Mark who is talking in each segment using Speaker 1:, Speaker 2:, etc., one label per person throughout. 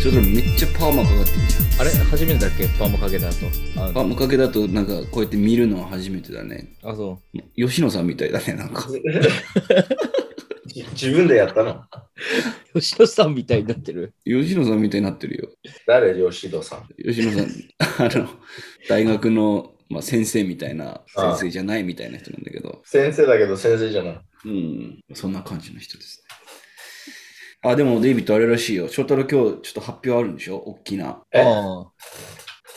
Speaker 1: それでもめっちゃパーマかかってるじ
Speaker 2: あれ初めてだっけパーマかけた後。
Speaker 1: ゃ
Speaker 2: あ
Speaker 1: んパーマかけだとなんかこうやって見るのは初めてだね
Speaker 2: あ、そ
Speaker 1: 吉野さんみたいだねなんか
Speaker 3: じ自分でやったの
Speaker 2: う。吉野さんみたいになってる。
Speaker 1: 吉野さんみたいになってるよ
Speaker 3: 誰吉野さん。
Speaker 1: 吉野さん あの大学の、まあ、先生みたいな
Speaker 3: ああ
Speaker 1: 先生じゃないみたいな人なんだけど
Speaker 3: 先生だけど先生じゃない。
Speaker 1: うんそんな感じの人ですねあでもデイビッドあれらしいよ翔太郎今日ちょっと発表あるんでしょ大きな
Speaker 3: え
Speaker 2: あ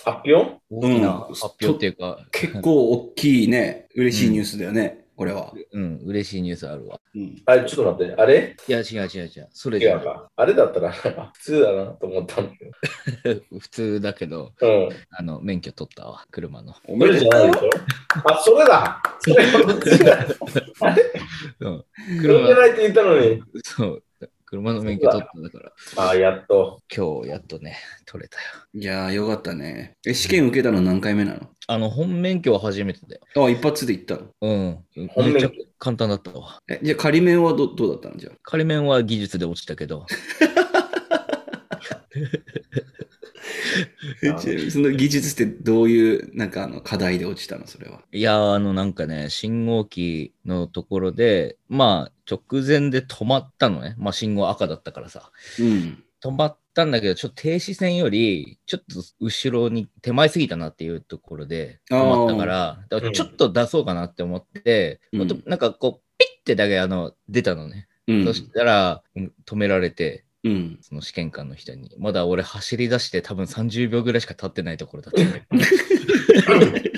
Speaker 2: あ。
Speaker 3: 発表
Speaker 2: 大
Speaker 1: う
Speaker 2: きな
Speaker 1: ん
Speaker 2: 発表っていうか、
Speaker 1: 結構大きいね嬉しいニュースだよね、これは、
Speaker 2: うん、嬉しいニュースあるわ。
Speaker 1: うん、
Speaker 3: あれ、ちょっと待って。あれ
Speaker 2: いや、違う違う違う。それ
Speaker 3: 違
Speaker 2: じゃ
Speaker 3: う
Speaker 2: ない
Speaker 3: か。あれだったら、なんか普通だなと思ったんだけ
Speaker 2: 普通だけど、
Speaker 3: ど。うん。
Speaker 2: あの、免許取ったわ、車の。
Speaker 1: お
Speaker 3: そ
Speaker 1: め
Speaker 3: れ
Speaker 1: で
Speaker 3: じ
Speaker 1: と
Speaker 3: ゃ
Speaker 1: う
Speaker 3: ないでしょあ、それだそれ普通だ
Speaker 2: うん。
Speaker 3: 車じゃ
Speaker 2: 車、
Speaker 3: ないって言ったのに。
Speaker 2: そう。車の免許取ったんだから、
Speaker 3: あ、やっと。
Speaker 2: 今日やっとね、取れたよ。
Speaker 1: いやーよかったねえ試験受けたの何回目なの
Speaker 2: あの、本免許は初めてだよ。
Speaker 1: あ一発で行ったの
Speaker 2: うん。
Speaker 3: 本免許
Speaker 2: めっちゃ簡単だったわ。
Speaker 1: えじゃあ仮面はどどうだったのじゃあ
Speaker 2: 仮面は技術で落ちたけど、
Speaker 1: えちなみにその技術ってどういうなんかあの課題で落ちたのそれはい
Speaker 2: やー、あの、なんかね、信号機のところで、まあ、直前で止まったのね。まあ、信号赤だったからさ。
Speaker 1: うん
Speaker 2: 止まったんだけど、ちょっと停止線より、ちょっと後ろに手前すぎたなっていうところで止まったから、だからちょっと出そうかなって思って、
Speaker 1: うん
Speaker 2: ほんとなんかこう、ピッてだけあの出たのね。
Speaker 1: うん
Speaker 2: そしたら、うん止められて、
Speaker 1: うん
Speaker 2: その試験官の人に、まだ俺走り出して多分30秒ぐらいしか経ってないところだったんだ けど。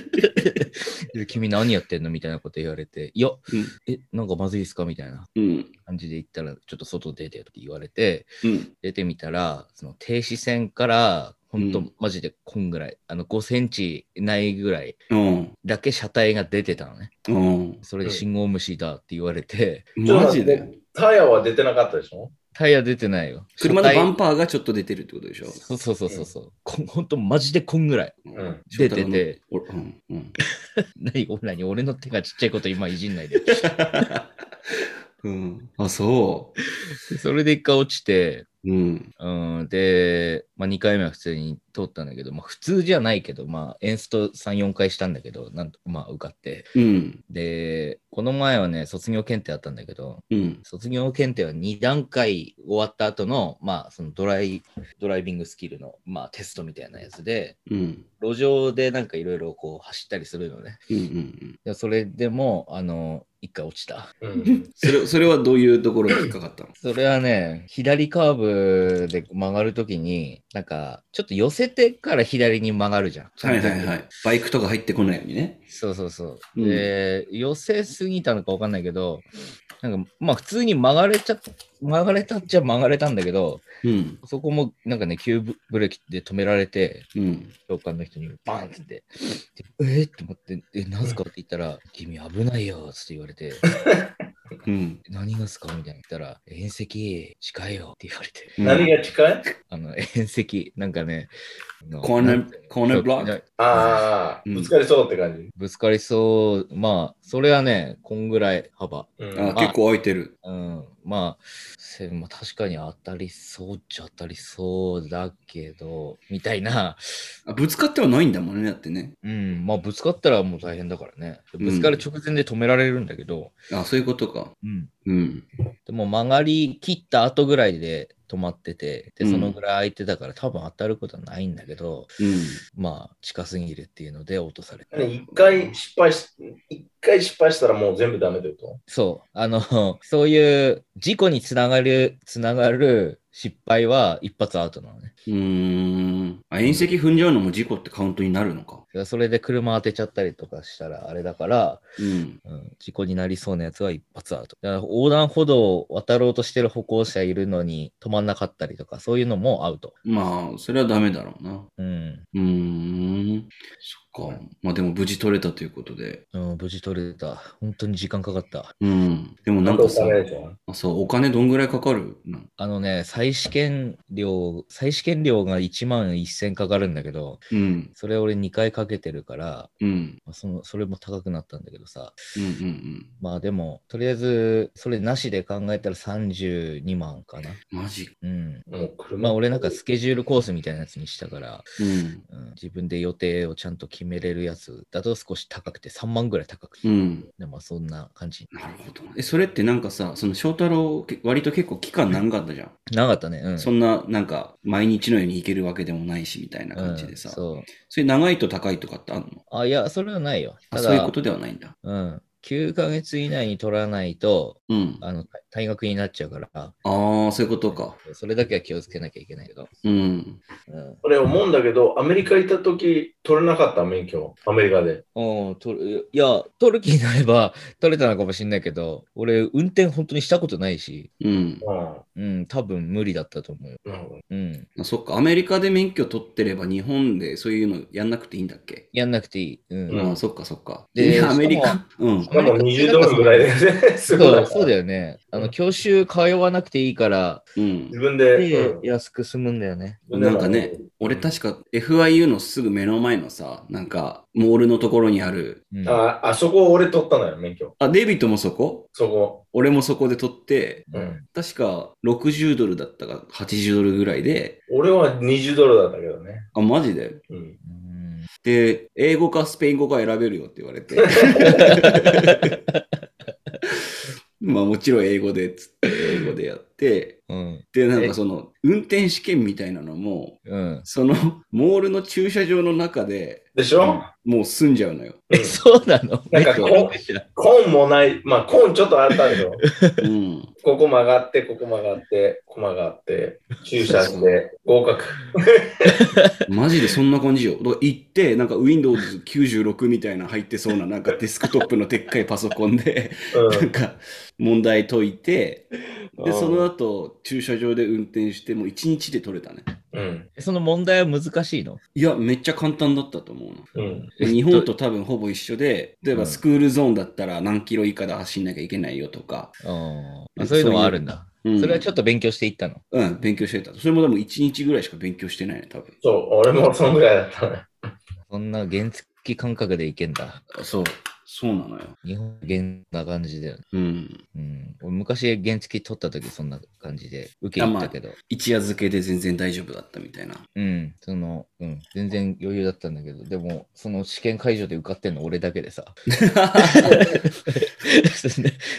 Speaker 2: で君何やってんのみたいなこと言われて、いや、
Speaker 1: うん
Speaker 2: え、なんかまずいっすかみたいな
Speaker 1: うん
Speaker 2: 感じで言ったら、ちょっと外出てって言われて、
Speaker 1: うん
Speaker 2: 出てみたら、その停止線から、ほん
Speaker 1: う
Speaker 2: と
Speaker 1: ん、
Speaker 2: マジでこんぐらい、あの、5センチないぐらい
Speaker 1: うん
Speaker 2: だけ車体が出てたのね。
Speaker 1: うん
Speaker 2: それで
Speaker 3: うん
Speaker 2: 信号無視だって言われて、
Speaker 1: マジで
Speaker 3: タイヤは出てなかったでしょ
Speaker 2: タイヤ出てないよ。
Speaker 1: 車の
Speaker 2: 車
Speaker 1: バ
Speaker 2: 体
Speaker 1: ンパーがちょっと出てるってことでしょ
Speaker 2: そうそうそうそうそう。こんほんと、マジでこんぐらい。
Speaker 3: ん
Speaker 2: 出てて
Speaker 1: 翔太郎のおうんうん
Speaker 2: 何俺 何俺の手がちっちゃいこと今いじんないで。
Speaker 1: うんあそ
Speaker 2: それで一回落ちて、
Speaker 1: ううん
Speaker 2: うん、で、まあ、2回目は普通に通ったんだけど、まあ、普通じゃないけど、まあ、エンスト3、4回したんだけど、なんと、まあ、受かって。
Speaker 1: うん
Speaker 2: で、この前はね、卒業検定あったんだけど、
Speaker 1: うん
Speaker 2: 卒業検定は2段階終わった後の、まあ、そのドライ、ドライビングスキルの、まあ、テストみたいなやつで、
Speaker 1: うん
Speaker 2: 路上でなんかいろいろこう走ったりするのね。
Speaker 1: うんうん
Speaker 2: でそれでも、あの、一回落ちた。
Speaker 3: うん。
Speaker 1: それそれはどういうところに引っかかったの
Speaker 2: それはね、左カーブで曲がるときに、なんか、ちょっと寄せてから左に曲がるじゃん。
Speaker 1: はいはいはい。バイクとか入ってこないようにね。
Speaker 2: そうそうそう。
Speaker 1: うん
Speaker 2: で、寄せすぎたのかわかんないけど、なんか、まあ普通に曲がれちゃ、曲がれたっちゃ曲がれたんだけど、
Speaker 1: うん。
Speaker 2: そこもなんかね、急ブブレーキで止められて、
Speaker 1: うん。
Speaker 2: 教官の人にバンって言って、でえー、って思って、え、なんすかって言ったら、君危ないよって言われて、
Speaker 1: うん。
Speaker 2: 何がすかみたいな言ったら、縁石近いよって言われて、
Speaker 3: 何が近い
Speaker 2: あの、縁石、なんかね、あの
Speaker 1: コーナー
Speaker 2: なんていうの
Speaker 1: コーナーブロック
Speaker 2: そう
Speaker 3: ああ、
Speaker 1: うん
Speaker 3: ぶつかりそうって感じ。
Speaker 2: ぶつかりそう、まあ、それはね、こんぐらい幅。
Speaker 3: うん
Speaker 1: あ結構空いてる。
Speaker 2: うん、まあ、せまあ、確かに当たりそうっちゃ当たりそうだけど、みたいな、
Speaker 1: あぶつかってはないんだもんね、だってね。
Speaker 2: うん、まあぶつかったらもう大変だからね。ぶつかる直前で止められるんだけど、
Speaker 1: あ、そういうことか。
Speaker 2: うん、
Speaker 1: うん。
Speaker 2: でも曲がり切った後ぐらいで止まってて、で、
Speaker 1: うん
Speaker 2: そのぐらい空いてたから多分当たることはないんだけど、
Speaker 1: うん。
Speaker 2: まあ近すぎるっていうので落とされた。
Speaker 3: 一回失敗し、一回失敗したらもう全部ダメだよと。
Speaker 2: そう、あの、 そういう事故につながる、つながる失敗は一発アウトなのね。
Speaker 1: うーん。あ、遠石踏んじゃうのも事故ってカウントになるのか。
Speaker 2: だからそれで車当てちゃったりとかしたらあれだから、
Speaker 1: うん。
Speaker 2: うん、事故になりそうなやつは一発アウト。だから横断歩道を渡ろうとしてる歩行者いるのに止まんなかったりとか、そういうのもアウト。
Speaker 1: まあ、それはダメだろうな。
Speaker 2: うん。
Speaker 1: うーん。そか。まあでも無事取れたということで。
Speaker 2: うん、無事取れた。本当に時間かかった。
Speaker 1: うん。でもなん
Speaker 3: お
Speaker 1: かさ、
Speaker 3: 金でしょ
Speaker 1: あそう、お金どんぐらいかかるの
Speaker 2: あのね、再試験料、再試験料が1万1000かかるんだけど、
Speaker 1: うん。
Speaker 2: それ俺2回かけてるから、
Speaker 1: うん。
Speaker 2: まあそのそれも高くなったんだけどさ。
Speaker 1: うんうん
Speaker 2: まあでも、とりあえず、それなしで考えたら32万かな。
Speaker 1: うん。マジ。
Speaker 2: うん。
Speaker 3: もう車。
Speaker 2: まあ俺なんかスケジュールコースみたいなやつにしたから、
Speaker 1: うん。
Speaker 2: うん、自分で予定をちゃんと決めれるやつだと少し高くて、3万ぐらい高くて。
Speaker 1: うん。
Speaker 2: でまあそんな感じ。
Speaker 1: なるほど。え、それってなんかさ、その翔太郎、け割と結構期間長かったじゃん。
Speaker 2: なかったね。うん。
Speaker 1: そんな、なんか、毎日のように行けるわけでもないし、みたいな感じでさ。
Speaker 2: う
Speaker 1: そ
Speaker 2: んそう。
Speaker 1: れ長いと高いとかってあるの
Speaker 2: あ、いや、それはないよ。
Speaker 1: あ
Speaker 2: た
Speaker 1: そういう
Speaker 2: だ
Speaker 1: こ、とではないんだ。
Speaker 2: うん。9ヶ月以内に取らないと、
Speaker 1: うん。あ
Speaker 2: あの、退学になっちゃうから、
Speaker 1: あー、そういうことか。
Speaker 2: それだけは気をつけなきゃいけないけど。
Speaker 1: うん。
Speaker 2: うん。
Speaker 3: 俺思うんだけど、アメリカ行った時取れなかった免許、アメリカで。
Speaker 2: うん、取るいや、取る気になれば取れたのかもしれないけど、俺、運転本当にしたことないし、
Speaker 1: うん。
Speaker 3: うん。
Speaker 2: うん、多分無理だったと思うよ。
Speaker 3: なるほど
Speaker 2: うん。
Speaker 1: あそっか、アメリカで免許取ってれば日本でそういうのやんなくていいんだっけ、
Speaker 2: やんなくていい。う。
Speaker 1: うんん、そっかそっか。
Speaker 2: で
Speaker 1: いやアメリ
Speaker 2: しか
Speaker 1: カ、うん。
Speaker 3: でも20ドルぐらいで、ね、 すごい
Speaker 2: そ
Speaker 3: な。
Speaker 2: うそうだよね。あの、教習通わなくていいから、
Speaker 1: うん
Speaker 3: 自。分で。
Speaker 2: で
Speaker 3: うん、
Speaker 2: 安く済むんだよね。
Speaker 3: 自分で
Speaker 1: なんかね、俺確か FIU のすぐ目の前のさ、なんかモールのところにある、
Speaker 2: うん。
Speaker 3: あ、あそこ俺取ったのよ、免許。
Speaker 1: あ、デイビッドもそこ
Speaker 3: そこ。
Speaker 1: 俺もそこで取って、
Speaker 3: うん
Speaker 1: 確か60ドルだったか80ドルぐらいで、
Speaker 3: 俺は20ドルだったけどね。
Speaker 1: あ、マジで
Speaker 3: うん。
Speaker 2: うん
Speaker 1: で、英語かスペイン語か選べるよって言われて。まあもちろん英語でっつって英語でやって、
Speaker 2: うん。
Speaker 1: で、なんかその運転試験みたいなのも、
Speaker 2: うん。
Speaker 1: そのモールの駐車場の中で
Speaker 3: でしょ、
Speaker 1: もう済んじゃうのよ。
Speaker 2: え、そうな の
Speaker 3: なんかこうコーンもない。まあ、コーンちょっとあったんでしょ。
Speaker 1: うん。
Speaker 3: ここ曲がって、ここ曲がって、ここ曲がって、駐車して、合格。
Speaker 1: マジでそんな感じよ。だから行って、なんか Windows96 みたいな入ってそうな、なんかデスクトップのでっかいパソコンで、なんか問題解いて、
Speaker 3: うん。
Speaker 1: で、その後駐車場で運転して、もう1日で取れたね。
Speaker 3: うん。
Speaker 2: その問題は難しいの
Speaker 1: いや、めっちゃ簡単だったと思うな。
Speaker 3: うん。
Speaker 1: で日本と多分ほぼ一緒で、例え
Speaker 2: う
Speaker 1: ば
Speaker 2: ん
Speaker 1: スクールゾーンだったら何キロ以下で走んなきゃいけないよとか、
Speaker 2: あーあそういうのはあるんだ。
Speaker 1: うん、
Speaker 2: それはちょ
Speaker 1: っ
Speaker 2: っと勉強していったの。
Speaker 1: と、うん、勉強してた。それもでも1日ぐらいしか勉強してないね、多分。
Speaker 3: そう、俺もそのぐらいだったね。
Speaker 2: そんな原付感覚でいけんだ。
Speaker 1: そう、そうなのよ。
Speaker 2: 日本原な感じだよね。
Speaker 1: うん。
Speaker 2: うん、俺昔原付取った時そんな感じで受け
Speaker 1: あ
Speaker 2: 入
Speaker 1: ま
Speaker 2: っ
Speaker 1: あ
Speaker 2: たけど、
Speaker 1: 一夜漬けで全然大丈夫だったみたいな。
Speaker 2: うん、その、うん、全然余裕だったんだけど、でも、その試験会場で受かってんの俺だけでさ。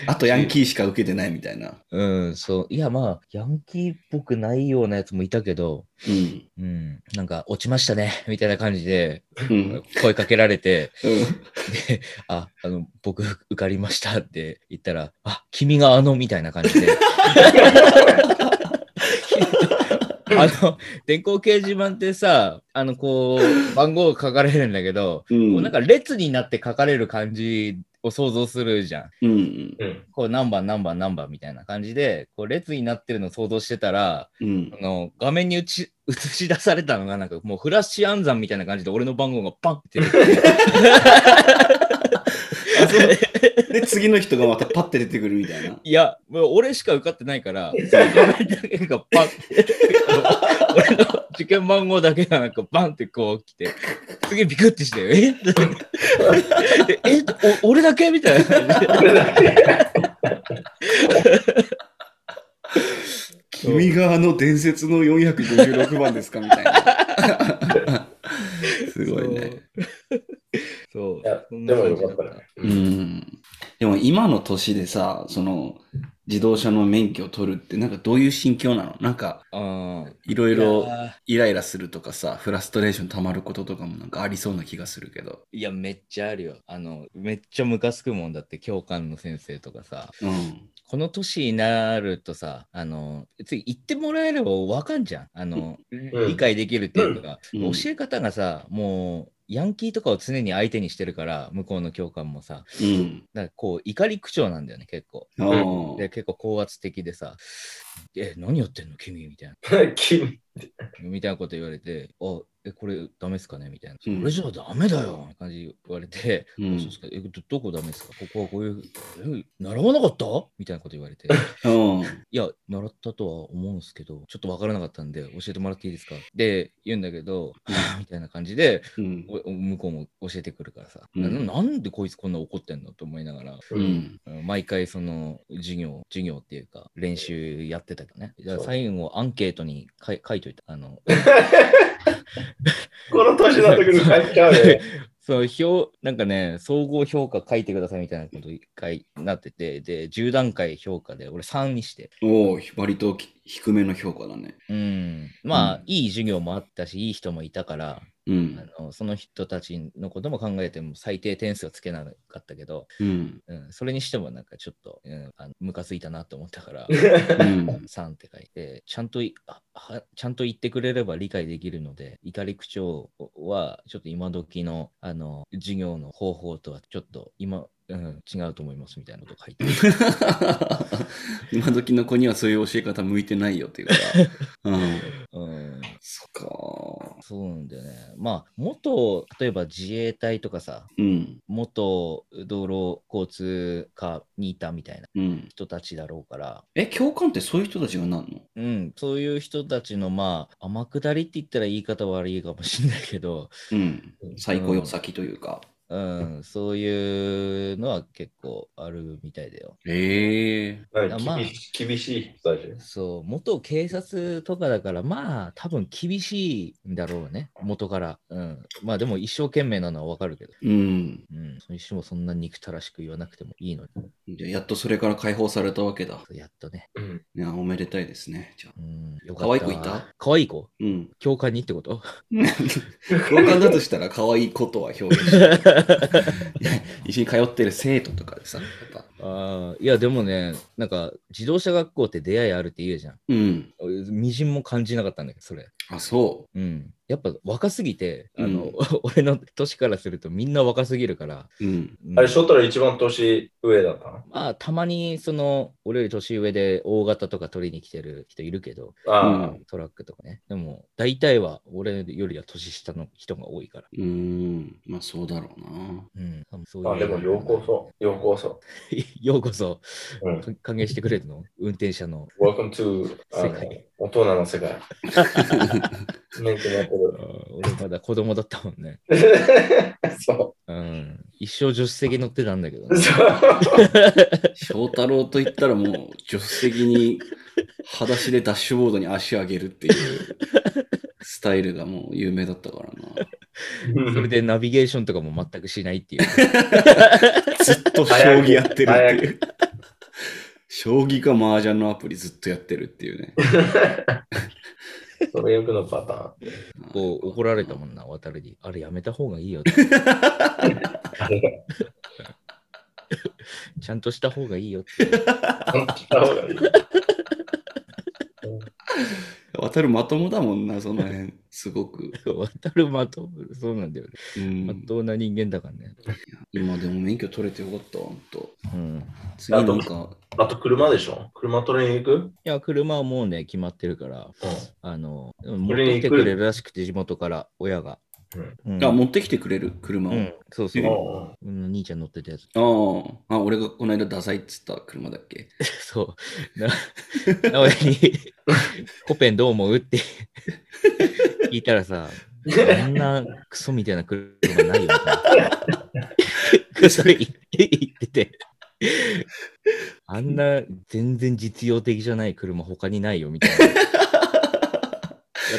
Speaker 1: あとヤンキーしか受けてないみたいな。
Speaker 2: うん、そう、いやまあ、ヤンキーっぽくないようなやつもいたけど、
Speaker 1: うん。
Speaker 2: うん、なんか落ちましたね、みたいな感じで
Speaker 1: うん。
Speaker 2: 声かけられて、
Speaker 1: うん
Speaker 2: で、あ、あの、僕受かりましたって言ったら、あ、君があの、みたいな感じで。あの、電光掲示板ってさ、あの、こう、番号書かれるんだけど、
Speaker 1: うん
Speaker 2: こうなんか列になって書かれる感じを想像するじゃん。
Speaker 1: うん。
Speaker 3: うん。
Speaker 2: こう、何番、何番、何番みたいな感じで、こう、列になってるのを想像してたら、
Speaker 1: うん
Speaker 2: あ。の、画面に映し映し出されたのが、なんかもうフラッシュ暗算みたいな感じで、俺の番号がパンって出てきて
Speaker 1: あそうで、次の人がまたパッて出てくるみたいな。
Speaker 2: いや、もう俺しか受かってないから、その画面だけがバンって、俺の受験番号だけがなんかバンってこう来て、すげえビクッてして、えでえ お俺だけみたいな感じで。
Speaker 1: 君があの伝説の456番ですかみたいな。 すごいね。
Speaker 2: そう。
Speaker 3: いや
Speaker 2: そん
Speaker 3: で
Speaker 2: な
Speaker 3: も
Speaker 2: 感
Speaker 3: よ
Speaker 2: じ
Speaker 3: かったね。
Speaker 1: う
Speaker 3: うん
Speaker 1: ん。でも今の年でさ、その自動車の免許を取るってなんかどういう心境なのなんか
Speaker 2: あ
Speaker 1: いろいろ
Speaker 2: ー
Speaker 1: イライラするとかさ、フラストレーション溜まることとかもなんかありそうな気がするけど。
Speaker 2: いや、めっちゃあるよ。あの、めっちゃムカつくもんだって、教官の先生とかさ、
Speaker 1: うん。
Speaker 2: この年になるとさ、あの、次言ってもらえればわかんじゃん。あの、
Speaker 3: ん
Speaker 2: 理解できるっていうか、
Speaker 1: うん
Speaker 2: 教え方がさ、もう、ヤンキーとかを常に相手にしてるから、向こうの教官もさ、
Speaker 1: うん。
Speaker 2: だからこう、怒り口調なんだよね、結構。
Speaker 1: ああ。
Speaker 2: で、結構高圧的でさ、え、何やってんの、君みたいな。
Speaker 3: 君
Speaker 2: みたいなこと言われて、あ、え、これダメですかねみたいな。
Speaker 1: うん
Speaker 2: これじゃダメだよみたいな感じで言われて、
Speaker 1: う
Speaker 2: あ
Speaker 1: ん
Speaker 2: そうですかえど、どこダメですかここはこういう、え、習わなかったみたいなこと言われて、
Speaker 1: うん
Speaker 2: いや、習ったとは思うんですけど、ちょっとわからなかったんで、教えてもらっていいですかで、言うんだ けど、みたいな感じで、
Speaker 1: うん
Speaker 2: お向こうも教えてくるからさ、
Speaker 1: うん
Speaker 2: ななんでこいつこんな怒ってんのと思いながら、
Speaker 1: う。ん
Speaker 2: うん毎回その授業、授業っていうか練習やってたけどね。じゃあ
Speaker 3: そう
Speaker 2: 最後アンケートにかい書いといた。あの、
Speaker 3: この年の時に書いちゃう ね。
Speaker 2: そう、表、なんかね、総合評価書いてくださいみたいなこと一回なってて、で、10段階評価で俺3にして。
Speaker 1: おお、割とき低めの評価だね。
Speaker 2: うん。まあ、
Speaker 1: うん
Speaker 2: いい授業もあったし、いい人もいたから、
Speaker 1: うん。
Speaker 2: あのその人たちのことも考えても最低点数はつけなかったけど、
Speaker 1: うん。
Speaker 2: うん、それにしてもなんかちょっと、うん、あのムカついたなと思った から。
Speaker 1: うん。
Speaker 2: 3って書いて、ちゃんといあはちゃんと言ってくれれば理解できるので、怒り口調はちょっと今時のあの授業の方法とはちょっと今、うん、違うと思いますみたいなこと書いてあ る
Speaker 1: 今時の子にはそういう教え方向いてないよっていうか。うん。
Speaker 2: うん、
Speaker 1: そっか。
Speaker 2: そうなんだよね。まあ、元、例えば自衛隊とかさ、
Speaker 1: うん。
Speaker 2: 元道路交通課にいたみたいな
Speaker 1: うん。
Speaker 2: 人たちだろうから、
Speaker 1: え、教官ってそういう人たちがなんの
Speaker 2: うん、そういう人たちの、まあ、天下りって言ったら言い方悪いかもしれないけど、
Speaker 1: うん。 最高よ先というか。
Speaker 2: うん、そういうのは結構あるみたいだよ。
Speaker 1: へえ。
Speaker 3: なん
Speaker 2: ま
Speaker 3: か
Speaker 2: あ
Speaker 3: 厳し厳しい人たち。
Speaker 2: そう、元警察とかだから、まあ、多分厳しいんだろうね、元から。うん、まあ、でも一生懸命なのはわかるけど、
Speaker 1: うん。
Speaker 2: うん、それにしてもそんな憎たらしく言わなくてもいいのに、
Speaker 1: じゃあやっとそれから解放されたわけだ。
Speaker 2: やっとね。
Speaker 3: うん
Speaker 1: いやおめでたいですね。じゃあ。
Speaker 2: うん、よ
Speaker 1: 可愛い子いた
Speaker 2: 可愛い子
Speaker 1: うん。
Speaker 2: 教官にってこと
Speaker 1: 教官だとしたら可愛いことは表現して一緒に通ってる生徒とかでさ。やっぱ
Speaker 2: あーいや、でもね、なんか、自動車学校って出会いあるって言うじゃん。
Speaker 1: うん。
Speaker 2: 俺みじんも感じなかったんだけど、それ。
Speaker 1: あ、そ
Speaker 2: うん、やっぱ若すぎて、あの
Speaker 1: うん
Speaker 2: 俺の年からするとみんな若すぎるから、
Speaker 1: う。うん。
Speaker 2: うん
Speaker 3: あれ、ショートラ一番年上だったの
Speaker 2: まあたまにその俺より年上で大型とか取りに来てる人いるけど、
Speaker 3: あ
Speaker 1: う
Speaker 2: トラックとかね。でも大体は俺よりは年下の人が多いから。
Speaker 1: うーん。まあそうだろうな。
Speaker 2: うん、そういう
Speaker 3: あ、あ、でも、ようこそ。ようこそ。
Speaker 2: う。 ようこそ、
Speaker 3: うん
Speaker 2: か歓迎してくれるの運転者の。
Speaker 3: Welcome to あの
Speaker 2: 世界
Speaker 3: 大人の世 界。免許持っ
Speaker 2: あー
Speaker 3: て
Speaker 2: 俺まだ子供だったもんね。
Speaker 3: る。 そ
Speaker 2: うん、一生助手席乗ってたんだけど
Speaker 3: う。
Speaker 2: ね。
Speaker 3: そう。
Speaker 1: 翔太郎と言ったらもう助手席に裸足でダッシュボードに足上げるっていうスタイルがもう有名だったから
Speaker 2: それでナビゲーションとかも全くしないっていう。
Speaker 1: な。ずっと将棋やってるっていう。将棋か麻雀のアプリずっとやってるっていうね。
Speaker 3: それよくのパターン。
Speaker 2: こう怒られたもんな、渡るに。あれやめた方がいい よって。
Speaker 3: あれが
Speaker 2: ちゃんとした方がいいよって。
Speaker 3: 本当だ俺
Speaker 1: 渡るまともだもんな、その辺。すごく。
Speaker 2: 渡るまと、そうなんだよね。
Speaker 1: うん
Speaker 2: まっとうな人間だからね。
Speaker 1: 今でも免許取れてよかったわ、ほんと。
Speaker 2: うん。い
Speaker 1: 次なんか、
Speaker 3: あと車でしょ車取りに行く
Speaker 2: や、車はもうね、決まってるから、あの、持っ
Speaker 3: れ
Speaker 2: て
Speaker 3: に
Speaker 2: き
Speaker 3: 来
Speaker 2: て
Speaker 3: る
Speaker 2: くれるらしくて、地元から、親が。うん
Speaker 1: あ、持ってきてくれる車を。
Speaker 2: うん、そうそうう。
Speaker 1: ん
Speaker 3: あ
Speaker 2: うん兄ちゃん乗ってたやつ。
Speaker 1: ああ、あ、俺がこの間ダサいっつった車だっけ。
Speaker 2: そう。な、なおに、コペンどう思うって聞いたらさ、あんなクソみたいな車ないよみたいな。それ言って言ってて。あんな全然実用的じゃない車他にないよみたいな。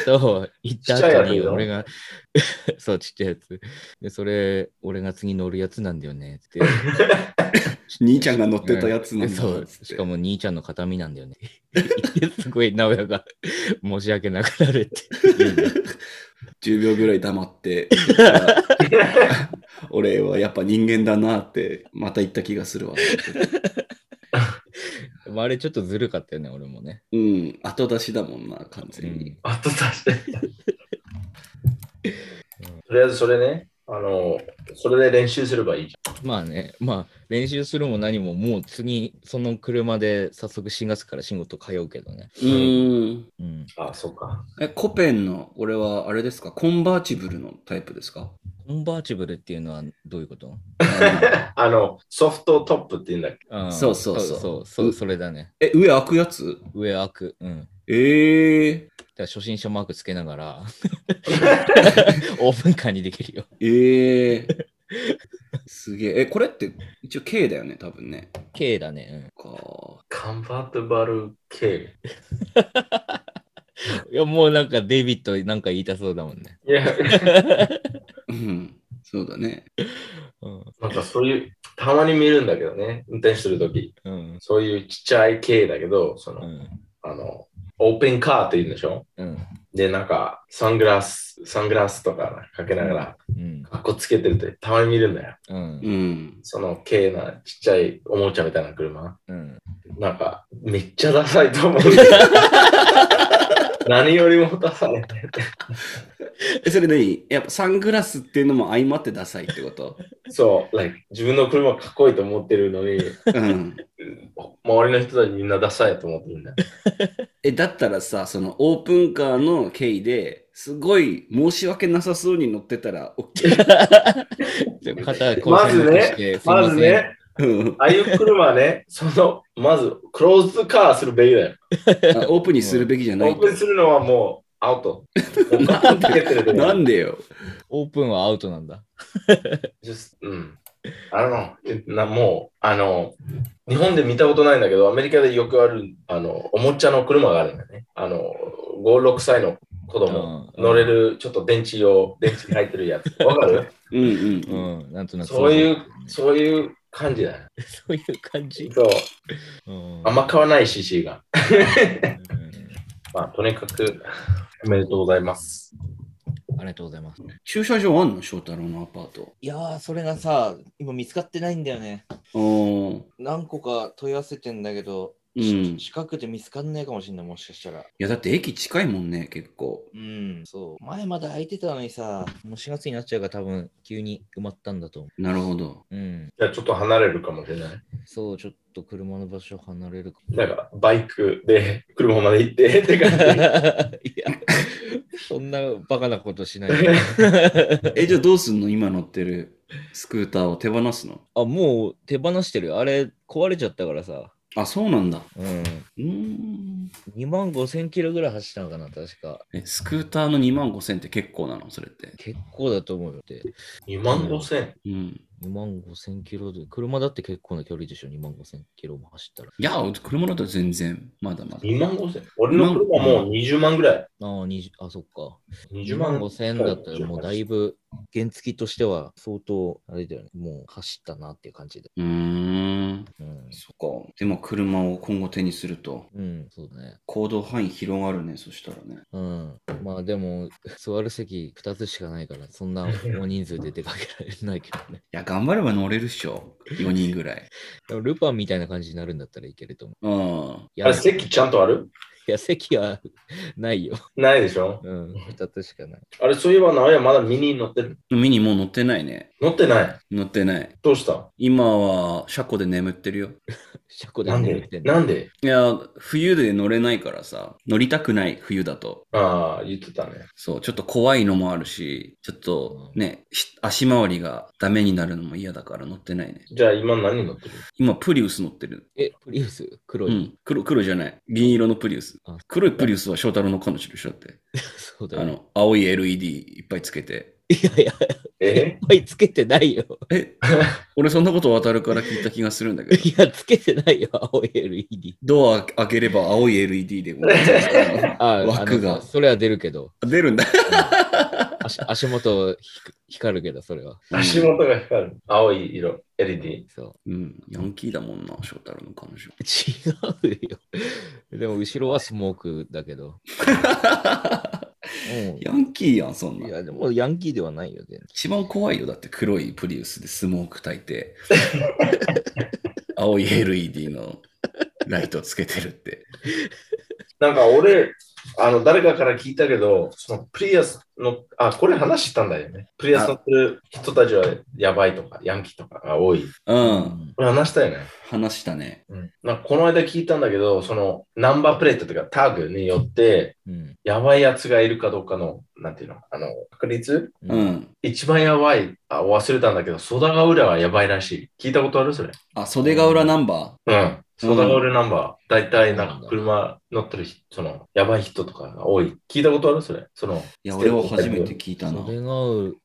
Speaker 2: あと、行った
Speaker 3: ちっちゃ
Speaker 2: 後
Speaker 3: い
Speaker 2: に
Speaker 3: やつだろ
Speaker 2: 俺が、 そう、ちっちゃいやつ。で、それ、俺が次乗るやつなんだよねって。
Speaker 1: 兄ちゃんが乗ってたやつな
Speaker 2: ね
Speaker 1: んだ
Speaker 2: そう。
Speaker 1: つって
Speaker 2: しかも兄ちゃんの形見なんだよね。 すごい直哉が申し訳なくなるって言うんだよ。
Speaker 1: 10秒ぐらい黙 って、俺はやっぱ人間だなって、また言った気がするわ。
Speaker 2: まあ、あれちょっとずるかったよね、俺もね。
Speaker 1: うん、後出しだもんな、完全に。
Speaker 3: あ。後出して。とりあえずそれね、あの、それで練習すればいいじ
Speaker 2: まあね、まあ練習するも何ももう次、その車で早速4月から仕事通うけどね。
Speaker 1: うーん。
Speaker 2: うん。
Speaker 3: あ、そっか。
Speaker 1: え、コペンの、これはあれですか、コンバーチブルのタイプです か
Speaker 2: コンバーチブルっていうのはどういうこと
Speaker 3: あの、ソフトトップって言うんだっけ
Speaker 2: あー
Speaker 1: そうそうそう
Speaker 2: そうそうそれだね。
Speaker 1: え、上開くやつ
Speaker 2: 上開く。うん。
Speaker 1: ええ
Speaker 2: だから初心者マークつけな がら、 オープンカーにできるよ。
Speaker 1: ええすげえ。え、これって一応 K だよね、多分ね。
Speaker 2: K だね。
Speaker 1: か
Speaker 3: カンファートバル系。
Speaker 2: うん、いや、もうなんかデイビッドなんか言いたそうだもんね。
Speaker 3: いや、
Speaker 1: うん。そうだね。
Speaker 2: うん。
Speaker 3: なんかそういう、たまに見るんだけどね、運転するとき。
Speaker 2: うん。
Speaker 3: そういうちっちゃい系だけど、その、
Speaker 2: うん。
Speaker 3: あの、オープンカーって言うんでしょ
Speaker 2: うん。
Speaker 3: で、なんか、サングラス、サングラスとかかけながら、
Speaker 2: うん。
Speaker 3: かっこつけてるってたまに見るんだよ。
Speaker 2: うん
Speaker 1: う。ん。
Speaker 3: その軽なちっちゃいおもちゃみたいな車。
Speaker 2: うん。
Speaker 3: なんか、めっちゃダサいと 思う。何よりもダサい。
Speaker 1: え、それ何やっぱサングラスっていうのも相まってダサいってこと
Speaker 3: そう、like 自分の車かっこいいと思ってるのに、
Speaker 1: うん。
Speaker 3: 周りの人たちみんなダサいと思ってるんだよ。
Speaker 1: え、だったらさ、そのオープンカーの K ですごい申し訳なさそうに乗ってたら OK。
Speaker 2: じゃあ肩こう
Speaker 3: まず
Speaker 2: 背伸び
Speaker 3: ね
Speaker 2: して、すい
Speaker 3: ま
Speaker 2: ま
Speaker 3: ず
Speaker 2: せん。
Speaker 3: ね、
Speaker 1: うん
Speaker 3: ああいう車はね、その、まず、クローズドカーするべきだよ。
Speaker 1: あオープンにするべきじゃ
Speaker 3: オ
Speaker 1: ない
Speaker 3: ープンするのはもう、アウト。 もうかっこつけてるで
Speaker 1: なんでよ。
Speaker 2: オープンはアウトなんだ。
Speaker 3: Just うん。あの、なもう、あの、日本で見たことないんだけど、アメリカでよくある、あの、おもちゃの車があるんだよね。あの、5、6歳の子供、
Speaker 2: うん
Speaker 3: 乗れる、ちょっと電池用、電池入ってる やつ。わかる
Speaker 1: うんうん
Speaker 2: う。ん。なんとなく。
Speaker 3: そういう、そういう感じだよ。
Speaker 2: そういう感じ。
Speaker 3: そう、
Speaker 2: うん
Speaker 3: あんま買わない CC が。
Speaker 2: うん
Speaker 3: まあ、とにかく、おめでとうございます。
Speaker 2: ありがとうございます。
Speaker 1: 駐車場あんの翔太郎のアパート。
Speaker 2: いやー、それがさ、今見つかってないんだよね。
Speaker 1: うん。
Speaker 2: 何個か問い合わせてんだけど、
Speaker 1: うん。い
Speaker 2: 近くで見つかんないかもしれない、もしかしたら。
Speaker 1: やだって駅近いもんね、結構。
Speaker 2: うん、そう。前まだ空いてたのにさ、もう4月になっちゃうから多分急に埋まったんだと思
Speaker 1: なるほど。
Speaker 2: う。うん。
Speaker 3: じゃあ、ちょっと離れるかもしれない。
Speaker 2: そう、ちょっと車の場所離れるか。
Speaker 3: なんか、バイクで車まで行って、 って
Speaker 2: い
Speaker 3: 感じ。
Speaker 2: や、そんなバカなことしない。
Speaker 1: え、じゃあどうすんの今乗ってるスクーターを手放すの
Speaker 2: あ、もう手放してるよ。あれ、壊れちゃったからさ。
Speaker 1: あ、そうなんだ。
Speaker 2: うん。
Speaker 1: うーん。
Speaker 2: 2万5千キロぐらい走ったのかな、確か。
Speaker 1: え、スクーターの2万5千って結構なのそれって。
Speaker 2: 結構だと思うよって。
Speaker 3: 2万5千。
Speaker 1: うん。
Speaker 2: 2万5千キロで、車だって結構な距離でしょ、2万5千キロも走ったら。
Speaker 1: いや、車だと全然、まだまだ。
Speaker 3: 2万5千。俺の車もう20万ぐらい。
Speaker 2: ああ、20あ、そっか。
Speaker 3: 20
Speaker 2: 10
Speaker 3: 万
Speaker 2: 万5千だったらもうだいぶ原付としては相当あれだよねもう走ったなっていう感じで
Speaker 1: うーん。
Speaker 2: うん、
Speaker 1: そっか。でも車を今後手にすると、
Speaker 2: うん、そうだね
Speaker 1: 行動範囲広がるね、そしたらね。
Speaker 2: うんまあでも 座る席2つしかないからそんな大人数で出かけられないけどね
Speaker 1: いや、頑張れば乗れるっしょ。4人ぐらい。
Speaker 2: でもルパンみたいな感じになるんだったらいけると思う
Speaker 1: うん。
Speaker 2: いや
Speaker 3: あれ、席ちゃんとある
Speaker 2: いや席はないよ
Speaker 3: ないでしょ
Speaker 2: うん2つしかない
Speaker 3: あれ、そういえば、直哉まだミニに乗ってる。
Speaker 1: ミニもう乗ってないね。
Speaker 3: 乗ってない。
Speaker 1: 乗ってない。
Speaker 3: どうした
Speaker 1: 今は車庫で眠ってるよ。
Speaker 2: 車庫で
Speaker 3: なん
Speaker 2: 眠っ
Speaker 3: で
Speaker 2: てんの
Speaker 3: なんで
Speaker 1: いや、冬で乗れないからさ、乗りたくない冬だと。
Speaker 3: ああ、言ってたね。
Speaker 1: そう、ちょっと怖いのもあるし、ちょっとね、し足回りがダメになるのも嫌だから乗ってないね。
Speaker 3: じゃあ、今何乗ってる
Speaker 1: 今、プリウス乗ってる。
Speaker 2: えプリウス黒
Speaker 1: う
Speaker 2: い、
Speaker 1: ん、黒黒じゃない。銀色のプリウス
Speaker 2: あ。
Speaker 1: 黒いプリウスは翔太郎の彼女でしょだって。
Speaker 2: そうだ
Speaker 1: あ
Speaker 2: よ、ね、
Speaker 1: の、青い LED いっぱいつけて。
Speaker 2: いやいやいっ
Speaker 3: え
Speaker 2: ぱいつけてないよ
Speaker 1: え 俺そんなこと渡るから聞いた気がするんだけど。
Speaker 2: いやつけてないよ青い LED
Speaker 1: ドア開ければ青い LED でごめんなさい
Speaker 2: あ
Speaker 1: 枠
Speaker 2: あ
Speaker 1: が
Speaker 2: のそれは出るけど、
Speaker 1: 出るんだ。
Speaker 2: 足足元ひく光るけど、それは。
Speaker 3: 足元が光る。青い色、LED。
Speaker 2: そ
Speaker 1: うん、ヤンキーだもんな、翔太郎の彼女。
Speaker 2: う。違うよ。でも、後ろはスモークだけど。うん
Speaker 1: ヤンキーやん、そん
Speaker 2: い
Speaker 1: な。
Speaker 2: や、でも、ヤンキーではないよ、全然。
Speaker 1: 一番怖いよ、だって黒いプリウスでスモーク焚い て、青い LED のライトつけてるって。
Speaker 3: なんか、俺、あの、誰かから聞いたけど、そのプリアスの、あ、これ話したんだよね。プリアス乗ってる人たちはやばいとか、ヤンキーとかが多
Speaker 1: う
Speaker 3: い。
Speaker 1: ん。
Speaker 3: これ話したよね。
Speaker 1: 話したね。
Speaker 3: うん、なんかこの間聞いたんだけど、そのナンバープレートというかタグによって、
Speaker 2: うん。
Speaker 3: やばいやつがいるかどうかの、なんていうの、あの、確率
Speaker 2: う。
Speaker 1: うんん。
Speaker 3: 一番やばい、あ、忘れたんだけど、ソダガウラはやばいらしい。聞いたことあるそれ。
Speaker 1: あ、袖ヶ浦ナンバ
Speaker 3: うん。ソダガウラナンバー、大体なんか車乗ってる人、その、やばい人とかが多い。聞いたことあるそれ。その、
Speaker 1: ーいや、俺は初めて聞いたな。
Speaker 2: 袖ヶ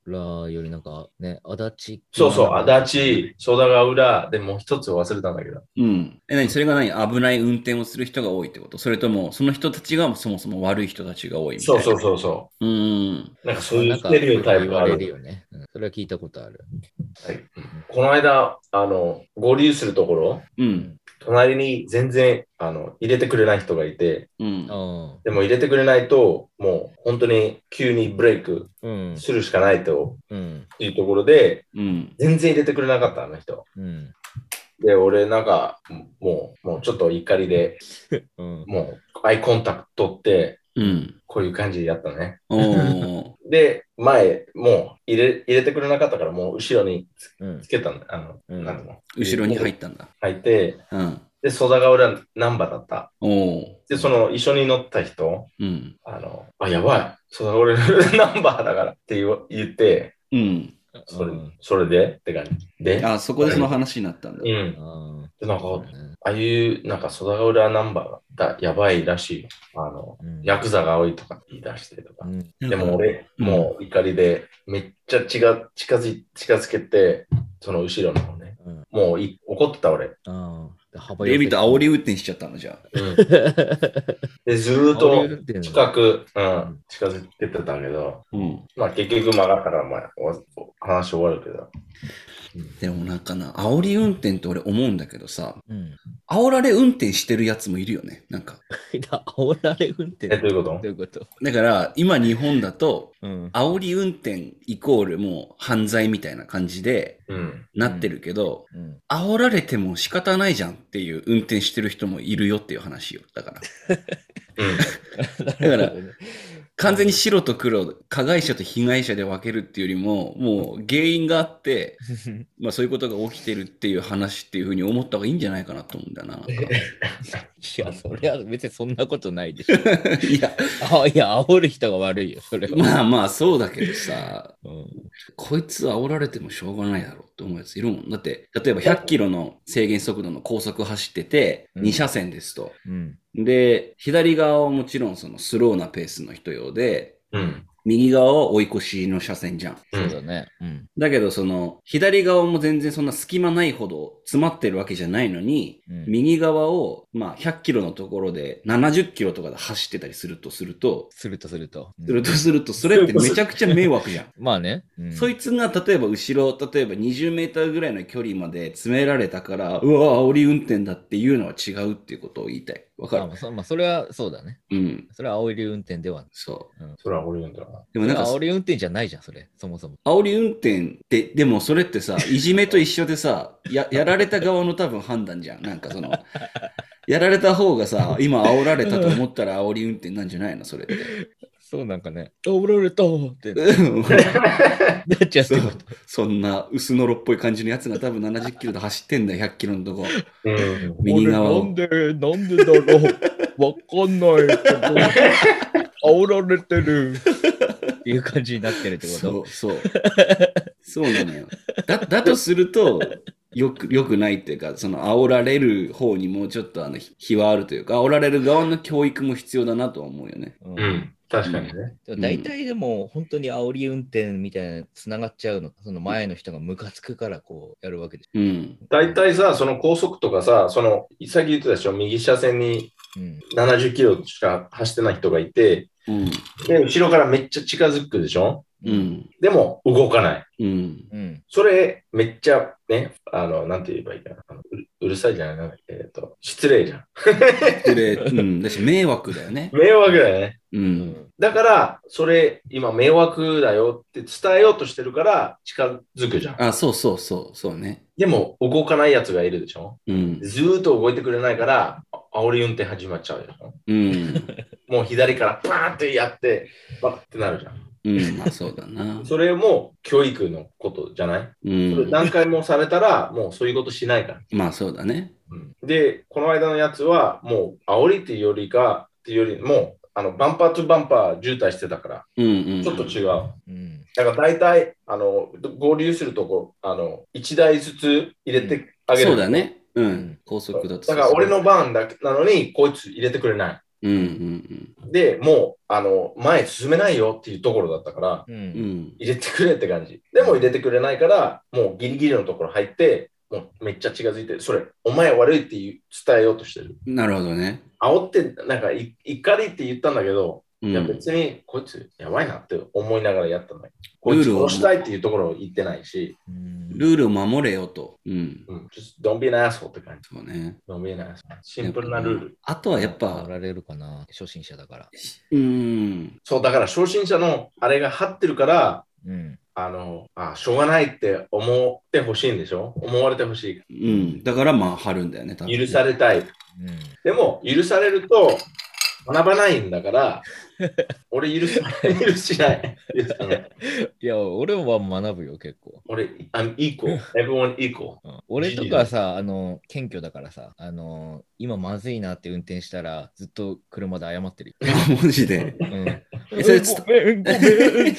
Speaker 2: 浦よりなんかね、足立。
Speaker 3: そうそう、足立、ソダガウラ、でもう一つ忘れたんだけど。
Speaker 1: うん。え、何それが何危ない運転をする人が多いってことそれとも、その人たちがそもそも悪い人たちが多いみたい
Speaker 3: そ
Speaker 1: な。
Speaker 3: うそう
Speaker 1: う。
Speaker 3: そうそ
Speaker 1: うん。
Speaker 3: う。なんかそういう
Speaker 2: なん
Speaker 3: ス
Speaker 2: か
Speaker 3: テレオタイプ
Speaker 2: 言
Speaker 3: が
Speaker 2: わ
Speaker 3: あ
Speaker 2: れ
Speaker 3: る
Speaker 2: る。よね。うんそれは聞いたことある。
Speaker 3: はいこの間、あの、合流するところ、
Speaker 1: うん。
Speaker 3: 隣に全然あの入れてくれない人がいて、
Speaker 1: うん。
Speaker 2: あ
Speaker 3: でも入れてくれないと、もう本当に急にブレイク
Speaker 2: あ。うん。
Speaker 3: するしかないと
Speaker 2: うん。
Speaker 3: いうところで、
Speaker 1: うん。
Speaker 3: 全然入れてくれなかった、あの人。
Speaker 2: うん。
Speaker 3: で、俺なんか、もう、もうちょっと怒りで、
Speaker 2: うん。
Speaker 3: もうアイコンタクト取って、
Speaker 1: うん。
Speaker 3: こういう感じでやったね。
Speaker 1: おー。
Speaker 3: で、前、もう入れ入れてくれなかったから、もう後ろに
Speaker 2: うん
Speaker 3: つ。けたんだ。あの、
Speaker 2: うん
Speaker 3: なんていうの
Speaker 1: 後ろに入ったんだ。
Speaker 3: 入って、
Speaker 1: うん。
Speaker 3: で、ソダが俺ナンバーだった。
Speaker 1: おー。
Speaker 3: で、その一緒に乗った人、
Speaker 1: うん。
Speaker 3: あの、あ、やばい、それ俺 ナンバーだからって言わ言って、
Speaker 1: うん。
Speaker 3: それ
Speaker 2: うん
Speaker 3: それでって感じ。で、
Speaker 1: あ、そこでその話になったんだ
Speaker 3: う。ん。
Speaker 2: あ
Speaker 3: で、なんか、
Speaker 2: あ。
Speaker 3: ああいう、なんか、ソダガウラナンバーがやばいらしいよ。あの、
Speaker 2: うん
Speaker 3: ヤクザが多いとか言い出してとか
Speaker 2: う。ん。
Speaker 1: で
Speaker 3: でも、俺、
Speaker 1: うん
Speaker 3: もう怒りで、めっちゃ近近づい近づけて、その後ろの方ね。
Speaker 2: うん
Speaker 3: もうい怒ってた俺。
Speaker 2: ああ。幅
Speaker 1: デイビッド煽り運転しちゃったのじゃあ。
Speaker 3: で、ずーっ
Speaker 2: 煽り打
Speaker 3: と
Speaker 2: ってんの
Speaker 3: 近く、うん、近づけてたけど、
Speaker 1: うん。
Speaker 3: まあ結局曲がったから、まあ、お話終わるけど。
Speaker 1: でもなんかな、煽り運転って俺思うんだけどさ、
Speaker 2: うん。
Speaker 1: 煽られ運転してるやつもいるよね。なんか。
Speaker 2: 煽られ運転
Speaker 3: え、
Speaker 2: ど
Speaker 3: どういうこと
Speaker 2: ういうこと
Speaker 1: だから、今日本だと、
Speaker 2: うん。
Speaker 1: 煽り運転イコールもう犯罪みたいな感じで
Speaker 3: うん。
Speaker 1: なってるけど、
Speaker 2: うん。
Speaker 1: 煽られても仕方ないじゃんっていう運転してる人もいるよっていう話よ。だから。
Speaker 3: うん。
Speaker 2: だ
Speaker 1: から 完全に白と黒、加害者と被害者で分けるっていうよりも、もう原因があって、まあそういうことが起きてるっていう話っていうふうに思った方がいいんじゃないかなと思うんだよな。なんか
Speaker 2: いや、それは別にそんなことないでしょ。
Speaker 1: いや、
Speaker 2: あいや、煽る人が悪いよ、それは。
Speaker 1: まあまあそうだけどさ、
Speaker 2: うん
Speaker 1: こいつ煽られてもしょうがないだろうって思うやついるもん。だって、例えば100キロの制限速度の高速走ってて、
Speaker 2: うん
Speaker 1: 2車線ですと。
Speaker 2: うん。
Speaker 1: で、左側はもちろんそのスローなペースの人用で、
Speaker 3: うん。
Speaker 1: 右側は追い越しの車線じゃん。
Speaker 3: う
Speaker 2: そうんだね。うん。
Speaker 1: だけどその左側も全然そんな隙間ないほど詰まってるわけじゃないのに、
Speaker 2: うん
Speaker 1: 右側をまあ100キロのところで70キロとかで走ってたりするとすると、
Speaker 2: するとすると。うん
Speaker 1: するとするとそれってめちゃくちゃ迷惑じゃん。
Speaker 2: まあね。うん
Speaker 1: そいつが例えば後ろ、例えば20メーターぐらいの距離まで詰められたから、うわ、煽り運転だっていうのは違うっていうことを言いたい。わか
Speaker 2: まあ
Speaker 1: る
Speaker 2: まあそまあ、それはそうだね。
Speaker 1: うん、
Speaker 2: それは煽り運転ではない。
Speaker 1: そう。
Speaker 3: それは俺なんだな。
Speaker 1: でもなんか
Speaker 2: 煽り運転じゃないじゃん、それ。そもそも。
Speaker 1: 煽り運転って、でもそれってさ、いじめと一緒でさ、や やられた側の多分判断じゃん。なんか その、やられた方がさ、今煽られたと思ったら煽り運転なんじゃないのそれっ て。
Speaker 2: そうなんかね。煽られたって な
Speaker 1: うん
Speaker 2: っちゃうって
Speaker 1: そ
Speaker 2: こ
Speaker 1: う そんな薄のろっぽい感じのやつが多分70キロで走ってんだよ、100キロのとこ。
Speaker 3: うん。
Speaker 2: と。
Speaker 1: 右側
Speaker 2: 俺
Speaker 1: を。
Speaker 2: で、なんでだろ う。わかんないけど。煽られてる。っていう感じになってるってこ
Speaker 1: そ
Speaker 2: と。
Speaker 1: う、そう。 そうなのよ。だだとすると、よく、よくないっていうか、その煽られる方にもうちょっとあの、日はあるというか、煽られる側の教育も必要だなとは思うよね。
Speaker 2: うん
Speaker 3: うん。確かにね。
Speaker 2: でも大体でも本当に煽り運転みたいなつながっちゃうの、その前の人がムカつくからこうやるわけでし
Speaker 1: うん。
Speaker 3: 大体さ、その高速とかさ、その、さっき言ってたでしょ、右車線に
Speaker 2: ょ。うん。
Speaker 3: 70キロしか走ってない人がいて、
Speaker 1: うん。
Speaker 3: で、後ろからめっちゃ近づくでしょ
Speaker 1: うん。
Speaker 3: でも、動かない。
Speaker 1: うん。
Speaker 2: うん。
Speaker 3: それ、めっちゃ、ね、あの、なんて言えばいいかな。あのうるうるさいじゃないなんだっけえっと、失礼じゃん。
Speaker 1: で、うん。だし、迷惑だよね。
Speaker 3: 迷惑だよね。
Speaker 1: う。
Speaker 2: うんん。
Speaker 3: だから、それ、今、迷惑だよって伝えようとしてるから、近づくじゃん。
Speaker 1: あ、そうそうそう、そうね。
Speaker 3: でも、動かないやつがいるでしょ
Speaker 1: うん。
Speaker 3: ずーっと動いてくれないから、あ煽り運転始まっちゃうよ。
Speaker 1: うん。
Speaker 3: もう左からパーンってやって、バッてなるじゃん。
Speaker 1: うん、まあそうだな。
Speaker 3: それも教育のことじゃない、
Speaker 1: う
Speaker 3: それ
Speaker 1: ん、
Speaker 3: 何回もされたら、もうそういうことしないから。
Speaker 1: まあそうだね。
Speaker 3: うんで、この間のやつは、もう煽りっていうよりか、っていうよりも、あのバンパーとバンパー渋滞してたから、
Speaker 1: うんうん。
Speaker 3: ちょっと違う。
Speaker 2: うん。
Speaker 3: だから大体、あの、合流するとこ、あの、1台ずつ入れてあげる。
Speaker 1: そうだね。う
Speaker 2: うん
Speaker 1: ん。高速だと。
Speaker 3: だから俺。の番だけなのに、こいつ入れてくれない。
Speaker 1: うんうん
Speaker 3: で、もう、あの、前進めないよっていうところだったから、
Speaker 1: う
Speaker 2: う。
Speaker 1: ん。うんん。
Speaker 3: 入れてくれって感じ。でも入れてくれないから、もうギリギリのところ入って、もうめっちゃ近づいて、それ、お前悪いって言う伝えようとしてる。
Speaker 1: なるほどね。
Speaker 3: 煽って、なんかい、怒りって言ったんだけど、
Speaker 1: う
Speaker 3: いや
Speaker 1: ん。
Speaker 3: 別に、こいつ、やばいなって思いながらやったんだけど、こ
Speaker 1: ル
Speaker 3: い
Speaker 1: ー
Speaker 3: つ
Speaker 1: ルを
Speaker 3: 殺したいっていうところを言ってないし、
Speaker 2: うん。
Speaker 1: ルールを守れよと。うん。
Speaker 3: うん、just don't be an asshole って感じ。
Speaker 1: そうね。
Speaker 3: don't be an asshole。シンプルなルール。
Speaker 1: あとはやっ
Speaker 2: お
Speaker 1: ぱ、
Speaker 2: られるかな初心者だから。
Speaker 1: うん。
Speaker 3: そう、だから、初心者のあれが張ってるから、
Speaker 2: うん。
Speaker 3: あの、あ、しょうがないって思ってほしいんでしょ思われてほし
Speaker 1: うん。だからまあ、張るんだよね。多分
Speaker 3: い。許されたい。
Speaker 2: うん。
Speaker 3: でも、許されると、学ばないんだから、 俺許さ ない、許しない。許さない
Speaker 2: いや、俺は学ぶよ、結構。
Speaker 3: 俺、I'm equal. Everyone equal.
Speaker 2: うん俺とかさ、あの、謙虚だからさ、あの、今まずいなって運転したら、ずっと車で謝ってるよ。
Speaker 1: マジで。
Speaker 2: うん。
Speaker 1: えそれつ
Speaker 2: ごめん、ごめん。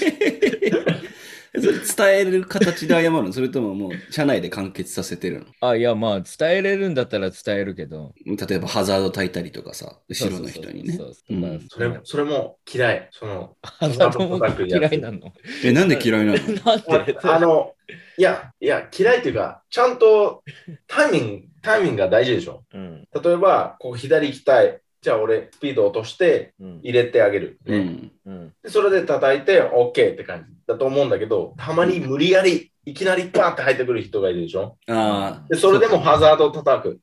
Speaker 1: それ伝える形で謝るのそれとももう、社内で完結させてる
Speaker 2: あ、いや、まあ、伝えれるんだったら伝えるけど。
Speaker 1: の例えば、ハザード焚いたりとかさ、後ろの人にね
Speaker 2: そ。うそうそう
Speaker 1: うん
Speaker 3: それも、それも嫌い。その、
Speaker 2: あなたも嫌いなの。
Speaker 1: え、なんで嫌いなの
Speaker 2: なん で
Speaker 3: あの、いや、いや、嫌いというか、ちゃんとタイミング、タイミングが大事でしょ。
Speaker 2: うん。
Speaker 3: 例えば、こう左行きたい。じゃあ俺、スピード落として
Speaker 2: うん
Speaker 3: 入れてあげる。
Speaker 1: うん。
Speaker 2: うん。
Speaker 3: でそれで叩いて OK って感じだと思うんだけど、たまに無理やり、いきなりバーって入ってくる人がいるでしょ。
Speaker 1: ああ。
Speaker 3: でそれでもハザードを叩く。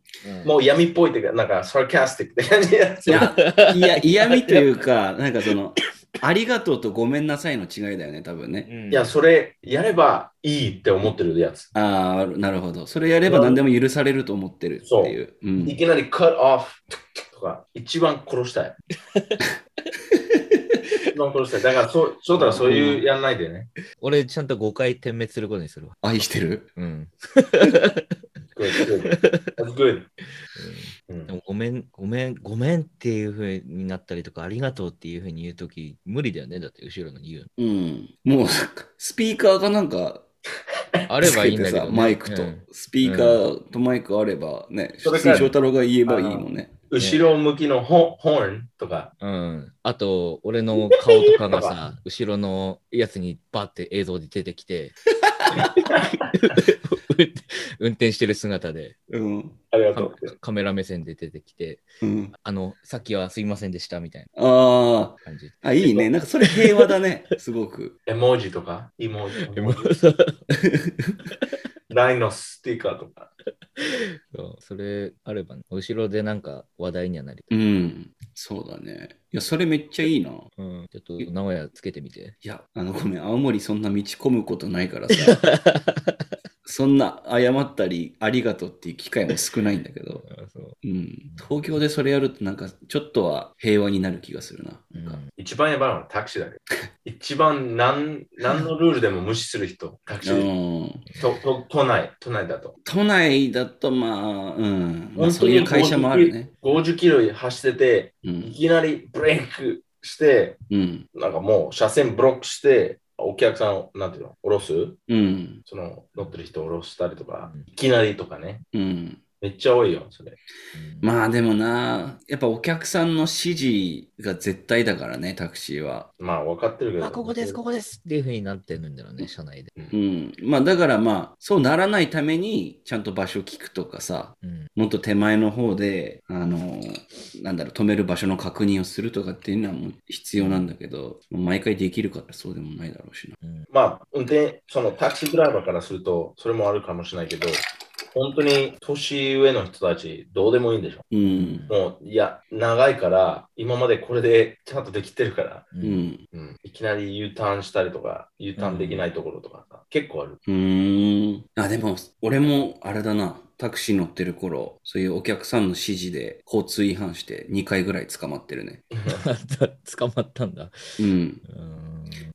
Speaker 2: も
Speaker 3: もう闇っぽいっていうか、なんかサーキャスティックって感じやつ
Speaker 1: い。や、いや、嫌味というか、なんかその、ありがとうとごめんなさいの違いだよね、多分ね。
Speaker 2: う
Speaker 3: いや、それやればいいって思ってるやつ。
Speaker 1: ああ、なるほど。それやれば何でも許されると思ってるっていう。う
Speaker 3: い
Speaker 1: ん、
Speaker 3: きなり cut off とか、一番殺した い。一番殺したい。だからそう、そうだらそういうやんないでね。
Speaker 2: 俺、ちゃんと5回点滅することにするわ。
Speaker 1: 愛してる
Speaker 2: うん。
Speaker 3: Good, good. That's good. うん
Speaker 2: でもごめん、ごめん、ごめんっていうふうになったりとか、ありがとうっていうふうに言うとき、無理だよね。だって、後ろのに言う
Speaker 1: うん。もう、スピーカーがなんか、
Speaker 2: の。あ
Speaker 1: あ
Speaker 2: ればいいんだけど、ね。
Speaker 1: マイクと、
Speaker 2: うん
Speaker 1: スピーカーとマイクあればね、
Speaker 3: そ
Speaker 1: 普
Speaker 3: れ
Speaker 1: 通
Speaker 3: から
Speaker 1: に翔太郎が言えばいいもんね。
Speaker 3: 後ろ向きのホホーンとか、
Speaker 2: うん。あと、俺の顔とかがさ、 後ろのやつにバーって映像で出てき て、運転してる姿で
Speaker 1: うん。
Speaker 3: ありが
Speaker 2: カ
Speaker 3: とう。
Speaker 2: カメラ目線で出てきて、
Speaker 1: うん。
Speaker 2: あの、さっきはすいませんでしたみたい
Speaker 1: あ
Speaker 2: な感じ。
Speaker 1: あ、あ、いいね。なんかそれ平和だね。 すごく。
Speaker 3: 絵文字とか、イモジ
Speaker 2: でも さ
Speaker 3: ラインのスティッカーとか。
Speaker 2: そうそれあれば、ね、後ろでなんか話題にはなりたい。
Speaker 1: うん。そうだね。いや、それめっちゃいいな。
Speaker 2: うん、ちょっと名古屋つけてみて。
Speaker 1: いや、あの、ごめん、青森そんな道込むことないから さ、そんな謝ったり、ありがとうっていう機会も少ないんだけど、
Speaker 2: あそう
Speaker 1: うん、東京でそれやると、なんか、ちょっとは平和になる気がするな。
Speaker 2: う
Speaker 1: なんか
Speaker 2: ん
Speaker 3: 一番やばいのはタクシーだけど。一番なん何のルールでも無視する人、タクシ
Speaker 1: う
Speaker 3: ー。
Speaker 1: ん、
Speaker 3: とと都内、都内だと。
Speaker 1: 都内だと、まあ、うん、ま
Speaker 3: 本当
Speaker 1: あ、
Speaker 3: に
Speaker 1: そういう会社もあるね。
Speaker 3: 50キロ走ってて、
Speaker 1: う
Speaker 3: い
Speaker 1: ん、
Speaker 3: きなりブレークして、
Speaker 1: うん、
Speaker 3: なんかもう車線ブロックして、お客さんを、なんていうの、降ろす
Speaker 1: うん、
Speaker 3: その乗ってる人を降ろしたりとか
Speaker 2: うん、
Speaker 3: いきなりとかね。
Speaker 1: うん。
Speaker 3: めっちゃ多いよ、それ。
Speaker 1: まあでもな、やっぱお客さんの指示が絶対だからね、タクシーは。
Speaker 3: まあ、分かってるけど。
Speaker 2: あ、ここです、ここですっていうふうになってるんだろうね、社内で。
Speaker 1: うん、まあだからまあ、そうならないために、ちゃんと場所聞くとかさ、
Speaker 2: うん
Speaker 1: もっと手前の方で、あの、なんだろう、止める場所の確認をするとかっていうのはもう必要なんだけど、毎回できるかってそうでもないだろうしな。
Speaker 2: うん
Speaker 3: まあ、運転、そのタクシードライバーからすると、それもあるかもしれないけど、本当に年上の人たち、どうでもいいんでしょ。
Speaker 1: うん。
Speaker 3: もう、いや、長いから、今までこれでちゃんとできてるから、
Speaker 2: う
Speaker 1: うんん。
Speaker 3: うん、いきなり U ターンしたりとか、U ターンできないところとかさ、結構ある。
Speaker 1: うーん。あ、でも、俺も、あれだな。タクシー乗ってる頃、そういうお客さんの指示で交通違反して2回ぐらい捕まってるね。
Speaker 2: 捕まったんだ。
Speaker 1: うん。
Speaker 2: うーん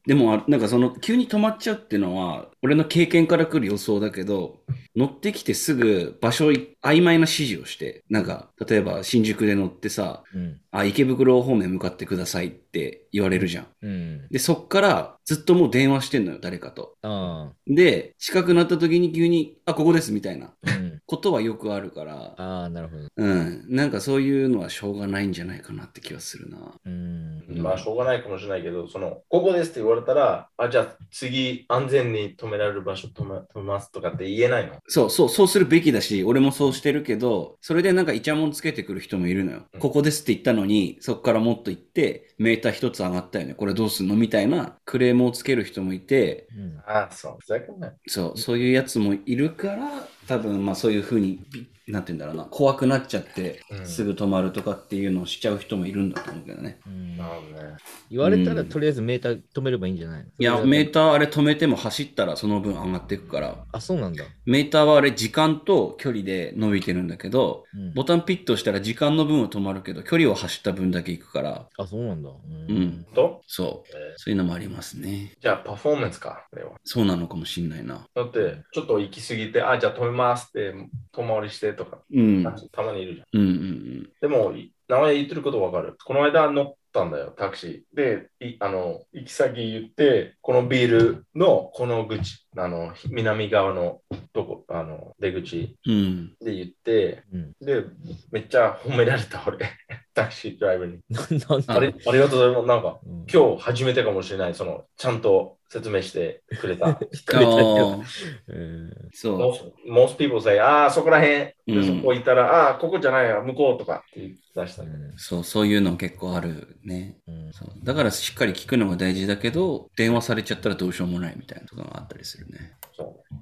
Speaker 1: でもあ、なんかその急に止まっちゃうってのは、俺の経験から来る予想だけど、乗ってきてすぐ場所い曖昧な指示をして、なんか、例えば新宿で乗ってさ、
Speaker 2: うん。
Speaker 1: あ、池袋方面向かってくださいって言われるじゃん。
Speaker 2: うん。
Speaker 1: で、そっからずっともう電話してんのよ、誰かと。
Speaker 2: あ
Speaker 1: で、近くなった時に急に、あ、ここですみたいな
Speaker 2: あ。うん。
Speaker 1: ことはよくあるから、
Speaker 2: ああ、なるほど。う
Speaker 1: うん、なんかそういうのはしょうがないんじゃないかなって気はするな。
Speaker 2: ーん。
Speaker 3: まあ、しょうがないかもしれないけど、その、ここですって言われたら、あ、じゃあ次、安全に止められる場所止め止めますとかって言えないの。
Speaker 1: そうそう、そうするべきだし、俺もそうしてるけど、それでなんかイチャモンつけてくる人もいるのよ。
Speaker 3: うん
Speaker 1: ここですって言ったのに、そこからもっと行って、メーター一つ上がったよね。これどうすんのみたいなクレームをつける人もいて、
Speaker 2: うん
Speaker 3: あ、そう、ふざけんなよ。
Speaker 1: そう、そういうやつもいるから、多分まあそういうふうに、びなんて言うんだろうな、怖くなっちゃって、
Speaker 3: うん
Speaker 1: すぐ止まるとかっていうのをしちゃう人もいるんだと思うけどね。
Speaker 2: うん
Speaker 3: なるほどね。
Speaker 2: 言われた
Speaker 1: う
Speaker 2: ら、
Speaker 1: ん
Speaker 2: とりあえずメーター止めればいいんじゃないの
Speaker 1: いや、メーターあれ止めても走ったらその分上がっていくから、
Speaker 2: あ、そうなんだ。
Speaker 1: メーターはあれ時間と距離で伸びてるんだけど、
Speaker 2: うん
Speaker 1: ボタンピッと押したら時間の分は止まるけど、距離を走った分だけ行くから、
Speaker 2: あ、そうなんだ。う
Speaker 1: うん。
Speaker 3: と、
Speaker 1: そう。
Speaker 3: え
Speaker 1: そういうのもありますね。
Speaker 3: ーじゃあ、パフォーマンスか、これは。
Speaker 1: そうなのかもしんないな。
Speaker 3: だって、ちょっと行き過ぎて、あ、じゃあ止めますって、遠回りしてとか、
Speaker 1: うん。うん
Speaker 3: たまにいるじゃん。
Speaker 1: うんうん。
Speaker 3: でも、い名前言ってることわかる。この間乗ったんだよ、タクシー。で、いあの、行き先言って、このビールのこの口、あの、南側のどこ、あの、出口
Speaker 1: うん。
Speaker 3: で言って、
Speaker 2: うん。
Speaker 3: で、めっちゃ褒められた、俺。 タクシードライバーに。
Speaker 2: な なん
Speaker 1: あ
Speaker 2: だ
Speaker 3: あれ、ありがとうございます。なんか、
Speaker 2: うん
Speaker 3: 今日初めてかもしれない、その、ちゃんと説明してくれ た。
Speaker 1: ああ、
Speaker 2: えー
Speaker 1: そう。
Speaker 3: most, most people say, ああ、そこらへ、、
Speaker 1: うんん
Speaker 3: でそこ行ったら、ああ、ここじゃないよ、向こうとかって言って出した
Speaker 2: う。ん
Speaker 1: そう、そういうの結構あるね。
Speaker 2: うん
Speaker 1: そうだからしっかり聞くのが大事だけど、電話されちゃったらどうしようもないみたいなとかがあったりするね。
Speaker 3: そう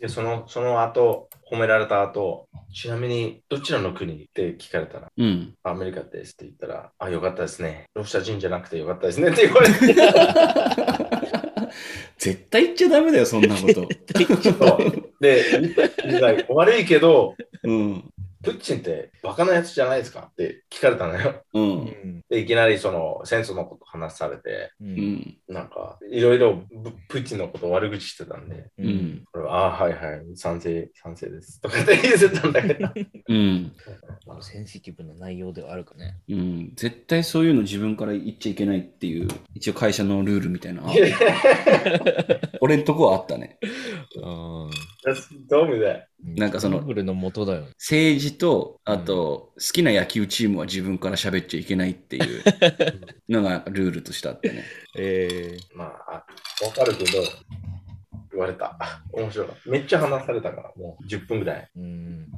Speaker 3: でその、その後、褒められた後、ちなみに、どちらの国って聞かれたら、
Speaker 1: うん。
Speaker 3: アメリカですって言ったら、あ、よかったですね。ロシア人じゃなくてよかったですねって言われて、
Speaker 1: 絶対言っちゃダメだよ、そんなこと。
Speaker 3: そう で、言ったら悪いけど、
Speaker 1: うん。
Speaker 3: プッチンってバカなやつじゃないですかって聞かれたのよ。
Speaker 1: う。
Speaker 2: うんん
Speaker 3: で、いきなりその戦争のこと話されて、
Speaker 1: う
Speaker 2: う
Speaker 1: んん。
Speaker 3: なんか、いろいろププッチンのこと悪口してたんで、
Speaker 1: う。ん。
Speaker 3: これはああ、はいはい、賛成、賛成です。とかって言ってたんだけ ど。
Speaker 1: うん。
Speaker 2: まあセンシティブな内容ではあるかね。
Speaker 1: うん、絶対そういうの自分から言っちゃいけないっていう、一応会社のルールみたいな。俺んとこはあったね。
Speaker 2: あ
Speaker 3: That's dumb that.
Speaker 1: なんかその
Speaker 2: ルールの元だよね。
Speaker 1: 政治と、あと、好きな野球チームは自分から喋っちゃいけないっていうのがルールとしてあってね。
Speaker 2: え
Speaker 3: まあ、わかるけど、言われた。面白かった。めっちゃ話されたから、もう10分ぐらい。
Speaker 2: えうん。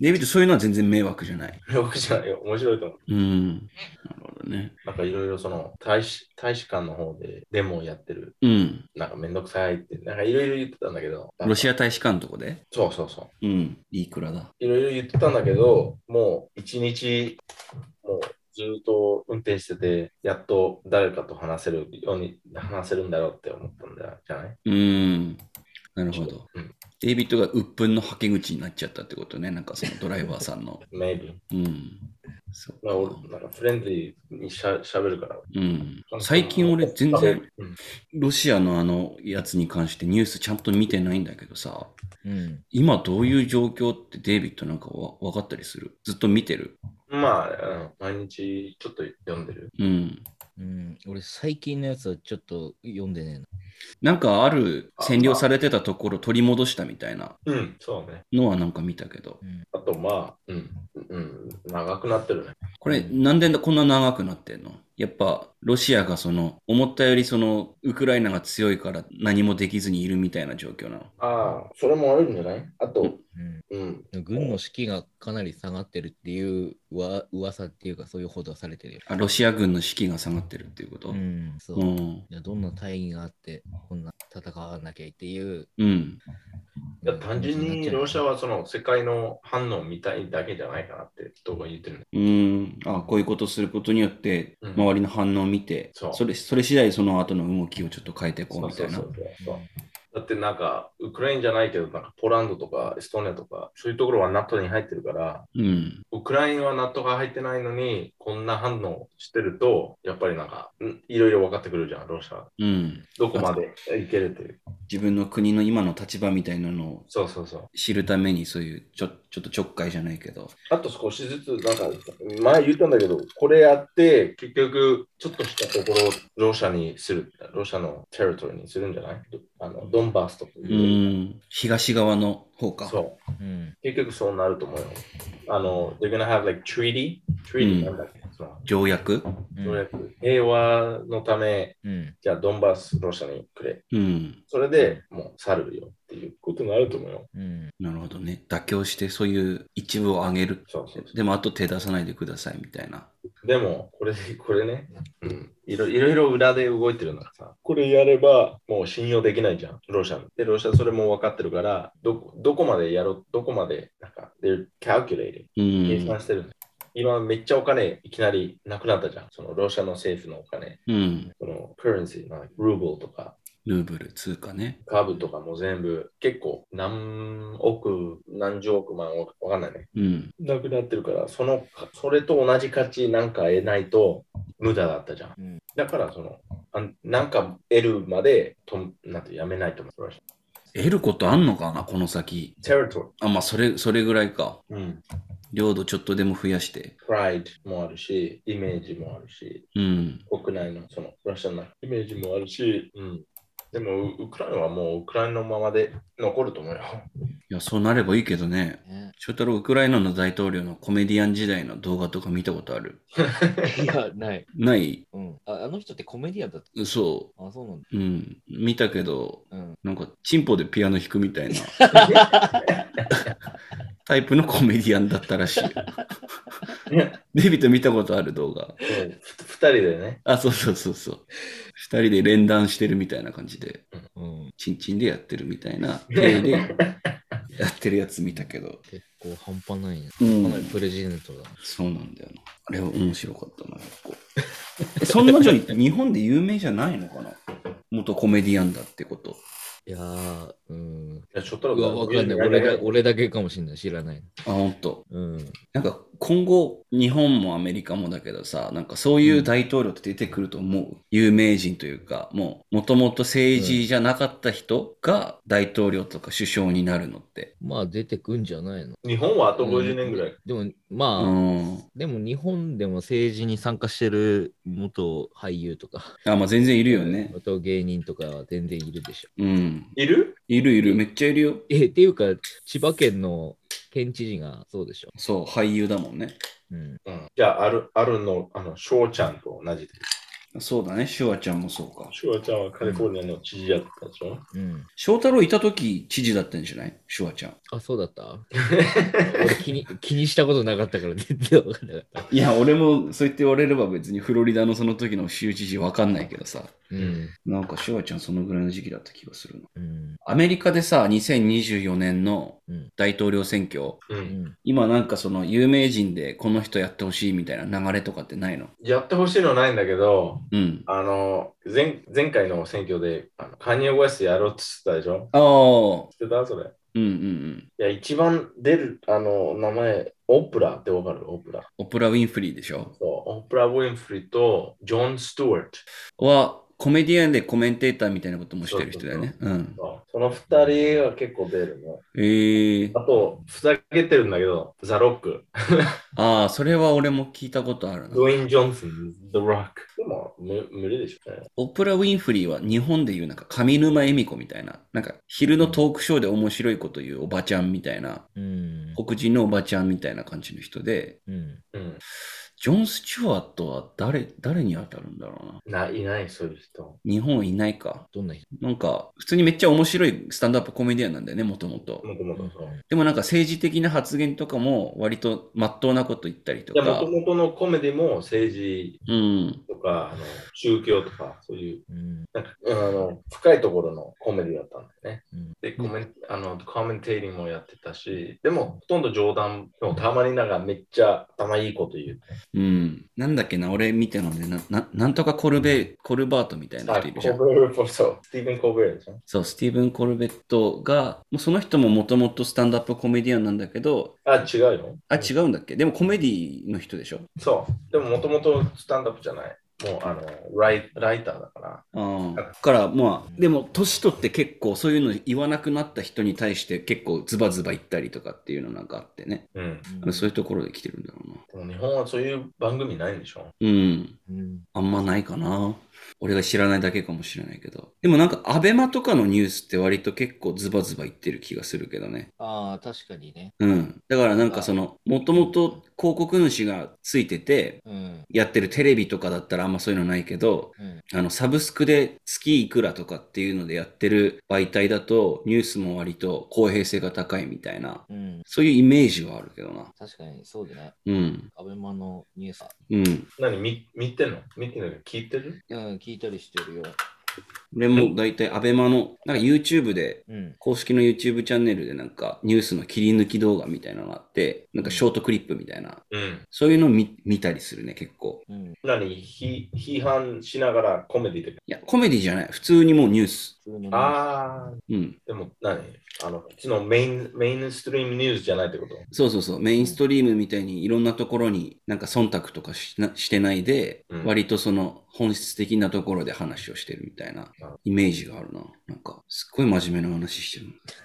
Speaker 1: デイビッド、そういうのは全然迷惑じゃない。
Speaker 3: よくじゃないよ。面白いと思う。
Speaker 1: うん。なるほどね。
Speaker 3: なんかいろいろその大使、大使館の方でデモをやってる。
Speaker 1: うん。
Speaker 3: なんかめんどくさいって、なんかいろいろ言ってたんだけど。
Speaker 1: ロシア大使館のとこで
Speaker 3: そうそうそう。
Speaker 1: うん。いくらだ。
Speaker 3: いろいろ言ってたんだけど、もう一日、もうずっと運転してて、やっと誰かと話せるように話せるんだろうって思ったんだじゃない
Speaker 1: うん。なるほど
Speaker 3: うん。
Speaker 1: デイビッドが鬱憤のはけ口になっちゃったってことね。なんかそのドライバーさんの。
Speaker 3: ?Maybe。
Speaker 1: うん。そうか
Speaker 3: まあ、俺、なんかフレンドリーにしゃべるから。
Speaker 1: うん、最近俺全然
Speaker 3: うん。
Speaker 1: ロシアのあのやつに関してニュースちゃんと見てないんだけどさ
Speaker 2: うん。
Speaker 1: 今どういう状況ってデイビッドなんかわ分かったりするずっと見てる
Speaker 3: まあ、あの毎日ちょっと読んでる。
Speaker 1: うん
Speaker 2: うん、俺、最近のやつはちょっと読んでね
Speaker 1: なんかある占領されてたところ取り戻したみたいな
Speaker 3: うん、そうね。
Speaker 1: のはなんか見たけど
Speaker 2: えな。
Speaker 3: あと、まあ、うん、うん、長くなってるね。
Speaker 1: これなんでこんな長くなってんのやっぱロシアがその思ったよりそのウクライナが強いから何もできずにいるみたいな状況なの
Speaker 3: ああ、それもあるんじゃないあと、
Speaker 2: うん
Speaker 3: うん、
Speaker 2: うん、軍の士気がかなり下がってるっていうわ噂っていうか、そういう報道されてるよ。
Speaker 1: あロシア軍の士気が下がってるっていうこと
Speaker 2: うん、そう。
Speaker 1: う
Speaker 2: い
Speaker 1: ん
Speaker 2: やどんな大義があって、こんな戦わなきゃっていう。
Speaker 1: うん
Speaker 3: いや単純にロシアはその世界の反応を見たいだけじゃないかなって人が言ってるね。
Speaker 1: うーんあこういうことすることによって
Speaker 3: うん
Speaker 1: 周りの反応を見て、
Speaker 3: そう
Speaker 1: それそれ次第その後の動きをちょっと変えていこうみたいな
Speaker 3: そうそうそうそうだってなんか、ウクラインじゃないけど、なんかポーランドとかエストニアとか、そういうところは NATO に入ってるから、
Speaker 1: うん。
Speaker 3: ウクライナは NATO が入ってないのに、こんな反応してると、やっぱりなんか、んいろいろ分かってくるじゃん、ロシア。
Speaker 1: うん。
Speaker 3: どこまでいけるという。
Speaker 1: 自分の国の今の立場みたいなのを
Speaker 3: そうそうそう。
Speaker 1: 知るために、そういうちょちょっとちょっかいじゃないけど。
Speaker 3: あと少しずつ、なんか、前言ったんだけど、これやって、結局、ちょっとしたところをロシアにする、ロシアのテリトリーにするんじゃないあのドンバースとかいううより
Speaker 1: ん。東側の方か。
Speaker 3: そう。
Speaker 2: うん。
Speaker 3: 結局そうなると思うよ。あの、they're gonna have like treaty? treaty
Speaker 1: う
Speaker 3: なんんだっけ、その
Speaker 1: 条約
Speaker 2: う
Speaker 3: 条
Speaker 2: ん。
Speaker 3: 約平和のため、
Speaker 2: うん。
Speaker 3: じゃあドンバース、ロシアにくれ。
Speaker 1: うん。
Speaker 3: それでもう去るよっていうことになると思うよ。
Speaker 2: うん。
Speaker 1: なるほどね。妥協して、そういう一部を上げる。
Speaker 3: そうそうそ
Speaker 1: でも、あと手出さないでください、みたいな。
Speaker 3: う。でも、これ、これね、うんいろ、いろいろ裏で動いてるんだからさ、これやればもう信用できないじゃん、ロシア。で、ロシアそれも分かってるから、どこどこまでやろう、どこまで、なんか、they're calculating。
Speaker 1: う
Speaker 3: 計
Speaker 1: ん。
Speaker 3: 算してる。今めっちゃお金いきなりなくなったじゃん。そのロシアの政府のお金、
Speaker 1: うん。
Speaker 3: そのクレンシーのルーブルとか
Speaker 1: ルーブル、通貨ね。
Speaker 3: 株とかも全部結構何億、何十億万わわかんないね。
Speaker 1: うん。
Speaker 3: なくなってるから、そのそれと同じ価値なんか得ないと無駄だったじゃん。
Speaker 2: うん
Speaker 3: だからそのあなんか得るまでとなんてやめないと思う。
Speaker 1: 得ることあんのかな、この先。
Speaker 3: テリト
Speaker 1: あ、まあ、それ、それぐらいか。
Speaker 3: リー、うん、
Speaker 1: 領土ちょっとでも増やして。
Speaker 3: プライドもあるし、イメージもあるし、
Speaker 1: うん。
Speaker 3: 国内のそのロシアのイメージもあるし、うん、でもウウクライナはもうウクライナのままで残ると思うよ。
Speaker 1: いや、そうなればいいけどね。
Speaker 2: ね
Speaker 1: 翔太郎、ウクライナの大統領のコメディアン時代の動画とか見たことある
Speaker 2: いや、ない。
Speaker 1: ない
Speaker 2: うん。ああの人ってコメディアンだっ
Speaker 1: そ
Speaker 2: た。あ、そうなんだ。
Speaker 1: う。うん。見たけど、
Speaker 2: うん。
Speaker 1: なんか、チンポでピアノ弾くみたいなタイプのコメディアンだったらしい。デビット見たことある動画。
Speaker 3: 2人でね、
Speaker 1: あ、そうそうそうそう。二人で連弾してるみたいな感じで、
Speaker 2: うん。
Speaker 1: チンチンでやってるみたいな、手でやってるやつ見たけど。
Speaker 2: 結構半端ないね。
Speaker 1: うん
Speaker 2: かなりプレジデントだ。
Speaker 1: そうなんだよな。あれは面白かったな、結構。えそんなジョニーって日本で有名じゃないのかな元コメディアンだってこと。
Speaker 2: いやー、うん。
Speaker 3: いやちょっと
Speaker 2: うわ、わかんない。俺だ俺だけかもしんない。知らない。
Speaker 1: あ、ほんと。
Speaker 2: うん。
Speaker 1: なんか今後、日本もアメリカもだけどさ、なんかそういう大統領って出てくると思う。有名人というか、もう、もともと政治じゃなかった人が大統領とか首相になるのって。
Speaker 2: まあ、出てくんじゃないの。
Speaker 3: 日本はあと50年ぐらい。
Speaker 2: でも、まあ、
Speaker 1: うん。
Speaker 2: でも日本でも政治に参加してる元俳優とか、
Speaker 1: あ、まあ全然いるよね。
Speaker 2: 元芸人とかは全然いるでしょ。
Speaker 1: うん。
Speaker 3: いる
Speaker 1: いるいる、めっちゃいるよ。
Speaker 2: え、っていうか、千葉県の県知事がそうでしょ。
Speaker 1: そう、俳優だもんね。
Speaker 2: うん。
Speaker 3: うん、じゃあ、ある、あるの、あの、翔ちゃんと同じで。
Speaker 1: そうだね、シュワちゃんもそうか。
Speaker 3: 翔ちゃんはカリフォルニアの知事やったでしょ
Speaker 2: うん。
Speaker 1: 翔太郎いた時知事だったんじゃないシュワちゃん。
Speaker 2: あ、そうだった 俺気に気にしたことなかったから全然わかんなかった。
Speaker 1: いや、俺もそう言って言われれば別にフロリダのその時の州知事わかんないけどさ。
Speaker 2: うん。
Speaker 1: なんかシュワちゃんそのぐらいの時期だった気がするな。
Speaker 2: うん。
Speaker 1: アメリカでさ、2024年の
Speaker 2: うん
Speaker 1: 大統領選挙、
Speaker 3: う。
Speaker 2: うんん。
Speaker 1: 今なんかその有名人でこの人やってほしいみたいな流れとかってないの
Speaker 3: やってほしいのはないんだけど、
Speaker 1: うん。
Speaker 3: あの、前前回の選挙で、あのカニエ・ウェストやろうって言ってたでしょ
Speaker 1: ああ、
Speaker 3: 知ってたそれ。
Speaker 1: うんうんうん。
Speaker 3: いや、一番出る、あの、名前、オプラってわかるオプラ。
Speaker 1: オプラ・ウィンフリーでしょ
Speaker 3: そう、オプラ・ウィンフリーとジョン・スチュワート。
Speaker 1: は、コメディアンでコメンテーターみたいなこともしてる人だよね。うん。
Speaker 3: そうその二人は結構出るね。
Speaker 1: ええ
Speaker 3: あと、ふざけてるんだけど、ザ・ロック、
Speaker 1: ああ、それは俺も聞いたことあるな。
Speaker 3: ドウェイン・ジョンソン、ザ・ロック。でも、む無理でしょうね。
Speaker 1: オプラ・ウィンフリーは日本でいうなんか上沼恵美子みたいな、なんか昼のトークショーで面白いこと言うおばちゃんみたいな、
Speaker 2: うん。
Speaker 1: 黒人のおばちゃんみたいな感じの人で、
Speaker 2: うん。
Speaker 3: うん。
Speaker 1: ジョン・スチュワートは誰、誰に当たるんだろうな。
Speaker 3: ない、いない、そういう人。
Speaker 1: 日本いないか。
Speaker 2: どんな人
Speaker 1: なんか、普通にめっちゃ面白いスタンドアップコメディアンなんだよね、もともと。
Speaker 3: もともとそう。
Speaker 1: でもなんか政治的な発言とかも割と真っ当なこと言ったりと
Speaker 3: いや、も
Speaker 1: か
Speaker 3: と、もとのコメディも政治
Speaker 1: うん、
Speaker 3: とか、あの宗教とか、そういう、
Speaker 2: うん。
Speaker 3: なんか、うんあの、深いところのコメディだったんだよね。
Speaker 2: うん
Speaker 3: で、コメン、あの、コメンテーリングもやってたし、でも、ほとんど冗談、でもたまになんかめっちゃ頭いいこと言う。
Speaker 1: うん。なんだっけな、俺見てるので、なななんとかコルベ、コルバートみたいな
Speaker 3: あ
Speaker 1: 人いるじゃん。
Speaker 3: コルベそうそう、スティーブン・コルベルじゃん。
Speaker 1: そう、スティーブン・コルベットが、もうその人ももともとスタンダップコメディアンなんだけど、
Speaker 3: あ、違うよ。
Speaker 1: あ、違うんだっけでもコメディの人でしょ
Speaker 3: そう。でも、もともとスタンダップじゃない。もう、あの、ライライターだから。
Speaker 1: ああ。だからまあ、でも年取って結構そういうの言わなくなった人に対して結構ズバズバ言ったりとかっていうのなんかあってね。
Speaker 3: うん。
Speaker 1: そういうところで来てるんだろうな。
Speaker 3: でも、日本はそういう番組ないんでしょ
Speaker 1: うん。
Speaker 2: うん
Speaker 1: あんまないかな。俺が知らないだけかもしれないけど。でもなんか、アベマとかのニュースって割と結構ズバズバ言ってる気がするけどね。
Speaker 2: ああ、確かにね。
Speaker 1: うん。だからなんかその、もともと広告主がついてて、
Speaker 2: うん。
Speaker 1: やってるテレビとかだったらあんまそういうのないけど、
Speaker 2: うん。
Speaker 1: あの、サブスクで月いくらとかっていうのでやってる媒体だと、ニュースも割と公平性が高いみたいな、
Speaker 2: うん。
Speaker 1: そういうイメージはあるけどな。
Speaker 2: 確かに、そうだね。
Speaker 1: うん。
Speaker 2: アベマのニュース。
Speaker 1: うん。
Speaker 3: 何み見てんの見てんの聞いてる
Speaker 2: うん、聞いたりしてるよ。
Speaker 1: 俺も大体アベマの、なんか YouTube で
Speaker 2: うん。
Speaker 1: 公式の YouTube チャンネルでなんかニュースの切り抜き動画みたいなのがあって、なんかショートクリップみたいな、
Speaker 3: うん。
Speaker 1: そういうの見見たりするね、結構。
Speaker 2: うん。
Speaker 3: 何ひ批判しながらコメディで。
Speaker 1: いや、コメディじゃない。普通にもうニュース。
Speaker 2: 普通のニュース
Speaker 3: ああ、
Speaker 1: うん。
Speaker 3: でも何あの、こっちのメイン、メインストリームニュースじゃないってこと
Speaker 1: そうそうそう。メインストリームみたいにいろんなところになんか忖度とかしなしてないで、
Speaker 3: うん
Speaker 1: 割とその本質的なところで話をしてるみたいなイメージがあるな。なんか、すっごい真面目な話し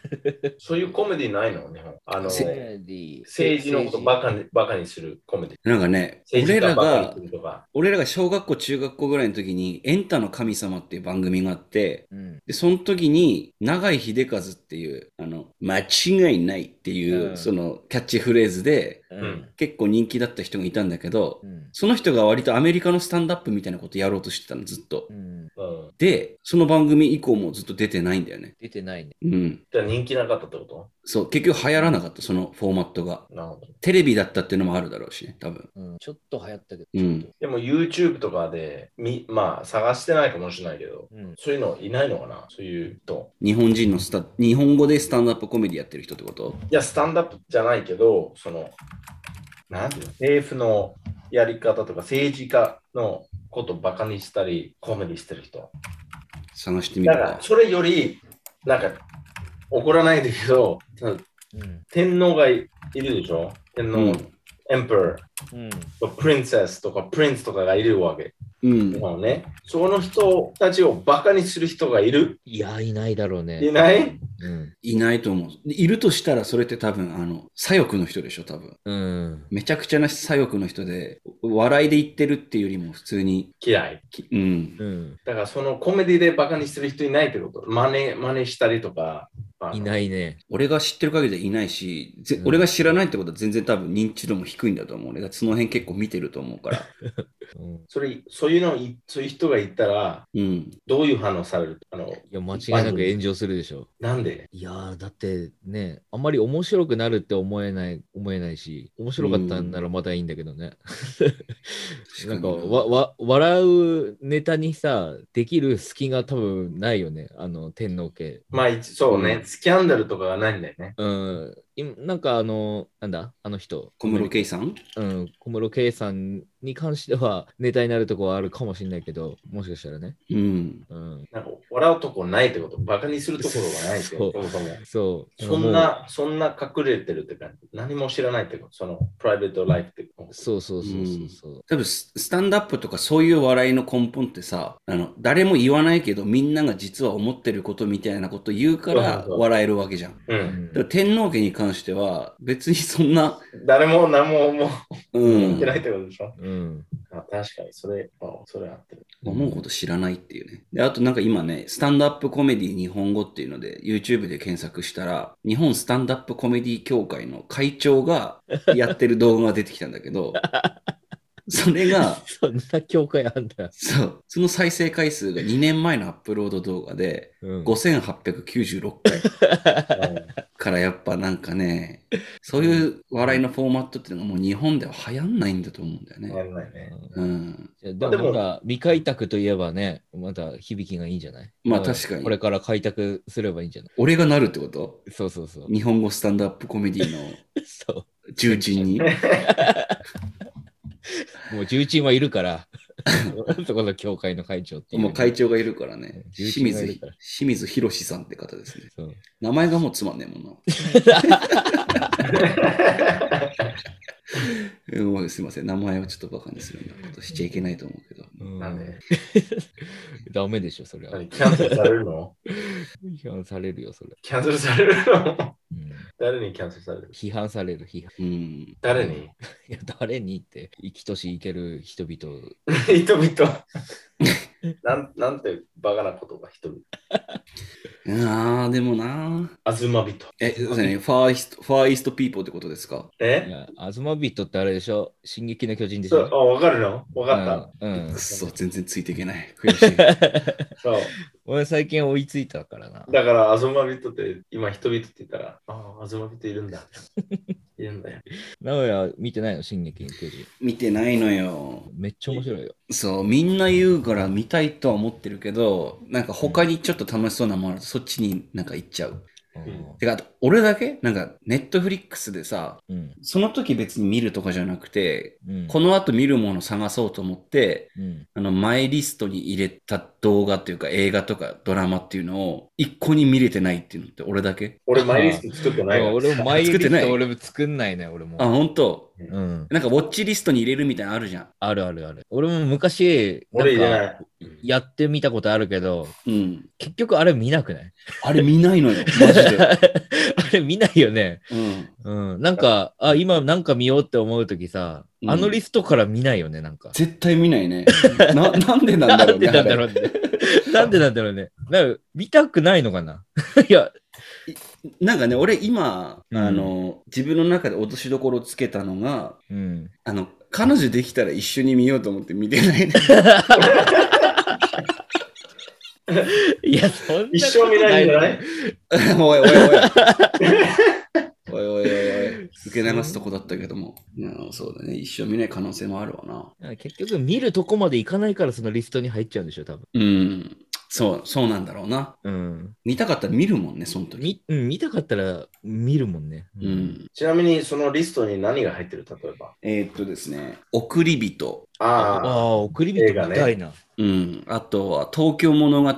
Speaker 1: てる。
Speaker 3: そういうコメディないの日本。あの、
Speaker 1: せ
Speaker 2: コメ
Speaker 3: 政
Speaker 2: ディ
Speaker 3: 治のことばかにバカにするコメディ。
Speaker 1: なんかね、
Speaker 3: 政
Speaker 1: 俺
Speaker 3: 治家
Speaker 1: ら
Speaker 3: ば
Speaker 1: が
Speaker 3: かにす、るとか。
Speaker 1: 俺らが小学校、中学校ぐらいの時に、エンタの神様っていう番組があって、
Speaker 2: うん。
Speaker 1: で、その時に、永井秀和っていう、あの、間違いないっていう、
Speaker 2: うん
Speaker 1: その、キャッチフレーズで、
Speaker 2: うんん。
Speaker 1: 結構人気だった人がいたんだけど、
Speaker 2: うん。
Speaker 1: その人が割とアメリカのスタンダップみたいなことやろうとしてたの、ずっと
Speaker 2: う。ん。
Speaker 3: うん。
Speaker 1: で、その番組以降もずっと出てないんだよね。
Speaker 2: 出てないね。
Speaker 1: うん。
Speaker 3: じゃあ人気なかったってこと
Speaker 1: そう、結局流行らなかった、そのフォーマットが。
Speaker 3: なるほど。
Speaker 1: テレビだったっていうのもあるだろうしね、多分。
Speaker 2: うん。ちょっと流行ったけど。
Speaker 1: うん
Speaker 2: ちょっ
Speaker 3: でも YouTube とかで、みまあ探してないかもしれないけど、
Speaker 2: とうん。
Speaker 3: そういうのいないのかなそういう人。
Speaker 1: 日本人のスタ、日本語でスタンダップコメディやってる人ってこと
Speaker 3: いや、スタンダップじゃないけど、その、なんていうの政府のやり方とか政治家のことバカにしたり、コメディしてる人。
Speaker 1: 探してみる
Speaker 3: だから
Speaker 1: か、。
Speaker 3: それより、なんか、怒らないんだけど、
Speaker 2: うん。
Speaker 3: 天皇がいるでしょ天皇、
Speaker 1: うん
Speaker 3: エンペラー
Speaker 2: うん。
Speaker 3: とプリンセスとかプリンスとかがいるわけ。
Speaker 1: うん。
Speaker 3: もうね、その人たちをバカにする人がいる
Speaker 2: いや、いないだろう
Speaker 3: い
Speaker 2: ね。
Speaker 3: ない
Speaker 2: うん。
Speaker 1: いないと思う。でいるとしたら、それって多分、あの、左翼の人でしょ、多分。
Speaker 2: うん。
Speaker 1: めちゃくちゃな左翼の人で、笑いで言ってるっていうよりも普通に、
Speaker 3: 嫌い。
Speaker 1: きうん。
Speaker 2: うん。
Speaker 3: だからそのコメディでバカにする人いないってこと。真似真似したりとか。あの
Speaker 2: いないね。
Speaker 1: 俺が知ってる限りではいないし、ぜ
Speaker 2: うん
Speaker 1: 俺が知らないってことは全然多分認知度も低いんだと思うね。だってその辺結構見てると思う から。
Speaker 2: うん。
Speaker 3: それそういうのいそういう人がいたら
Speaker 1: うん。
Speaker 3: どういう反応されるあの
Speaker 2: いや、間違いなく炎上するでしょ。
Speaker 3: なんで
Speaker 2: いやー、だってね、あんまり面白くなるって思えない、思えないし、面白かったんならまだいいんだけどね。なんかわわ、笑うネタにさ、できる隙が多分ないよね、あの、天皇家。
Speaker 3: まあ一そうね、
Speaker 1: うん
Speaker 3: スキャンダルとかがないんだよね。
Speaker 2: うん、今なんかあの、なんだ、あの人、
Speaker 1: 小室圭さん
Speaker 2: うん、小室圭さんに関しては、ネタになるとこはあるかもしれないけど、もしかしたらね。
Speaker 1: うん。
Speaker 2: うん、
Speaker 3: なんか笑うとこないってこと。バカにするところがないってこと。そ
Speaker 2: そう
Speaker 3: もそも
Speaker 2: そう。
Speaker 3: そんな、そんな隠れてるって感じ。何も知らないってこと。そのプライベートライフってこと。
Speaker 2: そうそうそうそうそう。
Speaker 1: 多分ス、スタンダップとかそういう笑いの根本ってさ、あの、誰も言わないけど、みんなが実は思ってることみたいなこと言うから
Speaker 3: そうそうそう
Speaker 1: 笑えるわけじゃん。
Speaker 3: う。
Speaker 2: うんん
Speaker 1: だから天皇家に関しては、別にそんな、
Speaker 3: 誰も何も思
Speaker 1: う
Speaker 3: って
Speaker 1: ん、
Speaker 3: ないってことでしょ。
Speaker 2: うん
Speaker 3: あ確かに、それ、あそれあってる。
Speaker 1: 思うこと知らないっていうね。で、あとなんか今ね、スタンダップコメディ日本語っていうので、YouTube で検索したら、日本スタンダップコメディ協会の会長 がやってる動画が出てきたんだけ ど、それが、
Speaker 2: そんな教会あんだ。
Speaker 1: そう、その再生回数が2年前のアップロード動画で、
Speaker 2: うん
Speaker 1: 5896回。
Speaker 3: うん
Speaker 1: からやっぱなんかね、そういう笑いのフォーマットっていうのがもう日本では流行んないんだと思うんだよ
Speaker 3: や
Speaker 1: ね。
Speaker 3: んないね。
Speaker 1: うん。
Speaker 2: いやで
Speaker 3: まあで
Speaker 2: も
Speaker 3: も
Speaker 2: なんか未開拓といえばね、まだ響きがいいんじゃない
Speaker 1: まあ
Speaker 2: だら
Speaker 1: 確かに
Speaker 2: これから開拓すればいいんじゃない
Speaker 1: 俺がなるってこと
Speaker 2: そうそうそう。
Speaker 1: 日本語スタンダップコメディの
Speaker 2: そ
Speaker 1: 重鎮に。
Speaker 2: う。もう重鎮はいるから、 そこの教会の会長っていう。
Speaker 1: もう会長がいるからね。
Speaker 2: 重
Speaker 1: 清
Speaker 2: 鎮がいる
Speaker 1: 水
Speaker 2: から、
Speaker 1: 清水博士さんって方ですね。
Speaker 2: そう
Speaker 1: 名前がもうつまんねえもんな。うんもうすいません、名前はちょっとバカにするようなことしちゃいけないと思うけど。
Speaker 2: うん
Speaker 3: なんで、
Speaker 2: ダメでしょ、それは
Speaker 3: 何。キャンセルされるの
Speaker 2: 批判されるよ、それ。
Speaker 3: キャンセルされるの
Speaker 2: うん
Speaker 3: 誰にキャンセルされる
Speaker 2: 批判される、批判。
Speaker 1: うん。
Speaker 3: 誰に
Speaker 2: いや、誰にって、生きとし生ける人々。
Speaker 3: 人々なん。なんてバカな言葉、人々。
Speaker 1: ああ、でもな。
Speaker 3: あずま人。
Speaker 1: え、そうですねファーイスト、ファーイストピーポーってことですか
Speaker 2: い
Speaker 3: え
Speaker 2: や、アズマビットってあれでしょ進撃の巨人でし
Speaker 3: そう
Speaker 2: ょ
Speaker 3: あ、わかるのわかっ
Speaker 2: うんうん
Speaker 1: くっそ、全然ついていけない。悔しい。
Speaker 3: た。そう。
Speaker 2: 俺最近追いついたからな。
Speaker 3: だから、アズマビトって、今、人々って言ったら、ああ、アズマビトいるん だ。いるんだよ。
Speaker 2: 名古屋見てないの進撃の巨人。
Speaker 1: 見てないのよ。
Speaker 2: めっちゃ面白いよ。
Speaker 1: そう、みんな言うから見たいとは思ってるけど、なんか他にちょっと楽しそうなものあると、そっちになんか行っちゃう。
Speaker 2: うん
Speaker 1: てか、あと俺だけなんか、ネットフリックスでさ、
Speaker 2: うん。
Speaker 1: その時別に見るとかじゃなくて、
Speaker 2: うん。
Speaker 1: この後見るもの探そうと思って、
Speaker 2: うん。
Speaker 1: あの、マイリストに入れた動画というか映画とかドラマっていうのを一個に見れてないっていうのって俺だけ
Speaker 3: 俺、マイリスト作ってないから
Speaker 2: 俺もマイリ
Speaker 1: 作って
Speaker 2: ス
Speaker 1: ない
Speaker 2: ト俺も作んないね、俺も。
Speaker 1: あ、本当
Speaker 2: うん。
Speaker 1: なんかウォッチリストに入れるみたいなのあるじゃん。
Speaker 2: あるあるある。俺も昔、
Speaker 3: 俺入れ
Speaker 2: なんか
Speaker 3: ない。
Speaker 2: やってみたことあるけど、
Speaker 1: うん。
Speaker 2: 結局あれ見なくない
Speaker 1: あれ見ないの よ、マジで。
Speaker 2: あれ見ないよね。
Speaker 1: うん。
Speaker 2: うん。なんか、あ、今なんか見ようって思うときさ、
Speaker 1: うん
Speaker 2: あのリストから見ないよね、なんか。
Speaker 1: 絶対見ないね。な、なんで なん
Speaker 2: な
Speaker 1: だろ
Speaker 2: ん
Speaker 1: うね。
Speaker 2: でなんだろ
Speaker 1: あ
Speaker 2: うね。なんでなんだろうね。なんか見たくないのかな いや、
Speaker 1: れなんかね、俺今、
Speaker 2: うん
Speaker 1: あの、自分の中で落としどころをつけたのが、
Speaker 2: うん。
Speaker 1: あの、彼女できたら一緒に見ようと思って見てないね。
Speaker 2: いや、そんなこと
Speaker 3: 一生見ないんじゃない
Speaker 1: おいおいおい。 おいおいおいおい。受け流すとこだったけども。うん、そうだね。一生見ない可能性もあるわな。
Speaker 2: なんか結局見るとこまでいかないからそのリストに入っちゃうんでしょ、多分。
Speaker 1: うん。そう、そうなんだろうな。
Speaker 2: うん。
Speaker 1: 見たかったら見るもんね、その時。
Speaker 2: みうん、見たかったら見るもんね。
Speaker 1: う。ん。
Speaker 3: ちなみに、そのリストに何が入ってる例えば。
Speaker 1: えーっとですね、送り人。
Speaker 2: あ
Speaker 3: ああ、
Speaker 2: あ、送り人みた
Speaker 3: 映
Speaker 2: いな。
Speaker 1: うん。あとは、東京物語。
Speaker 3: う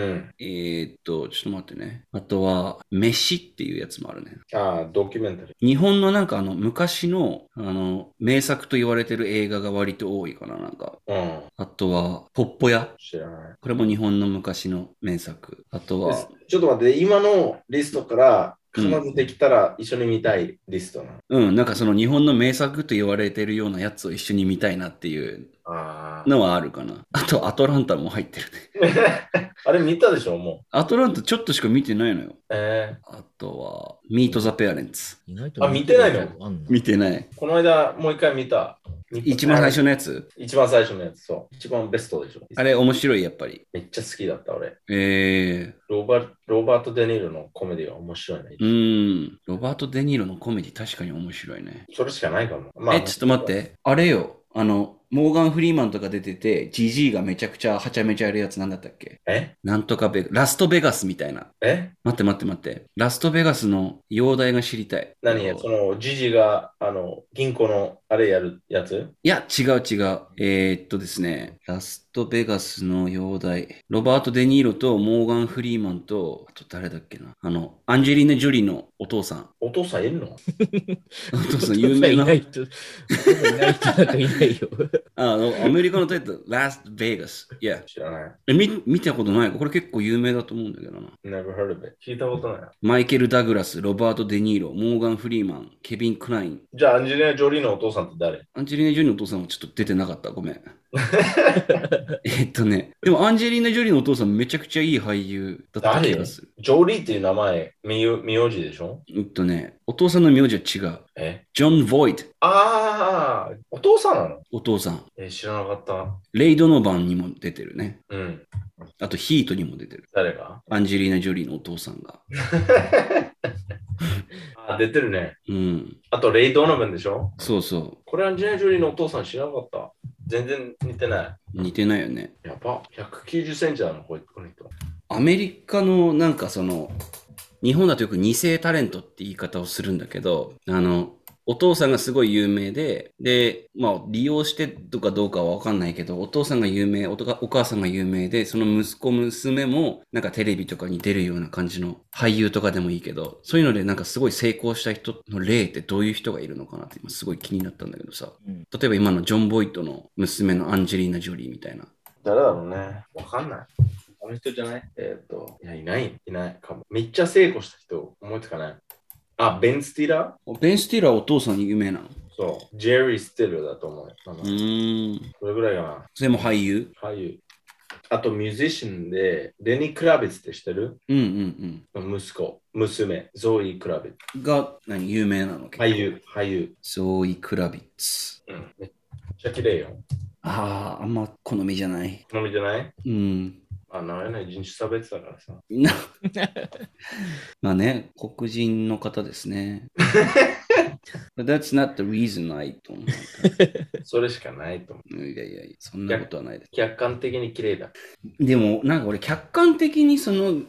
Speaker 3: ん。
Speaker 1: えーっと、ちょっと待ってね。あとは、飯っていうやつもあるね。
Speaker 3: ああ、ドキュメンタリー。
Speaker 1: 日本のなんかあの、昔の、あの、名作と言われてる映画が割と多いかな、なんか。
Speaker 3: うん。
Speaker 1: あとは、ポッポ屋。
Speaker 3: 知らない。
Speaker 1: これも日本の昔の名作。あとは、
Speaker 3: ちょっと待って、今のリストから、彼女できたら一緒に見たいリストなの。
Speaker 1: うん、なんかその日本の名作と言われてるようなやつを一緒に見たいなっていう
Speaker 3: あ
Speaker 1: のはあるかな。あと、アトランタも入ってるね。
Speaker 3: あ。あれ見たでしょ、もう。
Speaker 1: アトランタちょっとしか見てないのよ。
Speaker 3: え
Speaker 1: あとは、ミート・ザ・ペアレンツ。
Speaker 2: 意外と
Speaker 3: あ見てないの
Speaker 2: あん
Speaker 1: 見てない。
Speaker 3: ーこの間、もう一回見た。見た
Speaker 1: 一番最初のやつ
Speaker 3: 一番最初のやつ、そう。一番ベストでしょ。
Speaker 1: あれ面白い、やっぱり。
Speaker 3: めっちゃ好きだった、俺。
Speaker 1: え
Speaker 3: ロバロバート・デ・ニーロのコメディは面白いね。
Speaker 1: ー、うん。ロバート・デ・ニーロのコメディ確かに面白いね。
Speaker 3: それしかないかも。ま
Speaker 1: え、ちょっと待っ。て。あれよ。あの、モーガン・フリーマンとか出てて、ジジイがめちゃくちゃはちゃめちゃやるやつなんだったっけ
Speaker 3: え
Speaker 1: なんとかベ、ラストベガスみたいな。
Speaker 3: え
Speaker 1: 待って待って待って。ラストベガスの容体が知りたい。
Speaker 3: 何
Speaker 1: えっ
Speaker 3: そ
Speaker 1: と
Speaker 3: の、ジジが、あの、銀行の、あれやるやつ
Speaker 1: いや、違う違う。えーっとですね。ラストベガスの容体。ロバート・デ・ニーロとモーガン・フリーマンと、あと誰だっけな。あの、アンジェリーナ・ジョリーのお父さ ん。
Speaker 3: お父さんいるの
Speaker 1: お父さん、
Speaker 2: 有
Speaker 1: 有
Speaker 2: 名
Speaker 1: 名
Speaker 2: な
Speaker 1: な。
Speaker 2: い人。いない人なんかいないよ。
Speaker 1: あの、アメリカのタイトル、Last Vegas。いや、
Speaker 3: 知らない。
Speaker 1: えみ見たことないかこれ結構有名だと思うんだけどな。
Speaker 3: Never heard of it. 聞いたことない。
Speaker 1: マイケル・ダグラス、ロバート・デ・ニーロ、モーガン・フリーマン、ケビン・クライン。
Speaker 3: じゃあ、アンジェリーナ・ジョリーのお父さんって誰
Speaker 1: アンジェリーナ・ジョリーのお父さんはちょっと出てなかった。ごめん。えっとね、でもアンジェリーナ・ジョリーのお父さんめちゃくちゃいい俳優だった気がする。
Speaker 3: ジョリーっていう名前、みよ名字でしょ
Speaker 1: えっとね、お父さんの名字は違う。
Speaker 3: え
Speaker 1: ジョン・ボイド、
Speaker 3: ああ、お父さんなの
Speaker 1: お父さん。
Speaker 3: え、知らなかった。
Speaker 1: レイドの番にも出てるね。
Speaker 3: うん。
Speaker 1: あとヒートにも出てる。
Speaker 3: 誰が
Speaker 1: アンジェリーナ・ジョリーのお父さんが。
Speaker 3: あ、出てるね。
Speaker 1: うん。
Speaker 3: あと、レイ・ドノブンでしょ
Speaker 1: そうそ
Speaker 3: これアンジェリーナ・ジョリーのお父さん知らなかった。全然似てな
Speaker 1: う。似てないよね。
Speaker 3: い。やば。190センチなの、こいこの人。
Speaker 1: アメリカのなんかその、日本だとよく二世タレントって言い方をするんだけど、あの、お父さんがすごい有名で、で、まあ、利用してとかどうかはわかんないけど、お父さんが有名、おとかお母さんが有名で、その息子、娘も、なんかテレビとかに出るような感じの俳優とかでもいいけど、そういうのでなんかすごい成功した人の例ってどういう人がいるのかなって今すごい気になったんだけどさ、
Speaker 2: うん
Speaker 1: 例えば今のジョン・ボイトの娘のアンジェリーナ・ジョリーみたいな。
Speaker 3: 誰だろうね。わかんない。あの人じゃないえーっと、いや、いない。いないかも。めっちゃ成功した人、思いつかない。あ、ベン・スティラ
Speaker 1: ベン・スティーラーはお父さんに有名なの
Speaker 3: ーそう。ジェリー・スティラーだと思う。なん
Speaker 1: う
Speaker 3: か
Speaker 1: ーん。
Speaker 3: それぐらいかな。
Speaker 1: それも俳優
Speaker 3: 俳優。あと、ミュージシャンで、レニー・クラビッツって知ってる
Speaker 1: うんうん
Speaker 3: 息子、娘、ゾイ・クラビッツ。
Speaker 1: うん。が、何、有名なの
Speaker 3: 俳。優、俳優。
Speaker 1: ゾーイ・クラビッツ。
Speaker 3: うん、めっちゃ綺麗よ。
Speaker 1: ああ、あんま好みじゃない。
Speaker 3: 好みじゃない
Speaker 1: うん。
Speaker 3: あ、なれない人種差別だからさ。
Speaker 1: みんなまあね、黒人の方です ね。But that's not the reason I don't.
Speaker 3: それしかないと思う。
Speaker 1: いやいやいや、そんなことはないです。
Speaker 3: 客観的に綺麗だ。
Speaker 1: でも、なんか俺、客観的にその、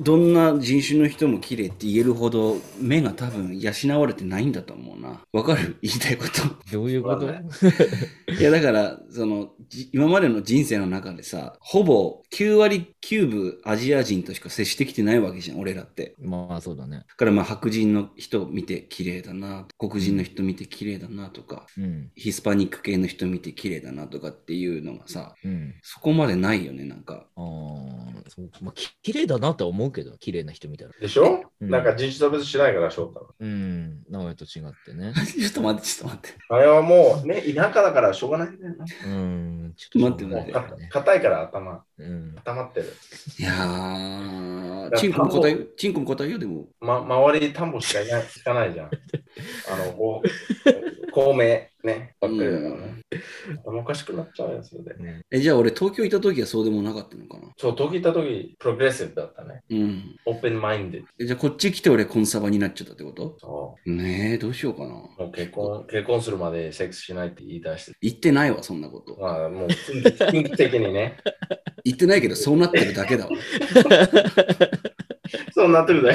Speaker 1: どんな人種の人も綺麗って言えるほど、目が多分養われてないんだと思うな。わかる言いたいこと。
Speaker 2: どういうこと
Speaker 3: わかん
Speaker 1: いやだからそのじ今までの人生の中でさほぼ9割9分アジア人としか接してきてないわけじゃん俺らって
Speaker 2: まあそうだね。
Speaker 1: だからまあ白人の人見て綺麗だな黒人の人見て綺麗だなとか
Speaker 2: うん。
Speaker 1: ヒスパニック系の人見て綺麗だなとかっていうのがさ
Speaker 2: うん。
Speaker 1: そこまでないよねなんか
Speaker 2: ああ、そう。まあ、き綺麗だなとは思うけど、綺麗な人見たら。
Speaker 3: でしょ、
Speaker 2: うん
Speaker 3: なんか人種差別しないから、翔太は。
Speaker 2: うん。名古屋と違って ね。
Speaker 1: ちょっと待ってちょっと待って
Speaker 3: あれはもうね、田舎だからしょうがないんだよな。
Speaker 2: うん。ち
Speaker 1: ょっとしょうが
Speaker 3: も
Speaker 1: な
Speaker 3: う
Speaker 1: い
Speaker 3: か硬いから頭、
Speaker 2: うん。
Speaker 3: 固まってる。
Speaker 1: いやーチンコも答えようチンコも答えようでも
Speaker 3: ま、周りに田んぼしかいない、しかないじゃん。あの、こう、 孔明ね、ばっかりだからね。頭おかしくなっちゃうやつで。
Speaker 1: えじゃあ俺東京行った時はそうでもなかったのかな
Speaker 3: そう、時行った時、プログレッシブだったね。
Speaker 1: うん
Speaker 3: オープンマインデッ
Speaker 1: えじゃあこっち来て俺コンサバになっちゃったってこと
Speaker 3: ド。そ
Speaker 1: ねえ、どうしようかな。
Speaker 3: う。もう結婚、結婚するまでセックスしないって言い出して。
Speaker 1: 言ってないわ、そんなこと。
Speaker 3: まあ、もう、近畿的にね。
Speaker 1: 言ってないけど、そうなってるだけだわ。
Speaker 3: そうなってるだ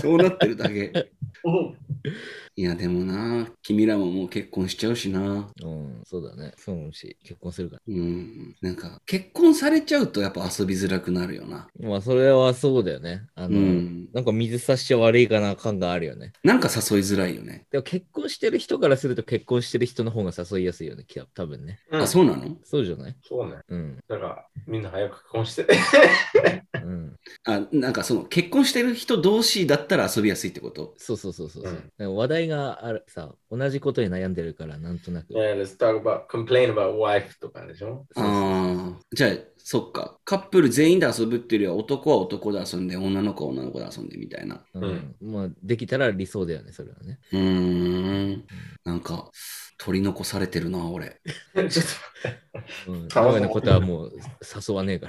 Speaker 1: そうなってるだけ。いや、でもな、君らももう結婚しちゃうしな。
Speaker 2: うん。そうだね。そう思うし、結婚するか
Speaker 1: うん。なんか、結婚されちゃうとやっぱ遊びづらくなるよな。
Speaker 2: ら。まあ、それはそうだよね。あ
Speaker 1: う
Speaker 2: の、
Speaker 1: ん。
Speaker 2: なんか水差しちゃ悪いかな感があるよね。
Speaker 1: なんか誘いづらいよね。
Speaker 2: でも結婚してる人からすると結婚してる人の方が誘いやすいよね、きゃ多分ね。
Speaker 3: う
Speaker 1: あ、
Speaker 3: ん、
Speaker 1: そうなの
Speaker 2: そうじゃない
Speaker 3: そうね。
Speaker 2: うん。
Speaker 3: だから、みんな早く結婚して。
Speaker 2: うん。
Speaker 1: あ、なんかその、結婚してる人同士だったら遊びやすいってこと
Speaker 2: そうそうそうそうそうう。
Speaker 3: ん
Speaker 2: だから話題があるさ、同じことに悩んでるから、なんとなく。
Speaker 3: yeah, let's talk about, complain about wife とかでしょ。
Speaker 2: そうそう
Speaker 1: ああ。じゃあ、そっか。カップル全員で遊ぶっていうよりは、男は男で遊んで、女の子は女の子で遊んでみたいな。
Speaker 2: うんまあ、できたら理想だよね、それはね。
Speaker 1: うーん。なんか、取り残されてるな、俺。
Speaker 3: ちょっと、
Speaker 2: うん。
Speaker 3: かわいそう
Speaker 2: のことはもう誘わねえか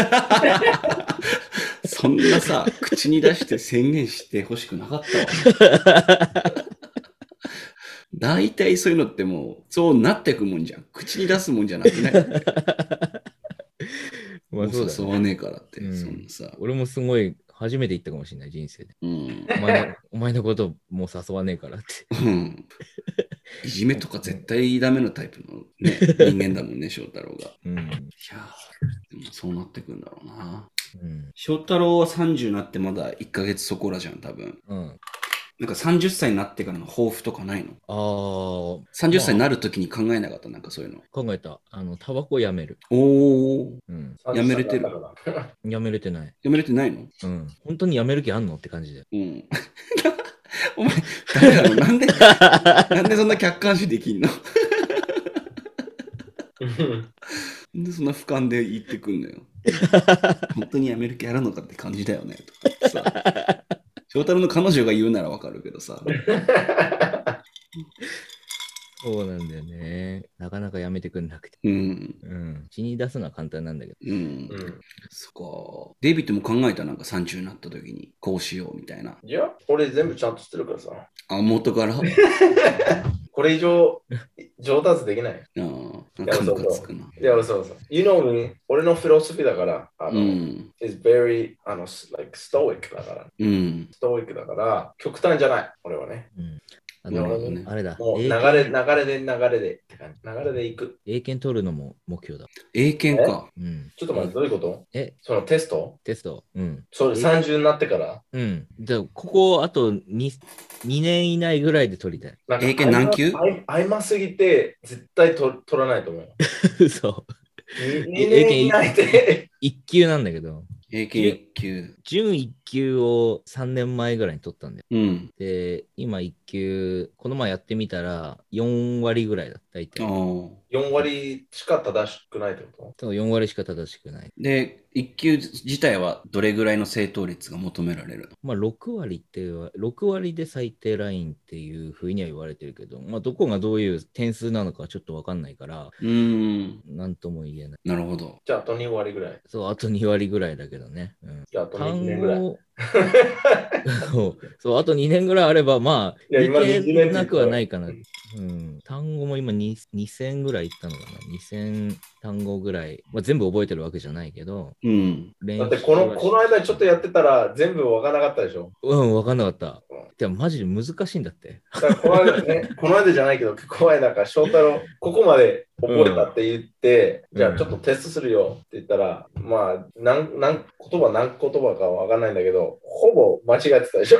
Speaker 2: ら。
Speaker 1: そんなさ、口に出して宣言してほしくなかったわ。 大体そういうのってもう、そうなってくもんじゃん。口に出すもんじゃなくね。
Speaker 2: まあ、
Speaker 1: も
Speaker 2: そう
Speaker 1: う
Speaker 2: だ
Speaker 1: 誘
Speaker 2: ね。
Speaker 1: わねえからって、
Speaker 2: うん
Speaker 1: そんなさ。
Speaker 2: 俺もすごい、初めて行ったかもしれない、人 生で。
Speaker 1: うん。
Speaker 2: お前のお前のこともう誘わねえからって。
Speaker 1: うん。いじめとか絶対ダメなタイプの、 ね、人間だもんね、翔太郎が。い
Speaker 2: うん。
Speaker 1: やーでもそうなってくんだろうな。
Speaker 2: うん。
Speaker 1: 翔太郎は30になってまだ1ヶ月そこらじゃん、多分。
Speaker 2: うん、
Speaker 1: なんか30歳になってからの抱負とかないの
Speaker 2: ああ、考
Speaker 1: ?30 歳になるときに考えなかった、なんかそういうの。
Speaker 2: えた。あの、タバコやめる。
Speaker 1: おー、
Speaker 2: うん。
Speaker 1: やめれてる
Speaker 3: 30だったから
Speaker 2: やめれてない。
Speaker 1: やめれてないの
Speaker 2: うん。本当にやめる気あんのって感じで。
Speaker 1: うん。 お前、誰 だろうなんで、なんでそんな客観視できんの
Speaker 3: うん
Speaker 1: なんでそんな俯瞰で言ってくんのよ。本当にやめる気あるのかって感じだよね、とかさ。翔太郎の彼女が言うならわかるけどさ。
Speaker 2: そうなんだよね。なかなかやめてくんなくて。
Speaker 1: うん。
Speaker 2: うん。血に出すのは簡単なんだけど。
Speaker 1: うん。
Speaker 3: うん。
Speaker 1: そっか。デイビッドも考えたなんか30になった時にこうしようみたいな。
Speaker 3: いや、俺全部ちゃんとしてるからさ。
Speaker 1: あ、元 から。あ
Speaker 3: これ以上上達できない。
Speaker 1: ーなんかムカつくな。
Speaker 3: いや、そうそう。You know me. 俺のフィロソフィーだから、あ
Speaker 1: う
Speaker 3: の、
Speaker 1: ん。
Speaker 3: is very, あの、like stoic だから。
Speaker 1: うん。
Speaker 3: stoic だから、極端じゃない。俺はね。
Speaker 2: うん。あ
Speaker 1: なるほ
Speaker 2: の、
Speaker 1: どね
Speaker 2: あれだ。
Speaker 3: もう
Speaker 2: 英
Speaker 3: 流
Speaker 2: 検
Speaker 3: れ、流れで流れでって感じ。流れで行く。
Speaker 2: 英検取るのも目標だ。
Speaker 1: 英検か。
Speaker 2: うん。
Speaker 3: ちょっと待って、どういうこと
Speaker 2: え、
Speaker 3: そのテスト
Speaker 2: テスト。うん。
Speaker 3: そう、
Speaker 2: え
Speaker 3: 30になってから。
Speaker 2: うん。じゃあ、ここ、あと 2, 2年以内ぐらいで取りたい。
Speaker 3: なんか
Speaker 1: 英検何級
Speaker 3: 合間合間すぎて、絶対と取らないと思うよ。
Speaker 2: 嘘。
Speaker 3: 2
Speaker 2: 英
Speaker 3: 年以内で。
Speaker 2: 1級なんだけど、
Speaker 1: 英検1級。
Speaker 2: 準1級を3年前ぐらいに取ったんだよ。
Speaker 1: うん。
Speaker 2: で、今1級、この前やってみたら、4割ぐらいだ。大
Speaker 1: あ
Speaker 2: 体。
Speaker 1: あ。
Speaker 3: 4割しか正しくないってこ
Speaker 2: 多分4割しか正しくない。
Speaker 1: で、1級自体はどれぐらいの正答率が求められる
Speaker 2: まあ、6割っては、6割で最低ラインっていうふうには言われてるけど、まあ、どこがどういう点数なのかはちょっとわかんないから、
Speaker 1: うーん。
Speaker 2: なんとも言えない。
Speaker 1: なるほど。
Speaker 3: じゃあ、あと2割ぐらい。
Speaker 2: そう、あと2割ぐらいだけどね。うん、
Speaker 3: じゃあ、あと2
Speaker 2: 単
Speaker 3: 年ぐらい。
Speaker 2: 語そう そう、あと2年ぐらいあれば、まあ、
Speaker 3: いや今
Speaker 2: い
Speaker 3: 20年
Speaker 2: けなくはないかな。うん、単語も今に2000ぐらいいったのかな。2000単語ぐらい、まあ、全部覚えてるわけじゃないけど、
Speaker 1: うん。
Speaker 2: 練
Speaker 3: だってこの、
Speaker 2: はし
Speaker 3: この間ちょっとやってたら全部わからなかったでしょ。
Speaker 2: うん、わかんなかった
Speaker 3: うん。
Speaker 2: でもマジで難しいんだ って。
Speaker 3: だからこの 間ね、この間じゃないけど、この間なんか翔太郎、ここまで覚えたって言って、
Speaker 2: うん
Speaker 3: じゃあちょっとテストするよって言ったら、まあ、なんなん言葉何言葉かわかんないんだけど、ほぼ間違ってた でしょ。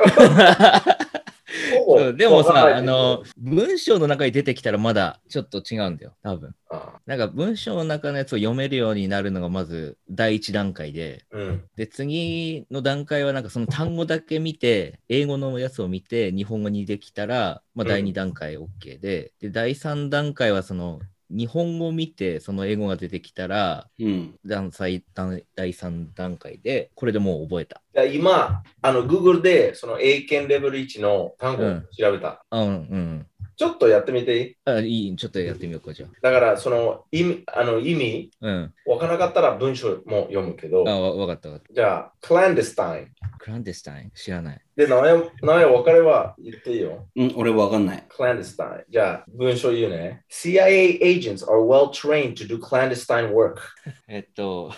Speaker 3: ほ
Speaker 2: そうでも
Speaker 3: わかんな
Speaker 2: さ、
Speaker 3: い
Speaker 2: あの、文章の中に出てきたらまだちょっと違うんだよ、多分。
Speaker 3: あ
Speaker 2: なんか文章の中のやつを読めるようになるのがまず第一段階で、
Speaker 3: うん、
Speaker 2: で、次の段階はなんかその単語だけ見て、英語のやつを見て、日本語にできたら、まあ第
Speaker 3: う
Speaker 2: 二
Speaker 3: ん
Speaker 2: 段階 OK で、で、第三段階はその、日本語を見て、その英語が出てきたら、
Speaker 1: うん。
Speaker 2: 段最段第3段階で、これでもう覚えた。
Speaker 3: だから今、あの、Google でその英検レベル1の単語を調べた。
Speaker 2: あうんうん。
Speaker 3: ちょっとやってみていい
Speaker 2: あ、いい、ちょっとやってみようか、じゃ
Speaker 3: だから、その意味、あの意味、
Speaker 2: あ。うん。
Speaker 3: わからなかったら文章も読むけど、
Speaker 2: あ、わわかったわかっ
Speaker 3: じゃあ、clandestine。
Speaker 2: た。クランデスタイン知らない。
Speaker 3: で、名前、名前分かれば言っていいよ。
Speaker 1: うん、俺わかんない。
Speaker 3: clandestine。じゃあ、文章言うね。CIA agents are well trained to do clandestine work.
Speaker 2: えっと、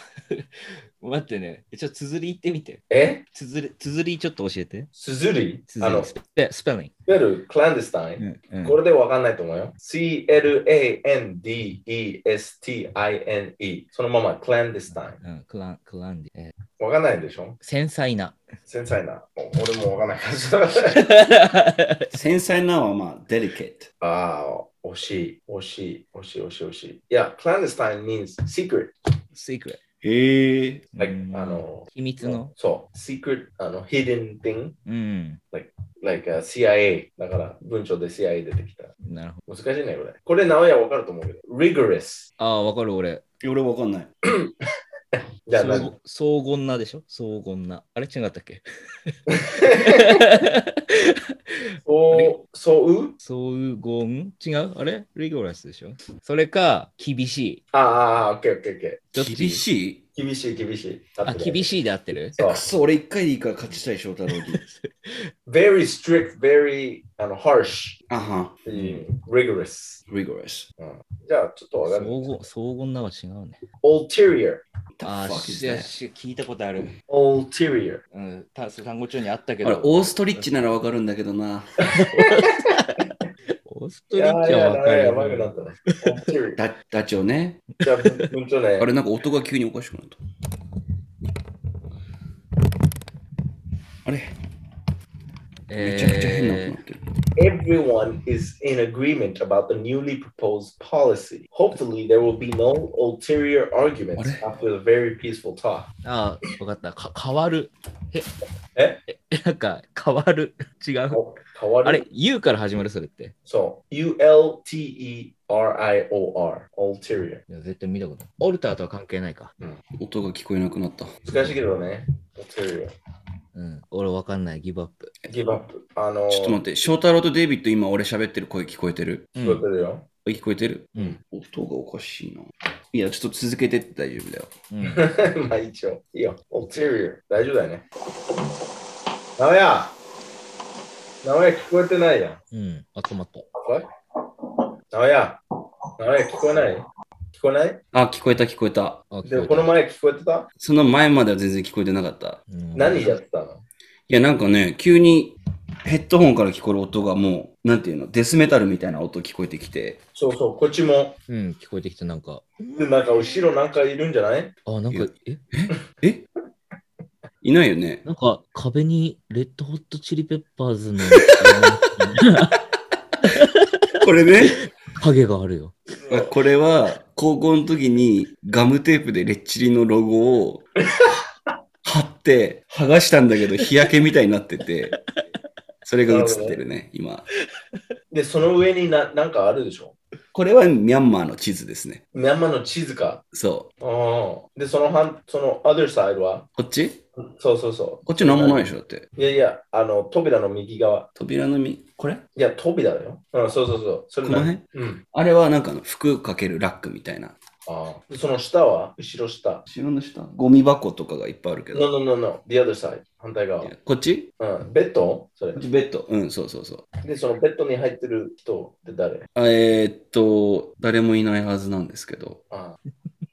Speaker 2: 待ってね。ちょっと綴り言ってみて。
Speaker 3: え
Speaker 2: 綴り、綴りちょっと教えて。
Speaker 3: スズリあ
Speaker 2: 綴
Speaker 3: の、
Speaker 2: り。
Speaker 3: ス
Speaker 2: スペスペリ
Speaker 3: ペル、clandestine。
Speaker 2: ング。
Speaker 3: これで分かんないと思うよ。C-L-A-N-D-E-S-T-I-N-E。そのまま clandestine。
Speaker 2: うん、クラン、クランデ、えー
Speaker 3: 分かんないでしょ
Speaker 2: 繊細な。
Speaker 3: 繊細な。お俺も分かんないから。
Speaker 1: 繊細なのはまあ、デリケ
Speaker 3: ああ、惜しい、惜しい、惜しい、惜しい、惜しい。いや、clandestine means secret.
Speaker 2: secret。
Speaker 1: ート。へえ。
Speaker 3: Like,
Speaker 2: うん
Speaker 3: あの、
Speaker 2: 秘密の。
Speaker 3: そう、secret、あの、hidden thing,
Speaker 2: うん。
Speaker 3: like、CIA。だから、文章で CIA 出てきた。
Speaker 2: なるほど。
Speaker 3: 難しいね、これ。これ、名前はわかると思うけど。rigorous。
Speaker 2: ああ、わかる、俺。
Speaker 1: 俺わかんない。
Speaker 3: じゃあ、
Speaker 2: 荘
Speaker 3: 何
Speaker 2: 荘厳なでしょ荘厳な。あれ違ったっ け
Speaker 3: そう、そうう
Speaker 2: 荘厳違うあれリゴラスでしょそれか、厳しい。
Speaker 3: ああ、ああ、オッケーオッケーオッケ
Speaker 2: どっち
Speaker 1: 厳しい
Speaker 3: ー。厳しい、厳しい。
Speaker 2: あ、厳
Speaker 3: い。
Speaker 2: しいで合ってる
Speaker 3: そう
Speaker 1: く。そ、俺一回でいいから勝ちたい、翔太郎に。
Speaker 3: very strict, very, あの、harsh
Speaker 1: あは、
Speaker 3: っていう意味 rigorous。
Speaker 1: rigorous.
Speaker 3: じゃあ、ちょっとわかる。
Speaker 2: 荘厳、荘厳なは違うね。
Speaker 3: ulterior。
Speaker 1: The
Speaker 2: あ
Speaker 1: fuck
Speaker 2: あ、
Speaker 1: is
Speaker 2: しや
Speaker 1: that?
Speaker 2: し聞いたことある。
Speaker 3: ulterior。
Speaker 2: うん、た単語帳にあったけ
Speaker 1: あれ、
Speaker 2: ど。
Speaker 1: オーストリッチならわかるんだけどな。
Speaker 2: オース
Speaker 3: い
Speaker 2: トリッチはわか
Speaker 3: や
Speaker 2: る
Speaker 3: や
Speaker 2: よ
Speaker 3: ばくなったね。ulterior。
Speaker 1: ダダチョウね。
Speaker 3: じゃあ、文章ね
Speaker 1: あ。れ、なんか音が急におかしくなった。あれ、めちゃくちゃ変な音に
Speaker 2: えー
Speaker 1: なってる。
Speaker 3: Everyone is in agreement about the newly proposed policy. Hopefully, there will be no ulterior arguments
Speaker 1: あれ？
Speaker 3: after the very peaceful talk.
Speaker 2: ああ、わかった。か変わる。
Speaker 3: え
Speaker 2: なんか、変わる。違う。
Speaker 3: 変わる
Speaker 2: あれ、言うから始まる、それって。
Speaker 3: そう。U-L-T-E-R-I-O-R。ulterior。
Speaker 2: いや、絶対見たことない。オルターとは関係ないか。
Speaker 1: 音が聞こえなくなった。
Speaker 3: eh? 難しいけどね。ulterior。
Speaker 2: ううん。俺わかんない、ギブアップ。
Speaker 3: ギブアップ。あのー、
Speaker 1: ちょっと待って、翔太郎とデイビッド、今俺喋ってる声聞こえてる
Speaker 2: う
Speaker 3: 聞こ
Speaker 2: ん。
Speaker 3: えてる よ。
Speaker 1: 声聞こえてる
Speaker 2: うん。
Speaker 1: 音がおかしいな。いや、ちょっと続けてって大丈夫だよ。
Speaker 2: うん、
Speaker 3: まあ一応。いいよ。オテリア。大丈夫だよね。直屋直屋聞こえてないやん。
Speaker 2: うん。あ、止まった。
Speaker 3: これ直屋直屋聞こえない聞こえない
Speaker 1: あ、聞こえた聞こえた。
Speaker 2: あ、
Speaker 3: でもこの前聞こえてた
Speaker 1: その前までは全然聞こえてなかった。
Speaker 3: 何や
Speaker 2: っ
Speaker 3: ってた
Speaker 1: い
Speaker 3: の
Speaker 1: や、なんかね、急にヘッドホンから聞こえる音がもう、なんていうの、デスメタルみたいな音聞こえてきて、
Speaker 3: そうそう、こっちも。
Speaker 2: うん、聞こえてきた、なんか。
Speaker 3: でなんか後ろなんかいるんじゃない
Speaker 2: あ、なん
Speaker 1: いや
Speaker 2: か、
Speaker 1: え
Speaker 2: え
Speaker 1: いないよね。
Speaker 2: なんか壁にレッドホットチリペッパーズの
Speaker 1: これね、
Speaker 2: 影があるよ。
Speaker 1: あこれは高校の時にガムテープでレッチリのロゴを貼って、剥がしたんだけど日焼けみたいになってて、それが映ってるね、今。
Speaker 3: で、その上にななんかあるでしょ
Speaker 1: これはミャンマーの地図ですね。
Speaker 3: ミャンマーの地図か。
Speaker 1: そう。
Speaker 3: うんで、その反、その、other side は
Speaker 1: こっち
Speaker 3: そうそうそ
Speaker 1: こっちなんもないでしょ、だって。
Speaker 3: う。いやいや、あの、扉の右側。
Speaker 1: 扉のみ、これ
Speaker 3: いや、扉だよ。うん、そうそうそう。それ
Speaker 1: この辺
Speaker 3: うん。
Speaker 1: あれはなんかあの服かけるラックみたいな。
Speaker 3: ああ。でその下は後ろ下。
Speaker 1: 後ろの下ゴミ箱とかがいっぱいあるけ
Speaker 3: No,
Speaker 1: ど。
Speaker 3: no, no, no. The other side. 反対側
Speaker 1: い。やこっち
Speaker 3: うん。ベッドそれ
Speaker 1: こっ。ちベッド。うん、そうそうそう。
Speaker 3: で、そのベッドに入ってる人って誰
Speaker 1: あえーっと、誰もいないはずなんですけど。
Speaker 3: ああ。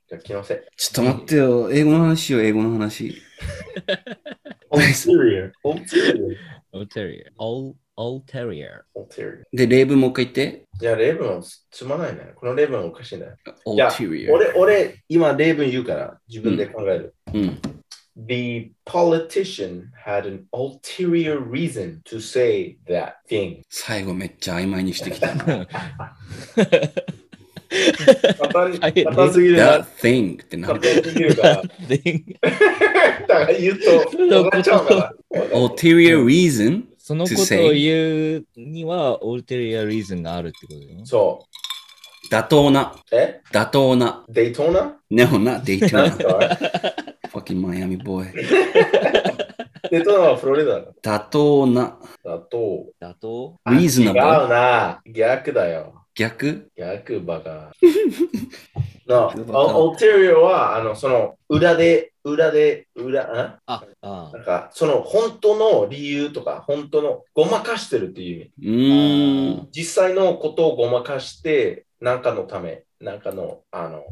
Speaker 3: じゃあ、来ません。
Speaker 1: ちょっと待ってよ。英語の話よ、英語の話。
Speaker 3: オーテリア。オーテリ
Speaker 2: オルテリア。オルテリア。
Speaker 3: ア。オーテリア。
Speaker 1: で、例文もう一回言って。
Speaker 3: いや、レイブンはつまないね。このレイブンはおかしいね。
Speaker 1: オ
Speaker 3: いや
Speaker 1: ーテリア。
Speaker 3: 俺、俺、今レイブン言うから、自分で考える。
Speaker 1: うん。
Speaker 3: The politician had an ulterior reason to say that thing.
Speaker 1: 最後めっちゃ曖昧にしてきたな。
Speaker 2: 大変
Speaker 3: 簡単すぎるな
Speaker 1: That。thing ってな
Speaker 3: 簡
Speaker 1: る。
Speaker 3: 単すぎ るから。だから言うと、分かっちゃうから。
Speaker 1: オーテリア reason?
Speaker 2: そのことを言うには、オルテリアリーズンがあるってことだよね。
Speaker 3: そ
Speaker 1: 妥当な。
Speaker 3: う。え
Speaker 1: 妥当な。
Speaker 3: デイトーナ
Speaker 1: ネオな、デイト
Speaker 3: なん
Speaker 1: な
Speaker 3: す。 か
Speaker 1: fucking Miami boy。
Speaker 3: デイトーナはフロリダだ
Speaker 1: 妥当な。
Speaker 3: だと。
Speaker 2: だと、
Speaker 3: 違
Speaker 1: reasonable?
Speaker 3: うな。逆だよ。
Speaker 1: 逆
Speaker 3: 逆 バカ。の
Speaker 1: 逆バカ
Speaker 3: オオルテリアは、あの、その、裏で、裏で、裏、ん
Speaker 2: あ、あ
Speaker 3: なんか、その、本当の理由とか、本当の、ごまかしてるっていう意味。
Speaker 1: うーん。
Speaker 3: 実際のことをごまかして、なんかのため、なんかの、あの、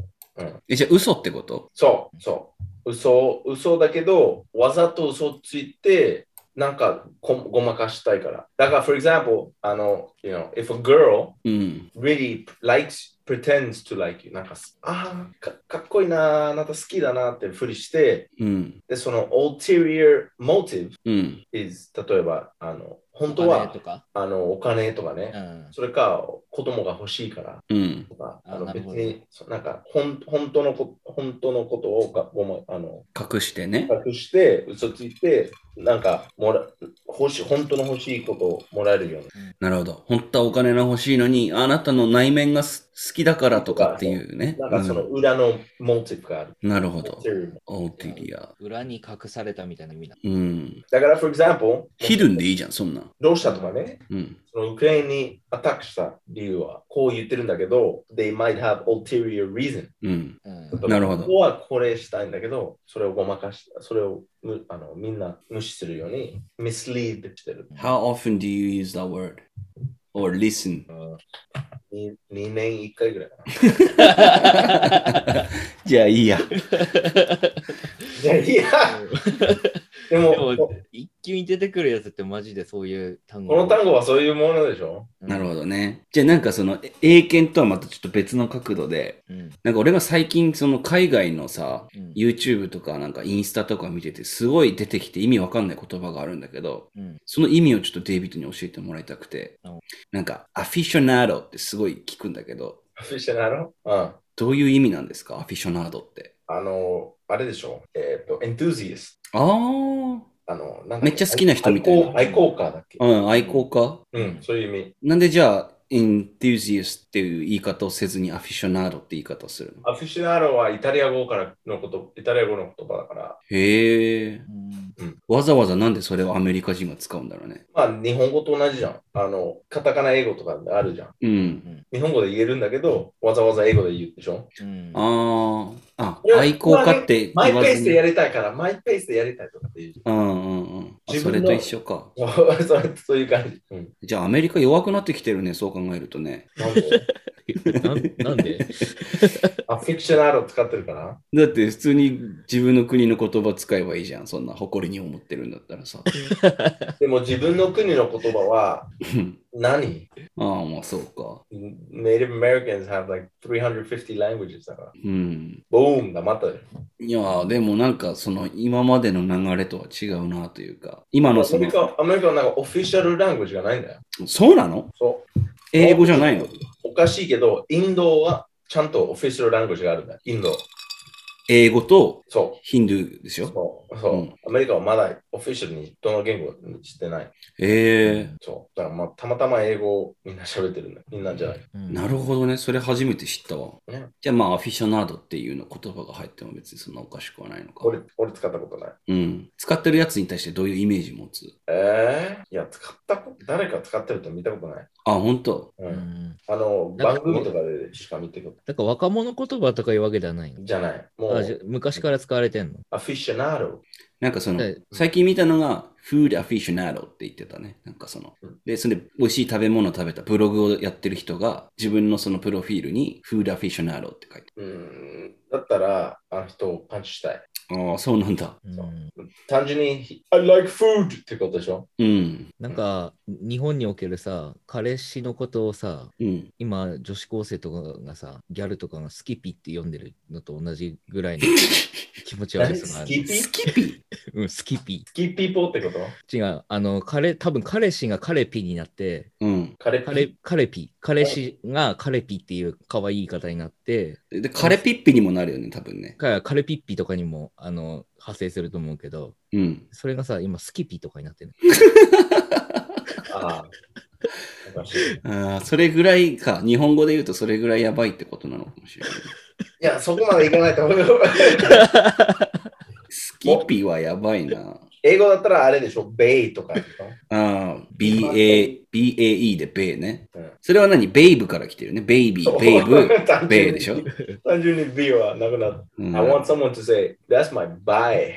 Speaker 1: え、じゃあ嘘ってこと
Speaker 3: そう、そう。嘘、嘘だけど、わざと嘘ついて、なんかこごまかしたいから。だから、for example, あの、you know, if a girl
Speaker 1: うん。
Speaker 3: really likes, pretends to like you. なんか、ああ、かかっこいいな、あなた好きだなってふりして、
Speaker 1: うん。
Speaker 3: で、その ulterior motive
Speaker 1: うん。
Speaker 3: is, 例えば、あの、本当
Speaker 2: あ、
Speaker 3: は、
Speaker 2: とか。
Speaker 3: あの、お金とか
Speaker 2: う
Speaker 3: ね、
Speaker 2: ん。
Speaker 3: それか、子供が欲しいから
Speaker 1: うん。
Speaker 3: とか、
Speaker 2: あ
Speaker 3: あの
Speaker 2: なる
Speaker 3: 別
Speaker 2: ほど
Speaker 3: に、そなんか、ほん本当のこ、本当のことをがごま、あの、
Speaker 1: 隠してね。
Speaker 3: 隠して、嘘ついて、なんか、もら、欲しい、本当の欲しいことをもらえるように。
Speaker 1: なるほど。本当はお金が欲しいのに、あなたの内面がす好きだからとかっていうね。
Speaker 3: なんか、その裏のモチーフがある。
Speaker 1: うんなるほど。
Speaker 3: ulterior
Speaker 1: オーテリア。
Speaker 2: 裏に隠されたみたいな意味だ。
Speaker 1: うん。
Speaker 3: だから、for example、
Speaker 1: ヒルンでいいじゃん、そんなん。
Speaker 3: ロシアとかね、
Speaker 1: うん。
Speaker 3: そのウクライナにアタックした理由は、こう言ってるんだけど、they might have ulterior reason。
Speaker 1: うん。
Speaker 2: うん。
Speaker 1: なるほど
Speaker 3: ここはこれしたいんだけど、それをごまかした、それをむあのみんな無視するように、ミスリードしてる。
Speaker 1: How often do you use that word? Or listen?
Speaker 3: に2年1回ぐらいかな。
Speaker 1: じゃあいいや。
Speaker 3: いやいや、でも
Speaker 2: でも一級に出てくるやつってマジでそういう単語。
Speaker 3: この単語はそういうものでしょ
Speaker 1: なるほどね。じゃあなんかその、え英検とはまたちょっと別の角度で、
Speaker 2: ど。うん。
Speaker 1: なんか俺が最近その海外のさ、
Speaker 2: うん
Speaker 1: YouTube とかなんかインスタとか見ててすごい出てきて意味わかんない言葉があるんだけど、
Speaker 2: うん
Speaker 1: その意味をちょっとデイビッドに教えてもらいたくて
Speaker 2: うん、
Speaker 1: なんかアフィショナードってすごい聞くんだけど、
Speaker 3: アフィショナロうん。
Speaker 1: どういう意味なんですかアフィショナードって。
Speaker 3: あの、あれでしょえっ、と、エントゥージース。
Speaker 1: あー、
Speaker 3: あの、なんだっけ
Speaker 1: めっちゃ好きな人みたいな
Speaker 3: 愛好愛好家だっけ
Speaker 1: うん、愛好家
Speaker 3: うん、そういう意味。
Speaker 1: なんでじゃあ enthusiast っていう言い方をせずにアフィショナードって言い方をするの
Speaker 3: アフィシナーロはイタリア語からのこと、イタリア語の言葉だから、
Speaker 1: へえ。
Speaker 2: うん
Speaker 1: わざわざなんでそれをアメリカ人が使うんだろうね。
Speaker 3: まあ日本語と同じじゃん。あの、カタカナ英語とかあるじゃん。
Speaker 1: うん。
Speaker 3: 日本語で言えるんだけど、わざわざ英語で言うでしょ。
Speaker 2: うん
Speaker 1: ああ。あ
Speaker 3: い、や
Speaker 1: 愛好家って
Speaker 3: マイ
Speaker 1: 言
Speaker 3: ペ
Speaker 1: わ
Speaker 3: ー
Speaker 1: ず
Speaker 3: ス
Speaker 1: に
Speaker 3: で。やりたいから、マイペースでやりたいとかって言う じ
Speaker 1: うんうんうん。あ
Speaker 3: 自
Speaker 1: それ
Speaker 3: 分の
Speaker 1: と一緒か。
Speaker 3: ゃん。そうそれそういう感じ。うん。
Speaker 1: じゃあアメリカ弱くなってきてるね、そう考えるとね。
Speaker 3: なんで
Speaker 2: なんなんで
Speaker 3: アフィシナーロ使ってるから。
Speaker 1: だって普通に自分の国の言葉使えばいいじゃん。そんな誇りに思ってるんだったらさ。
Speaker 3: でも自分の国の言葉は
Speaker 1: うん
Speaker 3: 何
Speaker 1: ああ、まあそうか。
Speaker 3: ?Native Americans have like 350 languages だから。
Speaker 1: うん。
Speaker 3: ボーンだ、また。
Speaker 1: いやーでもなんかその今までの流れとは違うなというか、今の
Speaker 3: ア
Speaker 1: その
Speaker 3: メリ、カアメリカはなんかオフィシャルラングジがないんだよ。
Speaker 1: そうなの
Speaker 3: そう。
Speaker 1: 英語じゃないの
Speaker 3: おかしいけど、インドはちゃんとオフィシャルラングジがあるんだよ。インド。
Speaker 1: 英語と
Speaker 3: そ
Speaker 1: ヒンドゥーでし
Speaker 3: う。
Speaker 1: ょ
Speaker 3: そう。そう
Speaker 1: うん
Speaker 3: アメリカはまだオフィシャルにどの言語にしてない。
Speaker 1: え
Speaker 3: そう。だからまあ、たまたま英語をみんな喋ってるんだよ。みんなじゃない。
Speaker 1: えー、なるほどね。それ初めて知ったわ
Speaker 3: ね。
Speaker 1: じゃあまあ、アフィショナードっていうの言葉が入っても別にそんなおかしくはないのか。
Speaker 3: 俺、俺使ったことない。
Speaker 1: うん。使ってるやつに対してどういうイメージ持つ
Speaker 3: えー、いや、使ったこと、誰か使ってると見たことない。
Speaker 1: あ、本当
Speaker 3: う。
Speaker 2: うんん
Speaker 3: あの、
Speaker 2: なん
Speaker 3: 番
Speaker 2: か
Speaker 3: 組とかでしか見てこと
Speaker 2: だから若者言葉とかいうわけではない
Speaker 3: じゃない。も
Speaker 2: あじゃ
Speaker 3: う、
Speaker 2: 昔から使われてんの
Speaker 3: アフィシャナード。
Speaker 1: なんかその
Speaker 2: はい、
Speaker 1: 最近見たのが、フードアフィショナードって言ってたね。なんかその
Speaker 3: うん、
Speaker 1: で、それで美味しい食べ物を食べたブログをやってる人が、自分のそのプロフィールに、フードアフィショナードって書いて
Speaker 3: うん。だったら、あの人をパンチしたい。
Speaker 1: ある。ああ、そうなんだ。
Speaker 2: う
Speaker 3: そうん単純に、I like food! ってことでしょ。
Speaker 1: うん。
Speaker 2: なんか日本におけるさ彼氏のことをさ
Speaker 1: うん。
Speaker 2: 今女子高生とかがさギャルとかがスキピって呼んでるのと同じぐらいの 気持ち悪
Speaker 3: 何
Speaker 2: さがあ
Speaker 3: ス
Speaker 2: る
Speaker 3: キピ
Speaker 1: スキピ
Speaker 2: うん、スキピ
Speaker 3: スキピーポーってこと
Speaker 2: 違うあの彼多分彼氏が彼ピになって
Speaker 1: うん。
Speaker 3: 彼
Speaker 2: 彼彼ピ彼氏が彼ピっていう可愛い言い方になって
Speaker 1: で、カレピッピにもなるよね、多分ね。
Speaker 2: か彼ピッピとかにもあの派生すると思うけど
Speaker 1: うん。
Speaker 2: それがさ今スキピとかになってる
Speaker 3: ああ。おかしいい
Speaker 1: ああ、それぐらいか。日本語で言うとそれぐらいやばいってことなのかもしれない。
Speaker 3: や、そこまでいかないと 思う。
Speaker 1: スキピはやばいな。
Speaker 3: 英語だったらあれでしょ、ベイとかでしょ。
Speaker 1: ああ、BA、BAE でベイね
Speaker 3: うん。
Speaker 1: それは何ベイブから来てるね。ベイビー、ベイブ、ベイでしょ。
Speaker 3: 単純に B はなくなった。
Speaker 1: うん
Speaker 3: I want someone to say, that's my buy.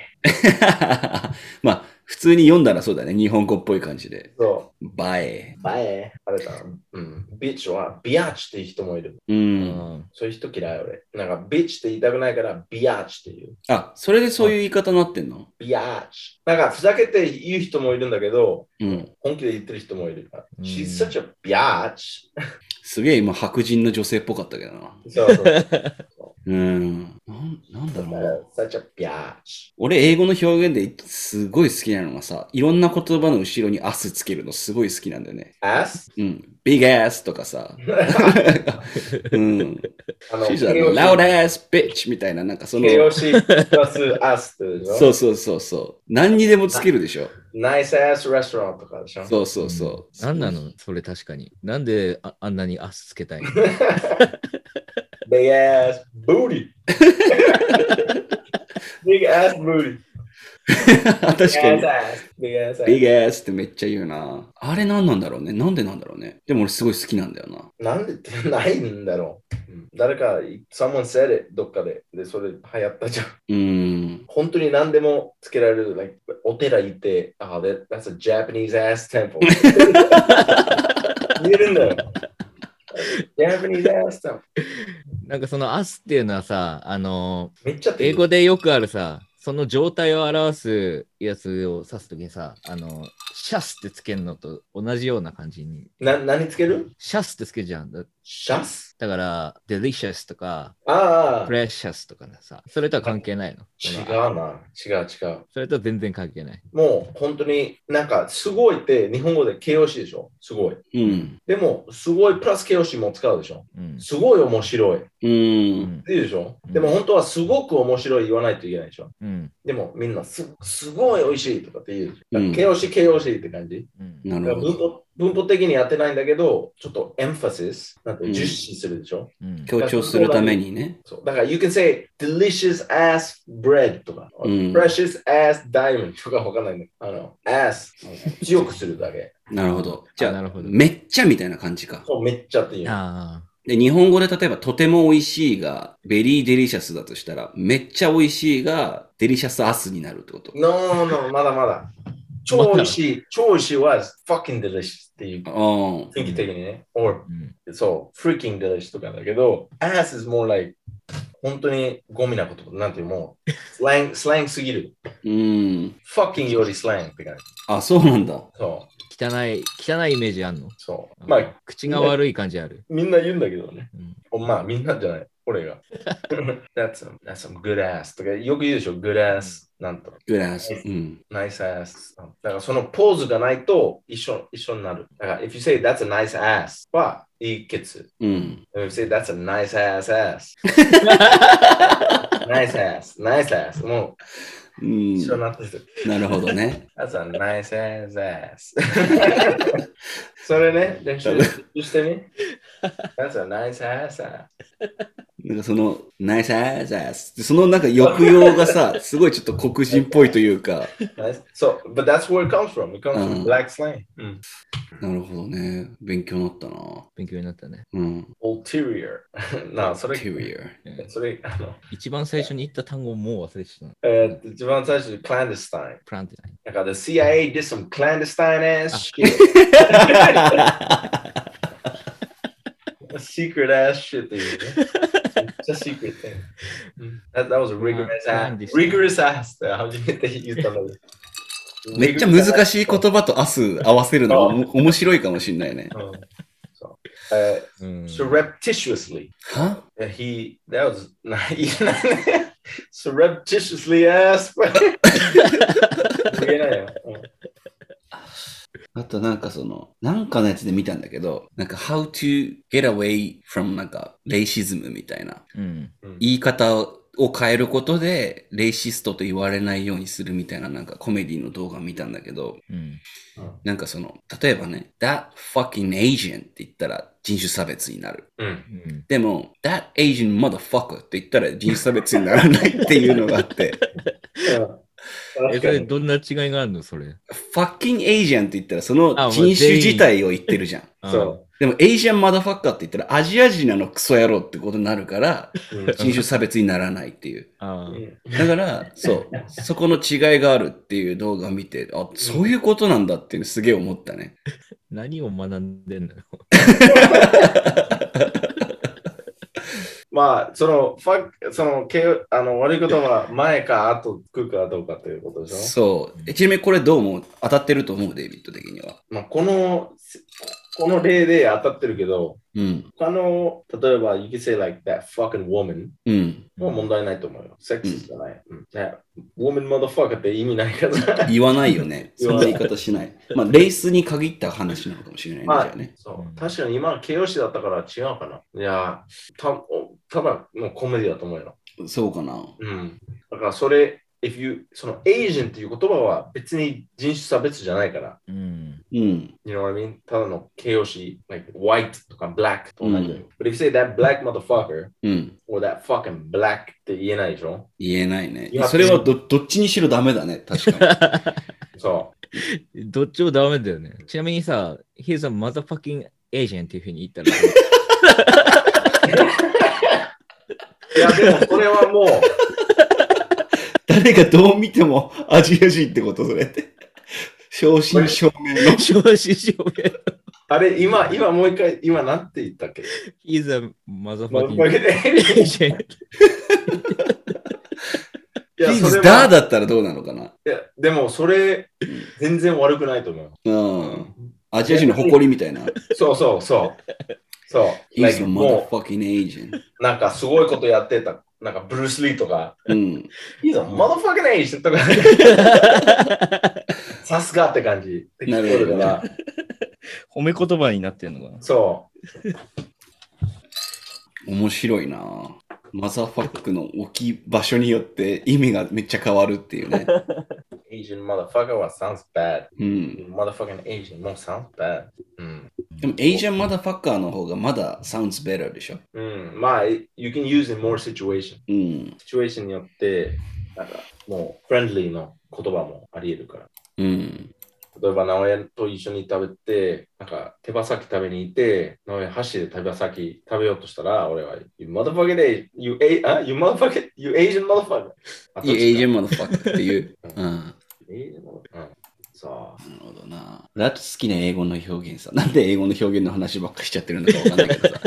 Speaker 1: まあ、普通に読んだらそうだね。日本語っぽい感じで。
Speaker 3: そ
Speaker 1: バエ
Speaker 3: う、。buy. あれだ。うん。ビッチはビアッチっていう人もいる。
Speaker 1: う。
Speaker 2: うんん
Speaker 3: そういう人嫌い俺。なんかビッチって言いたくないからビアッチっていう。
Speaker 1: あ、それでそういう言い方になってんの
Speaker 3: ビアッチ。なんかふざけて言う人もいるんだけど、
Speaker 1: うん。
Speaker 3: 本気で言ってる人もいるから。
Speaker 2: うん
Speaker 3: She's such a biatch.
Speaker 1: すげえ今、白人の女性っぽかったけどな。
Speaker 3: そうそう。
Speaker 1: うん。なんなんだろうな。
Speaker 3: such a biatch.
Speaker 1: 俺、英語の表現ですごい好きなのがさ、いろんな言葉の後ろに as つけるのすごい好きなんだよね。
Speaker 3: Ass?
Speaker 1: うん。big ass とか さ。うん。
Speaker 3: あの
Speaker 1: she's a loud ass bitch みたいな、なんかその、
Speaker 3: 形容詞プラス ass ってでしょ
Speaker 1: そうそうそうそう。何にでもつけるでしょ。
Speaker 3: Nice ass restaurant とかでしょ
Speaker 1: そうそうそう。
Speaker 2: 何なのそれ確かになんでああんなにアスつけたいの
Speaker 3: Big ass booty. Big ass booty.
Speaker 1: 確
Speaker 3: Big
Speaker 1: かに
Speaker 3: ass。ass. Big ass ass.
Speaker 1: big ass ってめっちゃ言うな。あれ何なんだろうね。なんでなんだろうね。でも俺すごい好きなんだよな。
Speaker 3: なんでってないんだろう。うん誰か、someone said it どっかで。で、それ流行ったじゃん。
Speaker 1: うーん。
Speaker 3: 本当に何でもつけられる。like お寺行って、あ、あ、that- that's a Japanese ass temple. 言えるんだよ。Japanese ass temple.
Speaker 2: なんかそのアスっていうのはさあの
Speaker 3: めっちゃ
Speaker 2: 英語でよくあるさその状態を表すやつを指すときにさあのシャスってつけるのと同じような感じに
Speaker 3: な何つける
Speaker 2: シャスってつけるじゃんだ
Speaker 3: シャス
Speaker 2: だから、delicious とか、
Speaker 3: ああ、
Speaker 2: precious とかねさ、それとは関係ないの。
Speaker 3: 違
Speaker 2: その
Speaker 3: うな。違う違う。
Speaker 2: それとは全然関係ない。
Speaker 3: もう本当になんかすごいって日本語で形容詞でしょすごい。
Speaker 1: うん。
Speaker 3: でもすごいプラス形容詞も使うでしょ
Speaker 2: うん。
Speaker 3: すごい面白い。
Speaker 1: う
Speaker 2: う
Speaker 1: ーん。
Speaker 2: ん。
Speaker 3: いいでしょ
Speaker 2: うん
Speaker 3: でも本当はすごく面白い言わないといけないでしょ
Speaker 2: うん。
Speaker 3: でもみんなすすごい美味しいとかって言うでしょ。
Speaker 1: うん
Speaker 3: 形容詞形容詞って感じ。
Speaker 2: うん
Speaker 1: なる
Speaker 3: だから
Speaker 1: ほ
Speaker 3: 文
Speaker 1: ど。
Speaker 3: 法文法的にやってないんだけど、ちょっとエンファシス、なん
Speaker 1: う
Speaker 3: て
Speaker 1: ん
Speaker 3: 重視するでしょ、
Speaker 2: うん
Speaker 1: 強調するためにね。
Speaker 3: そうだから、you can say delicious ass bread とか、
Speaker 1: うん
Speaker 3: precious ass diamond とかわかんないね。あの、ass 強くするだけ。
Speaker 1: なるほど。じゃ
Speaker 2: な
Speaker 1: あ、
Speaker 2: るほど
Speaker 1: めっちゃみたいな感じか。
Speaker 3: そうめっちゃっていう。
Speaker 2: あ
Speaker 1: で、日本語で例えば、とても美味しいが、ベリーデリシャスだとしたら、めっちゃ美味しいが、デリシャスアスになるってこと。
Speaker 3: No, no, まだまだ。超美味しい、超美味しいは fucking delicious っていう。
Speaker 1: あ
Speaker 3: 雰囲気的にね。or
Speaker 2: あ、うん
Speaker 3: そう、freaking delicious とかだけど、ass is more like 本当にゴミなことなんていうもう、スラング、スラングすぎる。
Speaker 1: あ、うん。
Speaker 3: fucking よりスラングって感じ。
Speaker 1: あ、そうなんだ。
Speaker 3: そう、
Speaker 2: 汚い、汚いイメージあんの
Speaker 3: そう。まあ、
Speaker 2: 口が悪い感じある。
Speaker 3: みんな言うんだけどね。
Speaker 2: うん
Speaker 3: おまあ、みんなじゃない。俺 が。that's, some, that's some good ass とかよく言うでしょ。good ass。なんと。
Speaker 1: グラス。うん。
Speaker 3: nice ass。だからそのポーズがないと一緒一緒になる。だから、if you say that's a nice ass はいいケツ。
Speaker 1: うん。
Speaker 3: Let me say that's a nice ass ass. nice ass, nice ass. も
Speaker 1: う
Speaker 3: う、
Speaker 1: ん
Speaker 3: 一緒になってる。
Speaker 1: なるほどね。
Speaker 3: That's a nice ass ass. それね、練習してみ。That's a nice ass ass.
Speaker 1: なんかその、ナイスアザースってそのなんか抑揚がさ、すごいちょっと黒人っぽいというか。
Speaker 3: Nice. So, but that's where it comes from. It comes
Speaker 1: うん
Speaker 3: from black slang.、
Speaker 1: なるほどね。勉強になったな。
Speaker 2: 勉強になったね。
Speaker 1: うん。
Speaker 3: Ulterior. なあ、それ、
Speaker 1: Interior
Speaker 3: そ れ、あの、
Speaker 2: 一番最初に言った単語もう忘れてたな。
Speaker 3: えーっと一番最初に clandestine。
Speaker 2: プランってない。
Speaker 3: だから、the CIA did some clandestine ass shit. secret ass shit っていうね。めっちゃ secret だよ That, that was a rigorous
Speaker 2: まあなんで
Speaker 3: ass.
Speaker 2: すね
Speaker 3: rigorous ass って初めて言ったので。
Speaker 1: めっちゃ難しい言葉とアス合わせるのおも面白いかもしんないね。
Speaker 3: うんそうえ
Speaker 2: う
Speaker 3: ー
Speaker 2: ん
Speaker 3: uh, surreptitiously.
Speaker 1: は
Speaker 3: He, that was, な言 えないね。surreptitiously ass. 言えないよ。うん
Speaker 1: あとなんかその、なんかのやつで見たんだけど、なんか how to get away from なんかレイシズムみたいな
Speaker 2: うん。
Speaker 1: 言い方を変えることでレイシストと言われないようにするみたいななんかコメディの動画見たんだけど、
Speaker 2: うん。
Speaker 1: なんかその、例えばね、that fucking Asian って言ったら人種差別になる。
Speaker 3: うん。
Speaker 2: うん。
Speaker 1: でも、that Asian motherfucker って言ったら人種差別にならないっていうのがあって、
Speaker 3: うん
Speaker 2: え、それどんな違いがあるのそれ。
Speaker 1: fucking Asian って言ったらその
Speaker 2: あもう
Speaker 1: 人
Speaker 2: 全員
Speaker 1: 種自体を言ってるじゃん。
Speaker 2: あー
Speaker 3: そ
Speaker 1: でも、Asian motherfucker って言ったらアジア人なのクソ野郎ってことになるから、
Speaker 3: う。うん
Speaker 1: 人種差別にならないっていう。
Speaker 2: あー
Speaker 1: だ から、そう、そこの違いがあるっていう動画を見て、あ、そういうことなんだっていうのすげえ思ったね。
Speaker 2: 何を学んでんのよ。
Speaker 3: まあ、その、ファックその、けあの悪いことは前か後来るかどうかということでしょ。
Speaker 1: そう。えちなみにこれどう思う当たってると思う、デイビッド的には。
Speaker 3: まあ、この、この例で当たってるけど、
Speaker 1: うん。
Speaker 3: 他の、例えば、you can say like that fucking woman
Speaker 1: うん。
Speaker 3: は問題ないと思うよ。セックスじゃない。うん That woman motherfucker って意味ないから。
Speaker 1: 言わないよね。
Speaker 3: 言
Speaker 1: そん
Speaker 3: わ
Speaker 1: な
Speaker 3: ない
Speaker 1: 言い方しない。まあ、レースに限った話なのかもしれないね。
Speaker 3: まあ
Speaker 1: じゃあね
Speaker 3: そう確かに今の形容詞だったから違うかな。いや、たおただのコメディだと思うよ。
Speaker 1: そうかな。
Speaker 3: うん。だからそれ、if you, その Asian っていう言葉は別に人種差別じゃないから。
Speaker 2: うん。
Speaker 1: うん。
Speaker 3: You know what I mean? ただの形容詞、like white とか black と同じだよ。But if you say that black motherfucker
Speaker 1: うん。
Speaker 3: or that fucking black って言えないでしょ
Speaker 1: 言えないね
Speaker 3: いや。
Speaker 1: それはどどっちにしろダメだね。確かに。
Speaker 3: そ
Speaker 2: どっちもダメだよね。ちなみにさ、He's a motherfucking agent っていうふうに言ったら、
Speaker 3: う。いや、でもこれはもう、
Speaker 1: 誰がどう見てもアジア人ってこと、それ って。正真正銘の。
Speaker 2: 正真正銘。
Speaker 3: あれ、今、今もう一回、今なんて言ったっけ
Speaker 2: He's a motherfucking
Speaker 3: He's
Speaker 2: agent.
Speaker 1: ヒーズダーだったらどうなのかな。
Speaker 3: でもそれ、全然悪くないと思う。
Speaker 1: うん。アジア人の誇りみたいな。
Speaker 3: そうそうそう。そう。
Speaker 1: He's
Speaker 3: like,
Speaker 1: a
Speaker 3: も
Speaker 1: motherfucking agent.
Speaker 3: う、なんかすごいことやってた。なんかブルース・リーとか、
Speaker 1: うん。
Speaker 3: He's a motherfucking agent とか、さすがって感じ。
Speaker 1: なるほどね
Speaker 3: から
Speaker 2: 褒め言葉になってんのかな
Speaker 3: そ
Speaker 1: 面白いなぁマザーファックの置き場所によって意味がめっちゃ変わるっていうね。
Speaker 3: う。 Asian motherfucker は sounds bad.
Speaker 1: うん。
Speaker 3: Motherfucking Asian も sounds bad. うん。
Speaker 1: でも、エイジアンマダファッカーの方がまだ sounds better でしょ。
Speaker 3: うん。まあ、you can use in more situation.
Speaker 1: うん。
Speaker 3: situation によって、なんかもう、friendly の言葉もあり得るから。
Speaker 1: うん。
Speaker 3: 例えば、直江と一緒に食べて、なんか、手羽先食べに行って、直江箸で手羽先食べようとしたら、俺は、You motherfucking, you, a- あ you motherfucking, you Asian motherfucker.
Speaker 1: いいエイジア
Speaker 3: ン。
Speaker 1: ンマダファッカーって いう。うん。
Speaker 3: Asian motherfucker うん。さあ、
Speaker 1: なるほどな。だと好きな英語の表現さ。なんで英語の表現の話ばっかりしちゃってるのかわかんないけ どさ。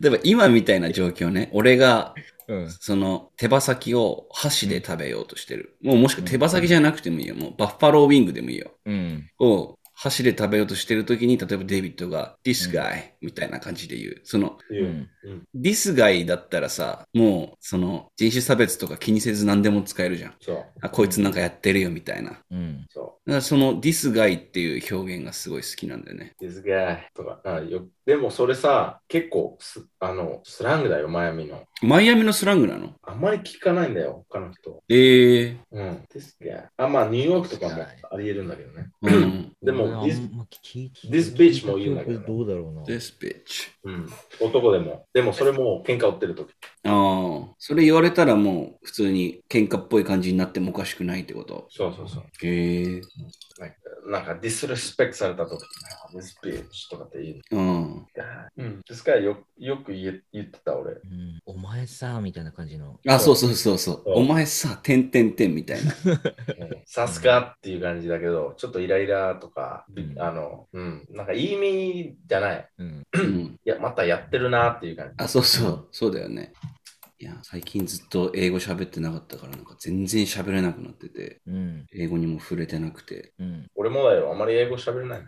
Speaker 1: 例えば今みたいな状況ね、俺が
Speaker 2: うん。
Speaker 1: その手羽先を箸で食べようとしてる。もうもしくは手羽先じゃなくてもいいよ。もうバッファローウィングでもいいよ。
Speaker 2: うん。
Speaker 1: を箸で食べようとしてるときに、例えばデイビッドが This guy みたいな感じで言う。その
Speaker 3: い
Speaker 2: うん。
Speaker 1: This guy だったらさ、もうその人種差別とか気にせず何でも使えるじゃん。
Speaker 3: そう、
Speaker 1: あ、こいつなんかやってるよみたいな。
Speaker 2: うん。
Speaker 3: そ
Speaker 1: だからその This guy っていう表現がすごい好きなんだよね。
Speaker 3: う、This guy とか、あよでもそれさ、結構す、あの、スラングだよ、マイアミの。
Speaker 1: マイアミのスラングなの
Speaker 3: あんまり聞かないんだよ、他の人。
Speaker 1: ええ
Speaker 3: うん、This guy。あ、まあ、ニューヨークとかも
Speaker 2: This guy
Speaker 3: あり得るんだけどね。
Speaker 1: うん。
Speaker 3: で
Speaker 4: 俺あ
Speaker 3: も、
Speaker 4: ん
Speaker 3: This
Speaker 4: ま聞い
Speaker 3: this bitch も言うんだけどね
Speaker 4: どうだろうな。
Speaker 1: This bitch.
Speaker 3: うん、男でも。でもそれも喧嘩売ってるとき。
Speaker 1: ああ、それ言われたらもう普通に喧嘩っぽい感じになってもおかしくないってこと。
Speaker 3: そうそうそう。
Speaker 1: へえ。
Speaker 3: なんかディスレスペクトされたとき。This bitch とかって言う。
Speaker 1: うん。
Speaker 3: うん。ですからよよく言え言ってた俺。
Speaker 4: うんお前さ、みたいな感じの。
Speaker 1: あ、そうそうそうそう。
Speaker 3: そう
Speaker 1: お前さ、てんてんてんみた いな。
Speaker 3: さすがっていう感じだけど、ちょっとイライラとか、
Speaker 2: うん
Speaker 3: あの、うん、なんかいい意味じゃない。
Speaker 2: うん。
Speaker 1: うん。
Speaker 3: いや、またやってるなっていう感じ。
Speaker 1: あ、そうそう。そうだよね。いや、最近ずっと英語喋ってなかったから、なんか全然喋れなくなってて、
Speaker 4: うん。
Speaker 1: 英語にも触れてなくて、
Speaker 4: うん。
Speaker 3: 俺もだよ、あまり英語喋れない。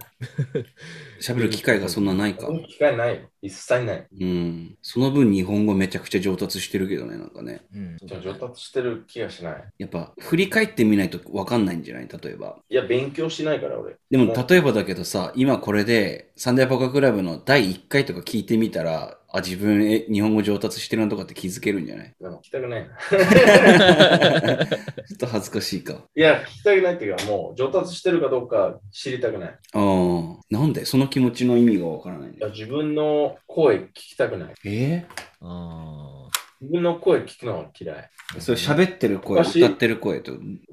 Speaker 1: 喋る機会がそんなないか
Speaker 3: そ。の機会ないよ。一切ない。
Speaker 1: うん。その分日本語めちゃくちゃ上達してるけどね、なんかね。
Speaker 4: うん。
Speaker 3: ちょ上達してる気がしない。
Speaker 1: やっぱ振り返ってみないと分かんないんじゃない例えば。
Speaker 3: いや、勉強しないから俺。
Speaker 1: でも
Speaker 3: うん
Speaker 1: 例えばだけどさ、今これでサンデーパカクラブの第1回とか聞いてみたら、あ、自分え日本語上達してるなとかって気づけるんじゃない
Speaker 3: でも聞きたくないな。
Speaker 1: ちょっと恥ずかしいか。
Speaker 3: いや、聞きたくないっていうか、もう上達してるかどうか知りたくない。
Speaker 1: ああ、なんでその気持ちの意味が分からない
Speaker 3: いや
Speaker 1: ね。
Speaker 3: 自分の声聞きたくない。
Speaker 1: え
Speaker 4: あ
Speaker 3: 自分の声聞くのは嫌い。
Speaker 1: ー、それ喋ってる声、
Speaker 3: おかしい
Speaker 1: 歌ってる声と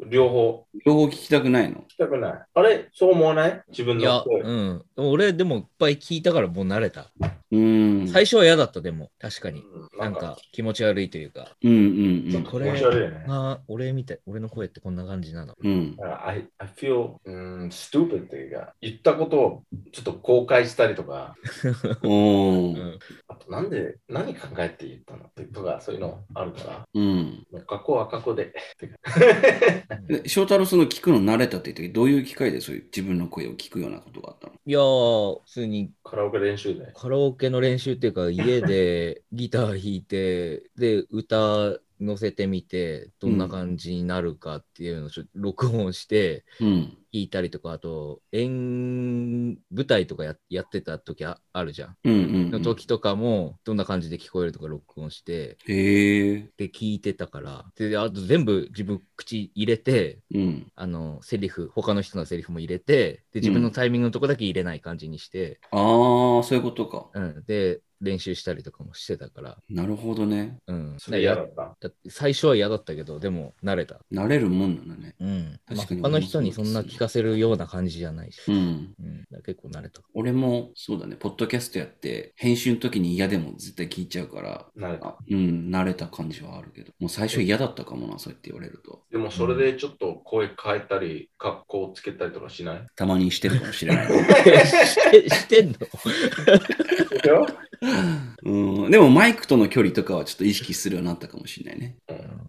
Speaker 3: 両方
Speaker 1: 両方聞きたくないの
Speaker 3: 聞きたくない。あれそう思わない自分
Speaker 2: いや、
Speaker 3: の声。
Speaker 2: うん。でも俺、でもいっぱい聞いたからもう慣れた。
Speaker 1: うーん。
Speaker 2: 最初は嫌だった、でも、確かに。
Speaker 3: うん
Speaker 2: なんか、気持ち悪いというか。
Speaker 1: うんうん
Speaker 3: ち
Speaker 1: う
Speaker 3: ょっ
Speaker 1: ん
Speaker 3: と。
Speaker 4: こ
Speaker 3: 気
Speaker 4: れ
Speaker 3: 持ち悪いよね。
Speaker 4: あ。俺みたい、俺の声ってこんな感じなの。
Speaker 1: うん
Speaker 3: だから、I, I feel、うん、stupid っていうか、言ったことをちょっと後悔したりとか、
Speaker 1: お
Speaker 2: う
Speaker 1: ー
Speaker 2: ん。
Speaker 3: あとなんで、何考えて言ったのとか、そういうのあるから、
Speaker 1: うん。
Speaker 3: もう過去は過去で。ってか
Speaker 1: で翔太郎、その聞くの慣れたって言ってどういう機会でそういう自分の声を聞くようなことがあったの
Speaker 2: いやー、普通に
Speaker 3: カラオケ練習で。
Speaker 2: カラオケの練習っていうか、家で ギター弾いて、で、歌乗せてみて、どんな感じになるかっていうのをちょっと録音して、
Speaker 1: うん。
Speaker 2: 弾いたりとか、あと、演、舞台とかややってた時ああるじゃん。
Speaker 1: うんうん、う
Speaker 2: の
Speaker 1: ん。
Speaker 2: 時とかも、どんな感じで聞こえるとか録音して、
Speaker 1: へえ。
Speaker 2: で、聞いてたから。で、あと全部自分口入れて、
Speaker 1: うん。
Speaker 2: あの、セリフ、他の人のセリフも入れて、で、自分のタイミングのとこだけ入れない感じにして、
Speaker 1: ああ、そういうことか。
Speaker 2: うん、で、練習したりとかもしてたから、
Speaker 1: なるほどね。
Speaker 2: うん。
Speaker 3: それ嫌だ
Speaker 2: だ
Speaker 3: った。
Speaker 2: だって最初は嫌だったけど、でも慣れた。
Speaker 1: 慣れるもんなのね。
Speaker 2: うん。
Speaker 1: 確かに
Speaker 2: まあ他の人にそんな聞かせるような感じじゃないし、
Speaker 1: うん。
Speaker 2: うんだから結構慣れた。
Speaker 1: 俺も、そうだね、ポッドキャストやって、編集の時に嫌でも絶対聞いちゃうから、
Speaker 3: 慣れた。
Speaker 1: あうん、慣れた感じはあるけど、もう最初嫌だったかもな、そうやって言われると。
Speaker 3: でもそれでちょっと声変えたり、格好つけたりとか しない
Speaker 1: たまにしてるかもしれない。
Speaker 2: してしてんの
Speaker 1: うん、でもマイクとの距離とかはちょっと意識するようになったかもしれないね。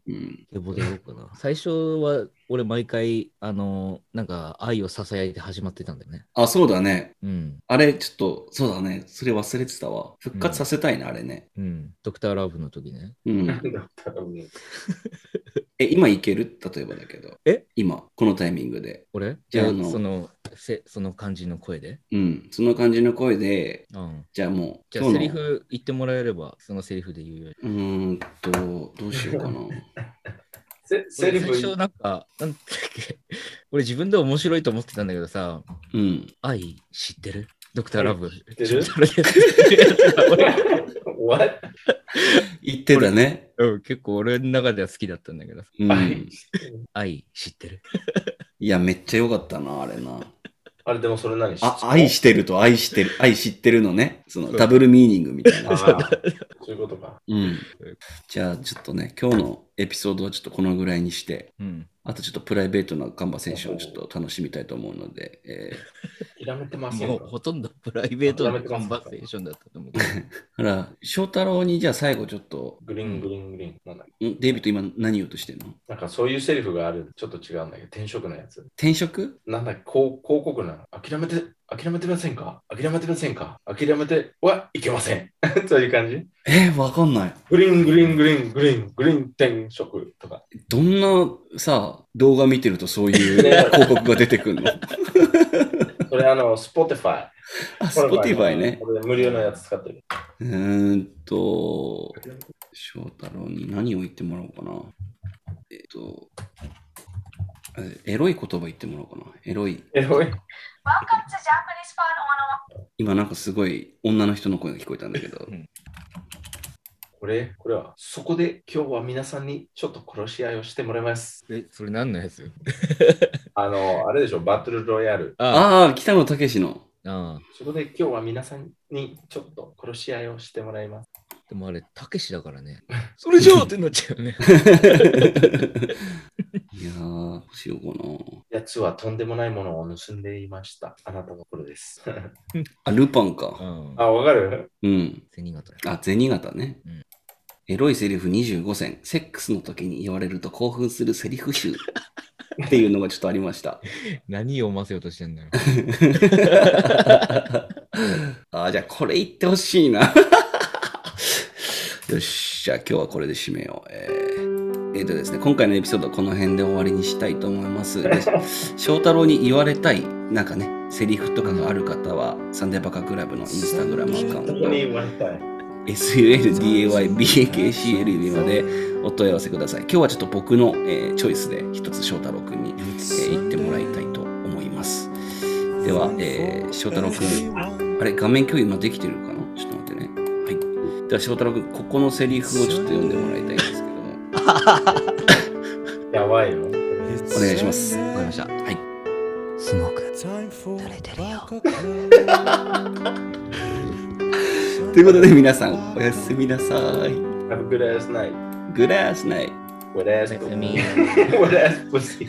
Speaker 1: うん。
Speaker 4: でボでようか な。
Speaker 2: 最初は俺毎回、あの、なんか愛を囁いて始まってたんだよね。
Speaker 1: あ、そうだね。
Speaker 2: うん。
Speaker 1: あれ、ちょっと、そうだね。それ忘れてたわ。復活させたいな、あれね。
Speaker 2: うん。ドクターラブの時ね。
Speaker 1: うん。
Speaker 3: だったらうん
Speaker 1: え、今いける例えばだけど。
Speaker 2: え
Speaker 1: 今、このタイミングで。
Speaker 2: 俺
Speaker 1: じゃあ
Speaker 2: いや
Speaker 1: あの
Speaker 2: そのせ、その感じの声で。
Speaker 1: うん。その感じの声で、
Speaker 2: うん。
Speaker 1: じゃあもう、
Speaker 2: じゃあ
Speaker 1: 今日の
Speaker 2: セリフ言ってもらえれば、そのセリフで言うより。
Speaker 1: うーんと、どうしようかな。
Speaker 3: せセ
Speaker 2: 俺
Speaker 3: リ
Speaker 2: 最
Speaker 3: フ、
Speaker 2: 初なんか、なんだっけ、 俺自分で面白いと思ってたんだけどさ、
Speaker 1: うん。
Speaker 4: 愛知ってるドクターラブ。
Speaker 3: 知ってる
Speaker 2: それでやって るやつ俺
Speaker 3: What?
Speaker 1: 言ってたね。
Speaker 2: うん、結構俺の中では好きだったんだけどさ。
Speaker 1: うん
Speaker 3: はい
Speaker 4: 愛知ってる。
Speaker 1: いや、めっちゃ良かったな、あれな。
Speaker 3: あれでもそれ何
Speaker 1: あ、愛してると愛してる、愛知ってるのね。その
Speaker 2: そう
Speaker 1: ダブルミーニングみたい
Speaker 3: あー
Speaker 1: な。
Speaker 3: そういうことか。
Speaker 1: うん。じゃあ、ちょっとね、今日のエピソードはちょっとこのぐらいにして、
Speaker 2: うん。
Speaker 1: あとちょっとプライベートなカンバセーションをちょっと楽しみたいと思うので、えー
Speaker 3: ひらめてます
Speaker 2: も
Speaker 3: よ
Speaker 2: う。ほとんどプライベートのコンバセーションだっ たと思うけど。
Speaker 1: だから、翔太郎にじゃあ最後ちょっと、
Speaker 3: グリーングリーングリーン。なんだっけ
Speaker 1: んデイビッド今何言おうとしてんの
Speaker 3: なんかそういうセリフがある。ちょっと違うんだけど、転職のやつ。
Speaker 1: 転職
Speaker 3: なんだっけこう広告なの諦めて、諦めてませんか諦めてませんか諦めてはいけません。 そういう感じ
Speaker 1: えー、わかんない。
Speaker 3: グリーングリーングリーングリーングリーン転職とか。
Speaker 1: どんなさ、動画見てるとそういう広告が出てく るの
Speaker 3: それあ の、Spotify。
Speaker 1: あ、Spotify ね。
Speaker 3: これ無料のやつ使ってる。
Speaker 1: うーんと、翔太郎に何を言ってもらおうかな。えっと、えエロい言葉言ってもらおうかな。エロい。
Speaker 3: え、おい。
Speaker 5: Welcome to Japanese Fun 101.
Speaker 1: 今なんかすごい女の人の声が聞こえたんだけど
Speaker 2: うん、
Speaker 3: これ、これは、そこで今日は皆さんにちょっと殺し合いをしてもらいます。
Speaker 2: え、それ何のやつ
Speaker 3: あの、あれでしょ、バトルロイヤル。
Speaker 2: あ
Speaker 1: ああ、北野武の。
Speaker 2: あ、ああ。
Speaker 3: そこで今日は皆さんにちょっと殺し合いをしてもらいます。
Speaker 4: でもあれ、たけしだからね。
Speaker 2: それじゃあってなっちゃうよね。
Speaker 1: いやー、どうしようかな。
Speaker 3: やつはとんでもないものを盗んでいました。あなたのこれです。
Speaker 1: あ、ルパン
Speaker 2: う
Speaker 1: か。
Speaker 2: ん。
Speaker 3: あ、わかる
Speaker 1: うん。
Speaker 4: 銭形だ。
Speaker 1: あ、銭形ね。
Speaker 4: うん
Speaker 1: エロいセリフ25選、セックスの時に言われると興奮するセリフ集っていうのがちょっとありました。
Speaker 4: 何を思わせようとしてんだろ う。
Speaker 1: あーじゃあこれ言ってほしいな。 よし、じゃあ今日はこれで締めよう。えーえーとですね、今回のエピソードはこの辺で終わりにしたいと思います。で翔太郎に言われたい、なんかね、セリフとかがある方は、サンデーバカクラブのインスタグラムアカウント、
Speaker 3: 言われたい。
Speaker 1: SULDAYBAKCLB までお問い合わせください。今日はちょっと僕の、えーチョイスで一つ翔太郎くんに、えー言ってもらいたいと思います。では、えー翔太郎くん、あれ、画面共有今できてるかなちょっと待ってね。はい。では、翔太郎くん、ここのセリフをちょっと読んでもらいたいんですけども。
Speaker 3: やばいよ。
Speaker 1: お願いします。
Speaker 4: わかりました。
Speaker 1: はい。
Speaker 4: すごく。
Speaker 6: 慣れてるよ。
Speaker 1: ということで、皆さん、おやすみなさい。
Speaker 3: Have a good ass night.
Speaker 1: グラスナイト。
Speaker 3: What ass
Speaker 4: おやすみ
Speaker 3: What ass pussy.